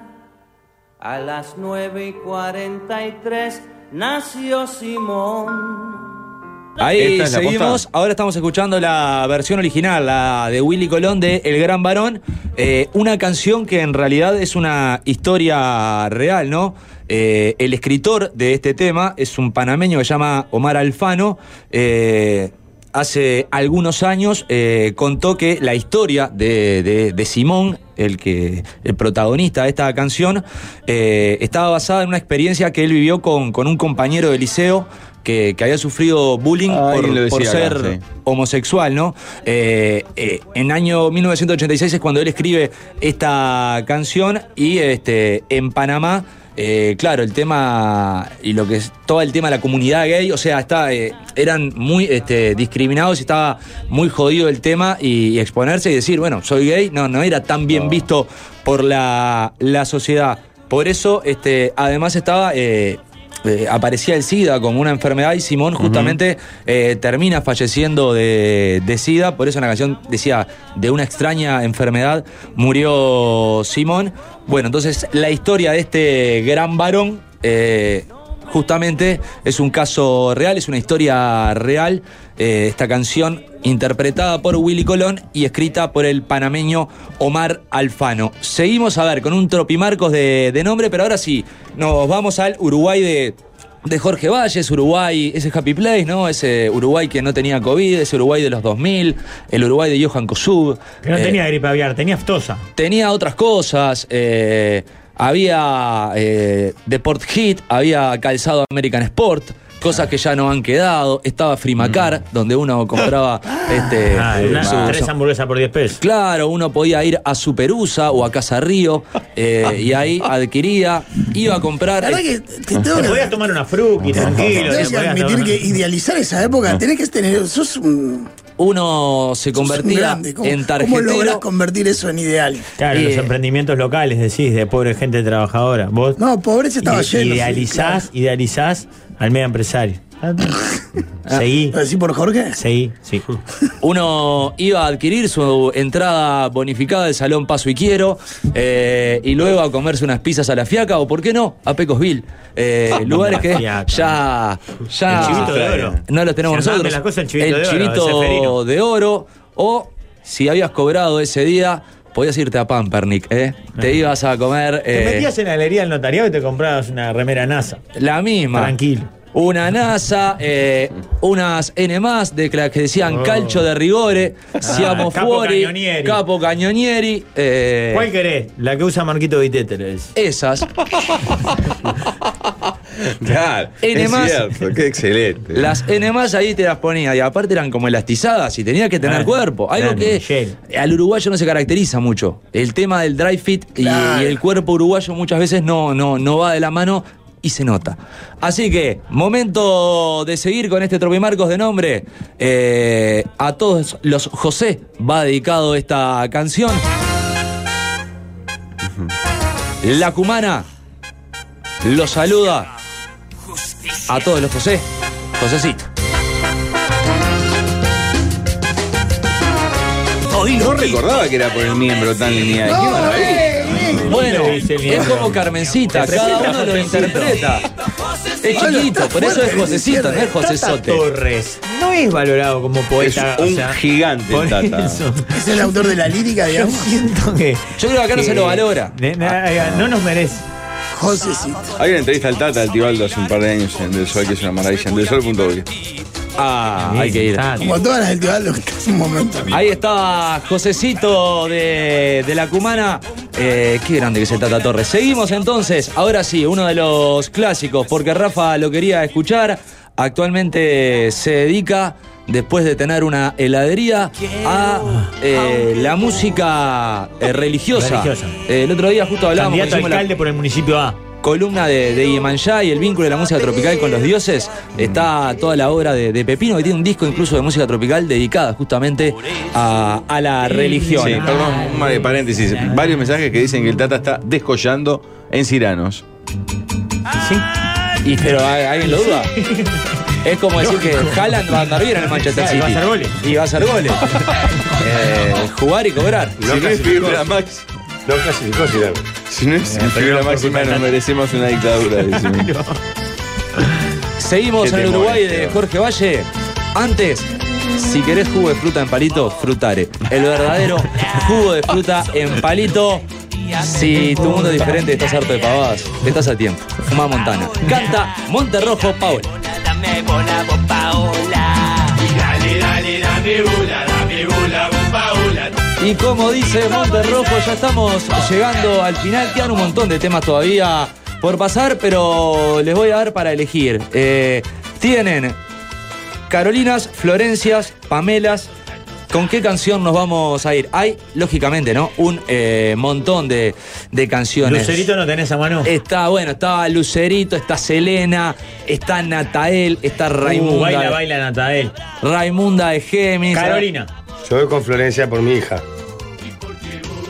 [SPEAKER 20] a las 9 y 43, nació Simón.
[SPEAKER 15] Ahí
[SPEAKER 20] ¿Esta es la
[SPEAKER 15] seguimos. Ahora estamos escuchando la versión original, la de Willy Colón de El Gran Varón. Eh, una canción que en realidad es una historia real, ¿no? Eh, el escritor de este tema es un panameño que se llama Omar Alfano. Eh, hace algunos años eh, contó que la historia de, de- de Simón, el, que, el eh, protagonista de esta canción, eh, estaba basada en una experiencia que él vivió con, con un compañero de liceo que, que había sufrido bullying por,
[SPEAKER 8] Ah, lo decía
[SPEAKER 15] por
[SPEAKER 8] acá,
[SPEAKER 15] ser
[SPEAKER 8] sí.
[SPEAKER 15] homosexual, ¿no? Eh, eh, en año 1986 es cuando él escribe esta canción y este, en Panamá, eh, claro, el tema y lo que es todo el tema de la comunidad gay, o sea, está, eh, eran muy este, discriminados y estaba muy jodido el tema y, y exponerse y decir, bueno, soy gay, no, no era tan bien visto por la, la sociedad. Por eso, este, además estaba... eh, eh, aparecía el SIDA como una enfermedad y Simón justamente eh, termina falleciendo de, de SIDA, por eso en la canción decía, de una extraña enfermedad murió Simón. Bueno, entonces la historia de este gran varón eh, justamente es un caso real, es una historia real, eh, esta canción interpretada por Willy Colón y escrita por el panameño Omar Alfano. Seguimos a ver con un tropimarcos de, de nombre, pero ahora sí, nos vamos al Uruguay de, de Jorge Valles, Uruguay, ese Happy Place, ¿no? Ese Uruguay que no tenía COVID, ese Uruguay de los 2000, el Uruguay de Johan Kosub.
[SPEAKER 6] Que no
[SPEAKER 15] eh,
[SPEAKER 6] tenía gripe aviar, tenía aftosa.
[SPEAKER 15] tenía otras cosas. eh, había eh, Deport Hit, había calzado American Sport, cosas que ya no han quedado. Estaba Frimacar,
[SPEAKER 7] Mm.
[SPEAKER 15] donde uno compraba este.
[SPEAKER 6] Ah, una-
[SPEAKER 15] su-
[SPEAKER 6] tres
[SPEAKER 15] su-
[SPEAKER 6] hamburguesas por 10 pesos.
[SPEAKER 15] Claro, uno podía ir a Superusa o a Casa Río eh, y ahí adquiría, iba a comprar.
[SPEAKER 7] La verdad que te tengo que-
[SPEAKER 6] podías tomar una fruki, tranquilo.
[SPEAKER 7] Tenés que admitir que idealizar esa época, tenés que tener. Sos un.
[SPEAKER 15] Uno se
[SPEAKER 7] sos un
[SPEAKER 15] convertía
[SPEAKER 7] grande. ¿Cómo-
[SPEAKER 15] en
[SPEAKER 7] ¿Cómo
[SPEAKER 15] tarjetero.
[SPEAKER 7] lográs convertir eso en ideal?
[SPEAKER 6] Claro,
[SPEAKER 15] Eh,
[SPEAKER 6] los emprendimientos locales, decís, de pobre gente trabajadora. Vos
[SPEAKER 7] No, pobreza estaba
[SPEAKER 6] ide-
[SPEAKER 7] lleno, sí,
[SPEAKER 6] Idealizás, idealizás al medio empresario.
[SPEAKER 7] Ah.
[SPEAKER 6] Seguí.
[SPEAKER 7] ¿Lo decís por Jorge?
[SPEAKER 6] Seguí, sí.
[SPEAKER 15] Eh. Uno iba a adquirir su entrada bonificada del Salón Paso y Quiero eh, y luego a comerse unas pizzas a la fiaca o, ¿por qué no?, a Pecosville. Eh,
[SPEAKER 6] Ah,
[SPEAKER 15] lugares que ya, ya
[SPEAKER 6] El chivito de oro.
[SPEAKER 15] no los tenemos
[SPEAKER 6] Si andás
[SPEAKER 15] nosotros.
[SPEAKER 6] en las cosas, el chivito de oro, el
[SPEAKER 15] chivito
[SPEAKER 6] ceferino.
[SPEAKER 15] de oro o si habías cobrado ese día podías irte a Pampernick, ¿eh? Te ibas a comer.
[SPEAKER 6] Ah. Te
[SPEAKER 15] eh,
[SPEAKER 6] metías en la galería del notariado y te comprabas una remera NASA.
[SPEAKER 15] La misma.
[SPEAKER 6] Tranquilo.
[SPEAKER 15] Una NASA, eh, unas N más de las que decían calcho de rigore, siamo
[SPEAKER 6] Oh. Ah, Capo
[SPEAKER 15] fuori,
[SPEAKER 6] Cañonieri.
[SPEAKER 15] capo cañonieri. eh,
[SPEAKER 6] ¿Cuál querés? La que usa Marquito Vitete, le decís.
[SPEAKER 15] Esas.
[SPEAKER 8] Claro,
[SPEAKER 15] N
[SPEAKER 8] es
[SPEAKER 15] más.
[SPEAKER 8] cierto, qué excelente.
[SPEAKER 15] Las N más ahí te las ponía y aparte eran como elastizadas y tenía que tener cuerpo. Algo que al uruguayo no se caracteriza mucho. El tema del dry fit y, y el cuerpo uruguayo muchas veces no, no, no va de la mano y se nota. Así que, momento de seguir con este Tropimarcos de nombre. Eh, a todos los José va dedicado esta canción. La Cumana los saluda a todos los José. Josecito.
[SPEAKER 8] No recordaba que era por el miembro tan lineal. Qué maravilla.
[SPEAKER 15] Bueno,
[SPEAKER 8] Dice el
[SPEAKER 15] es
[SPEAKER 8] libro.
[SPEAKER 15] como Carmencita,
[SPEAKER 8] Te presenta
[SPEAKER 15] cada uno lo
[SPEAKER 8] Josecito.
[SPEAKER 15] interpreta. Es chiquito, por eso es Josecito, no es José
[SPEAKER 6] Tata
[SPEAKER 15] Sote.
[SPEAKER 6] Torres no es valorado como poeta.
[SPEAKER 15] Es un
[SPEAKER 8] gigante,
[SPEAKER 6] por
[SPEAKER 8] Tata.
[SPEAKER 6] eso.
[SPEAKER 7] Es el autor de la lírica,
[SPEAKER 6] Yo
[SPEAKER 7] digamos.
[SPEAKER 6] siento que.
[SPEAKER 15] Yo creo que acá no se lo valora. Ah.
[SPEAKER 6] de- na- no nos merece.
[SPEAKER 7] Josecito.
[SPEAKER 8] Hay una entrevista al Tata, al Tibaldo, hace un par de años en Del Sol, que es una maravilla. En Sol.org.
[SPEAKER 15] Ah, hay que ir.
[SPEAKER 7] Como todas las del Teobaldo, que es un momento.
[SPEAKER 15] Ahí está Josecito de, de la Cumana. Eh, qué grande que es el Tata Torres. Seguimos entonces, ahora sí, uno de los clásicos, porque Rafa lo quería escuchar. Actualmente se dedica, después de tener una heladería, a eh, la música eh, religiosa.
[SPEAKER 6] Religiosa.
[SPEAKER 15] Eh, el otro día justo hablábamos
[SPEAKER 6] Candidato
[SPEAKER 15] hicimos la-
[SPEAKER 6] alcalde por el municipio A.
[SPEAKER 15] columna de, de Iemanjá y el vínculo de la música tropical con los dioses. Está toda la obra de, de Pepino, que tiene un disco incluso de música tropical dedicada justamente a, a la religión.
[SPEAKER 8] Sí, perdón, un mal de paréntesis. Varios mensajes que dicen que el Tata está descollando en Ciranos.
[SPEAKER 15] Y, pero ¿al- ¿alguien lo duda? Es como decir que Haaland va a andar bien en el Manchester City.
[SPEAKER 8] Claro, va a hacer goles.
[SPEAKER 15] Y va a hacer goles. Eh, jugar y cobrar.
[SPEAKER 8] Si no es figura máxima.
[SPEAKER 5] No clasificó Ciranos.
[SPEAKER 8] Si no es
[SPEAKER 15] Eh,
[SPEAKER 8] figura
[SPEAKER 15] perdón,
[SPEAKER 8] máxima,
[SPEAKER 15] porque
[SPEAKER 8] nos merecemos una dictadura. decimos.
[SPEAKER 15] Seguimos
[SPEAKER 8] Qué
[SPEAKER 15] en el
[SPEAKER 8] temor,
[SPEAKER 15] Uruguay de
[SPEAKER 8] Esteban.
[SPEAKER 15] Jorge Valle. Antes, si querés jugo de fruta en palito, frutare. El verdadero jugo de fruta en palito. Si tu mundo es diferente, estás harto de pavadas, estás a tiempo. Fumá Montana. Canta Monterrojo Paola.
[SPEAKER 16] Dame bola, vos Paola. Dale, dale, dame bola, dame bola, vos Paola.
[SPEAKER 15] Y como dice Monterrojo, ya estamos llegando al final. Quedan un montón de temas todavía por pasar, pero les voy a dar para elegir. Eh, tienen Carolinas, Florencias, Pamelas. ¿Con qué canción nos vamos a ir? Hay, lógicamente, ¿no? Un eh, montón de, de canciones.
[SPEAKER 6] Lucerito no tenés a mano.
[SPEAKER 15] Está, bueno, está Lucerito, está Selena, está Natael, está Raimunda.
[SPEAKER 6] Uh, baila, baila, Natael.
[SPEAKER 15] Raimunda de Géminis.
[SPEAKER 6] Carolina.
[SPEAKER 5] Yo voy con Florencia por mi hija.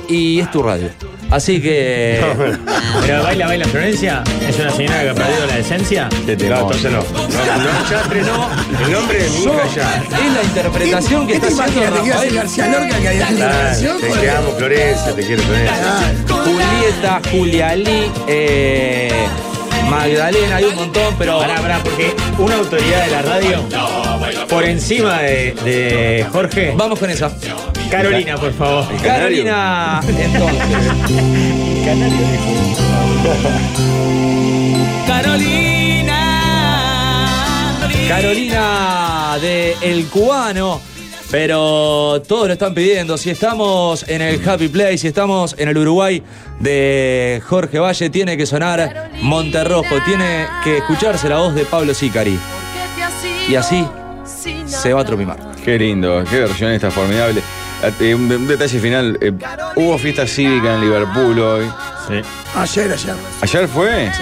[SPEAKER 15] Y es tu radio. Así que.
[SPEAKER 6] Pero baila, baila Florencia. Es una señora que ha perdido la esencia.
[SPEAKER 5] No, entonces no.
[SPEAKER 15] No, Chatre, no.
[SPEAKER 5] El nombre de mi hija ya.
[SPEAKER 15] Es la interpretación que
[SPEAKER 7] ¿Qué
[SPEAKER 15] está
[SPEAKER 7] te imaginas? ¿Te
[SPEAKER 15] haciendo
[SPEAKER 7] quedas en
[SPEAKER 15] Rafael.
[SPEAKER 7] García Lorca que había tenido
[SPEAKER 5] Ah,
[SPEAKER 7] relación
[SPEAKER 5] te
[SPEAKER 7] con-
[SPEAKER 5] amo, Florencia, te quiero, Florencia.
[SPEAKER 15] Julieta, Julia Lee, eh, Magdalena, hay un montón, pero.
[SPEAKER 6] Pará, pará, porque una autoridad de la radio por encima de, de Jorge.
[SPEAKER 15] Vamos con esa.
[SPEAKER 6] Carolina, por favor.
[SPEAKER 15] Carolina,
[SPEAKER 16] Carolina.
[SPEAKER 15] Carolina de El Cubano. Pero todos lo están pidiendo. Si estamos en el Happy Play, si estamos en el Uruguay de Jorge Valle, tiene que sonar Monterrojo. Tiene que escucharse la voz de Pablo Sicari. Y así se va a tropimar.
[SPEAKER 8] Qué lindo, qué versión esta formidable. Eh, un, un detalle final, eh, hubo fiesta cívica en Liverpool hoy.
[SPEAKER 7] Ayer, ayer.
[SPEAKER 8] ¿Ayer fue?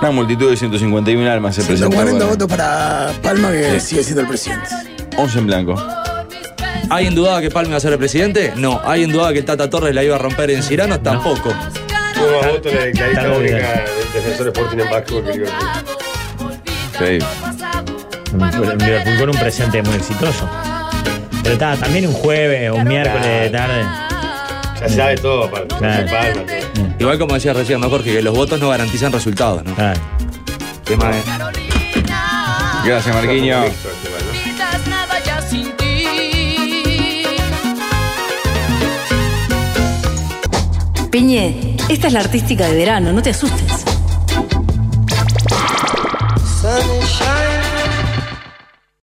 [SPEAKER 8] Una multitud de 151 almas se presentó.
[SPEAKER 7] 140
[SPEAKER 8] para-
[SPEAKER 7] votos para Palma que
[SPEAKER 8] Sí.
[SPEAKER 7] sigue siendo el presidente.
[SPEAKER 8] 11 en blanco.
[SPEAKER 15] ¿Alguien dudaba que Palme va a ser el presidente? No. ¿Alguien dudaba que Tata Torres la iba a romper en Ciranos? Tampoco.
[SPEAKER 5] Tuvo más votos la declarista
[SPEAKER 15] Está bien.
[SPEAKER 5] única del defensor Sporting en Vasco que Liverpool.
[SPEAKER 6] En Liverpool con un presente muy exitoso. Pero está, también un jueves o un miércoles de tarde.
[SPEAKER 5] Ya sabe todo, aparte.
[SPEAKER 6] Claro.
[SPEAKER 5] Se palma, todo.
[SPEAKER 15] Igual como decías recién, ¿no, Jorge? Que los votos no garantizan resultados, ¿no? Tema de-
[SPEAKER 8] Gracias, Marquinho.
[SPEAKER 5] este
[SPEAKER 16] olvidas nada ya sin ti.
[SPEAKER 11] Piñe, esta es la artística de verano, no te asustes.
[SPEAKER 4] Sunshine.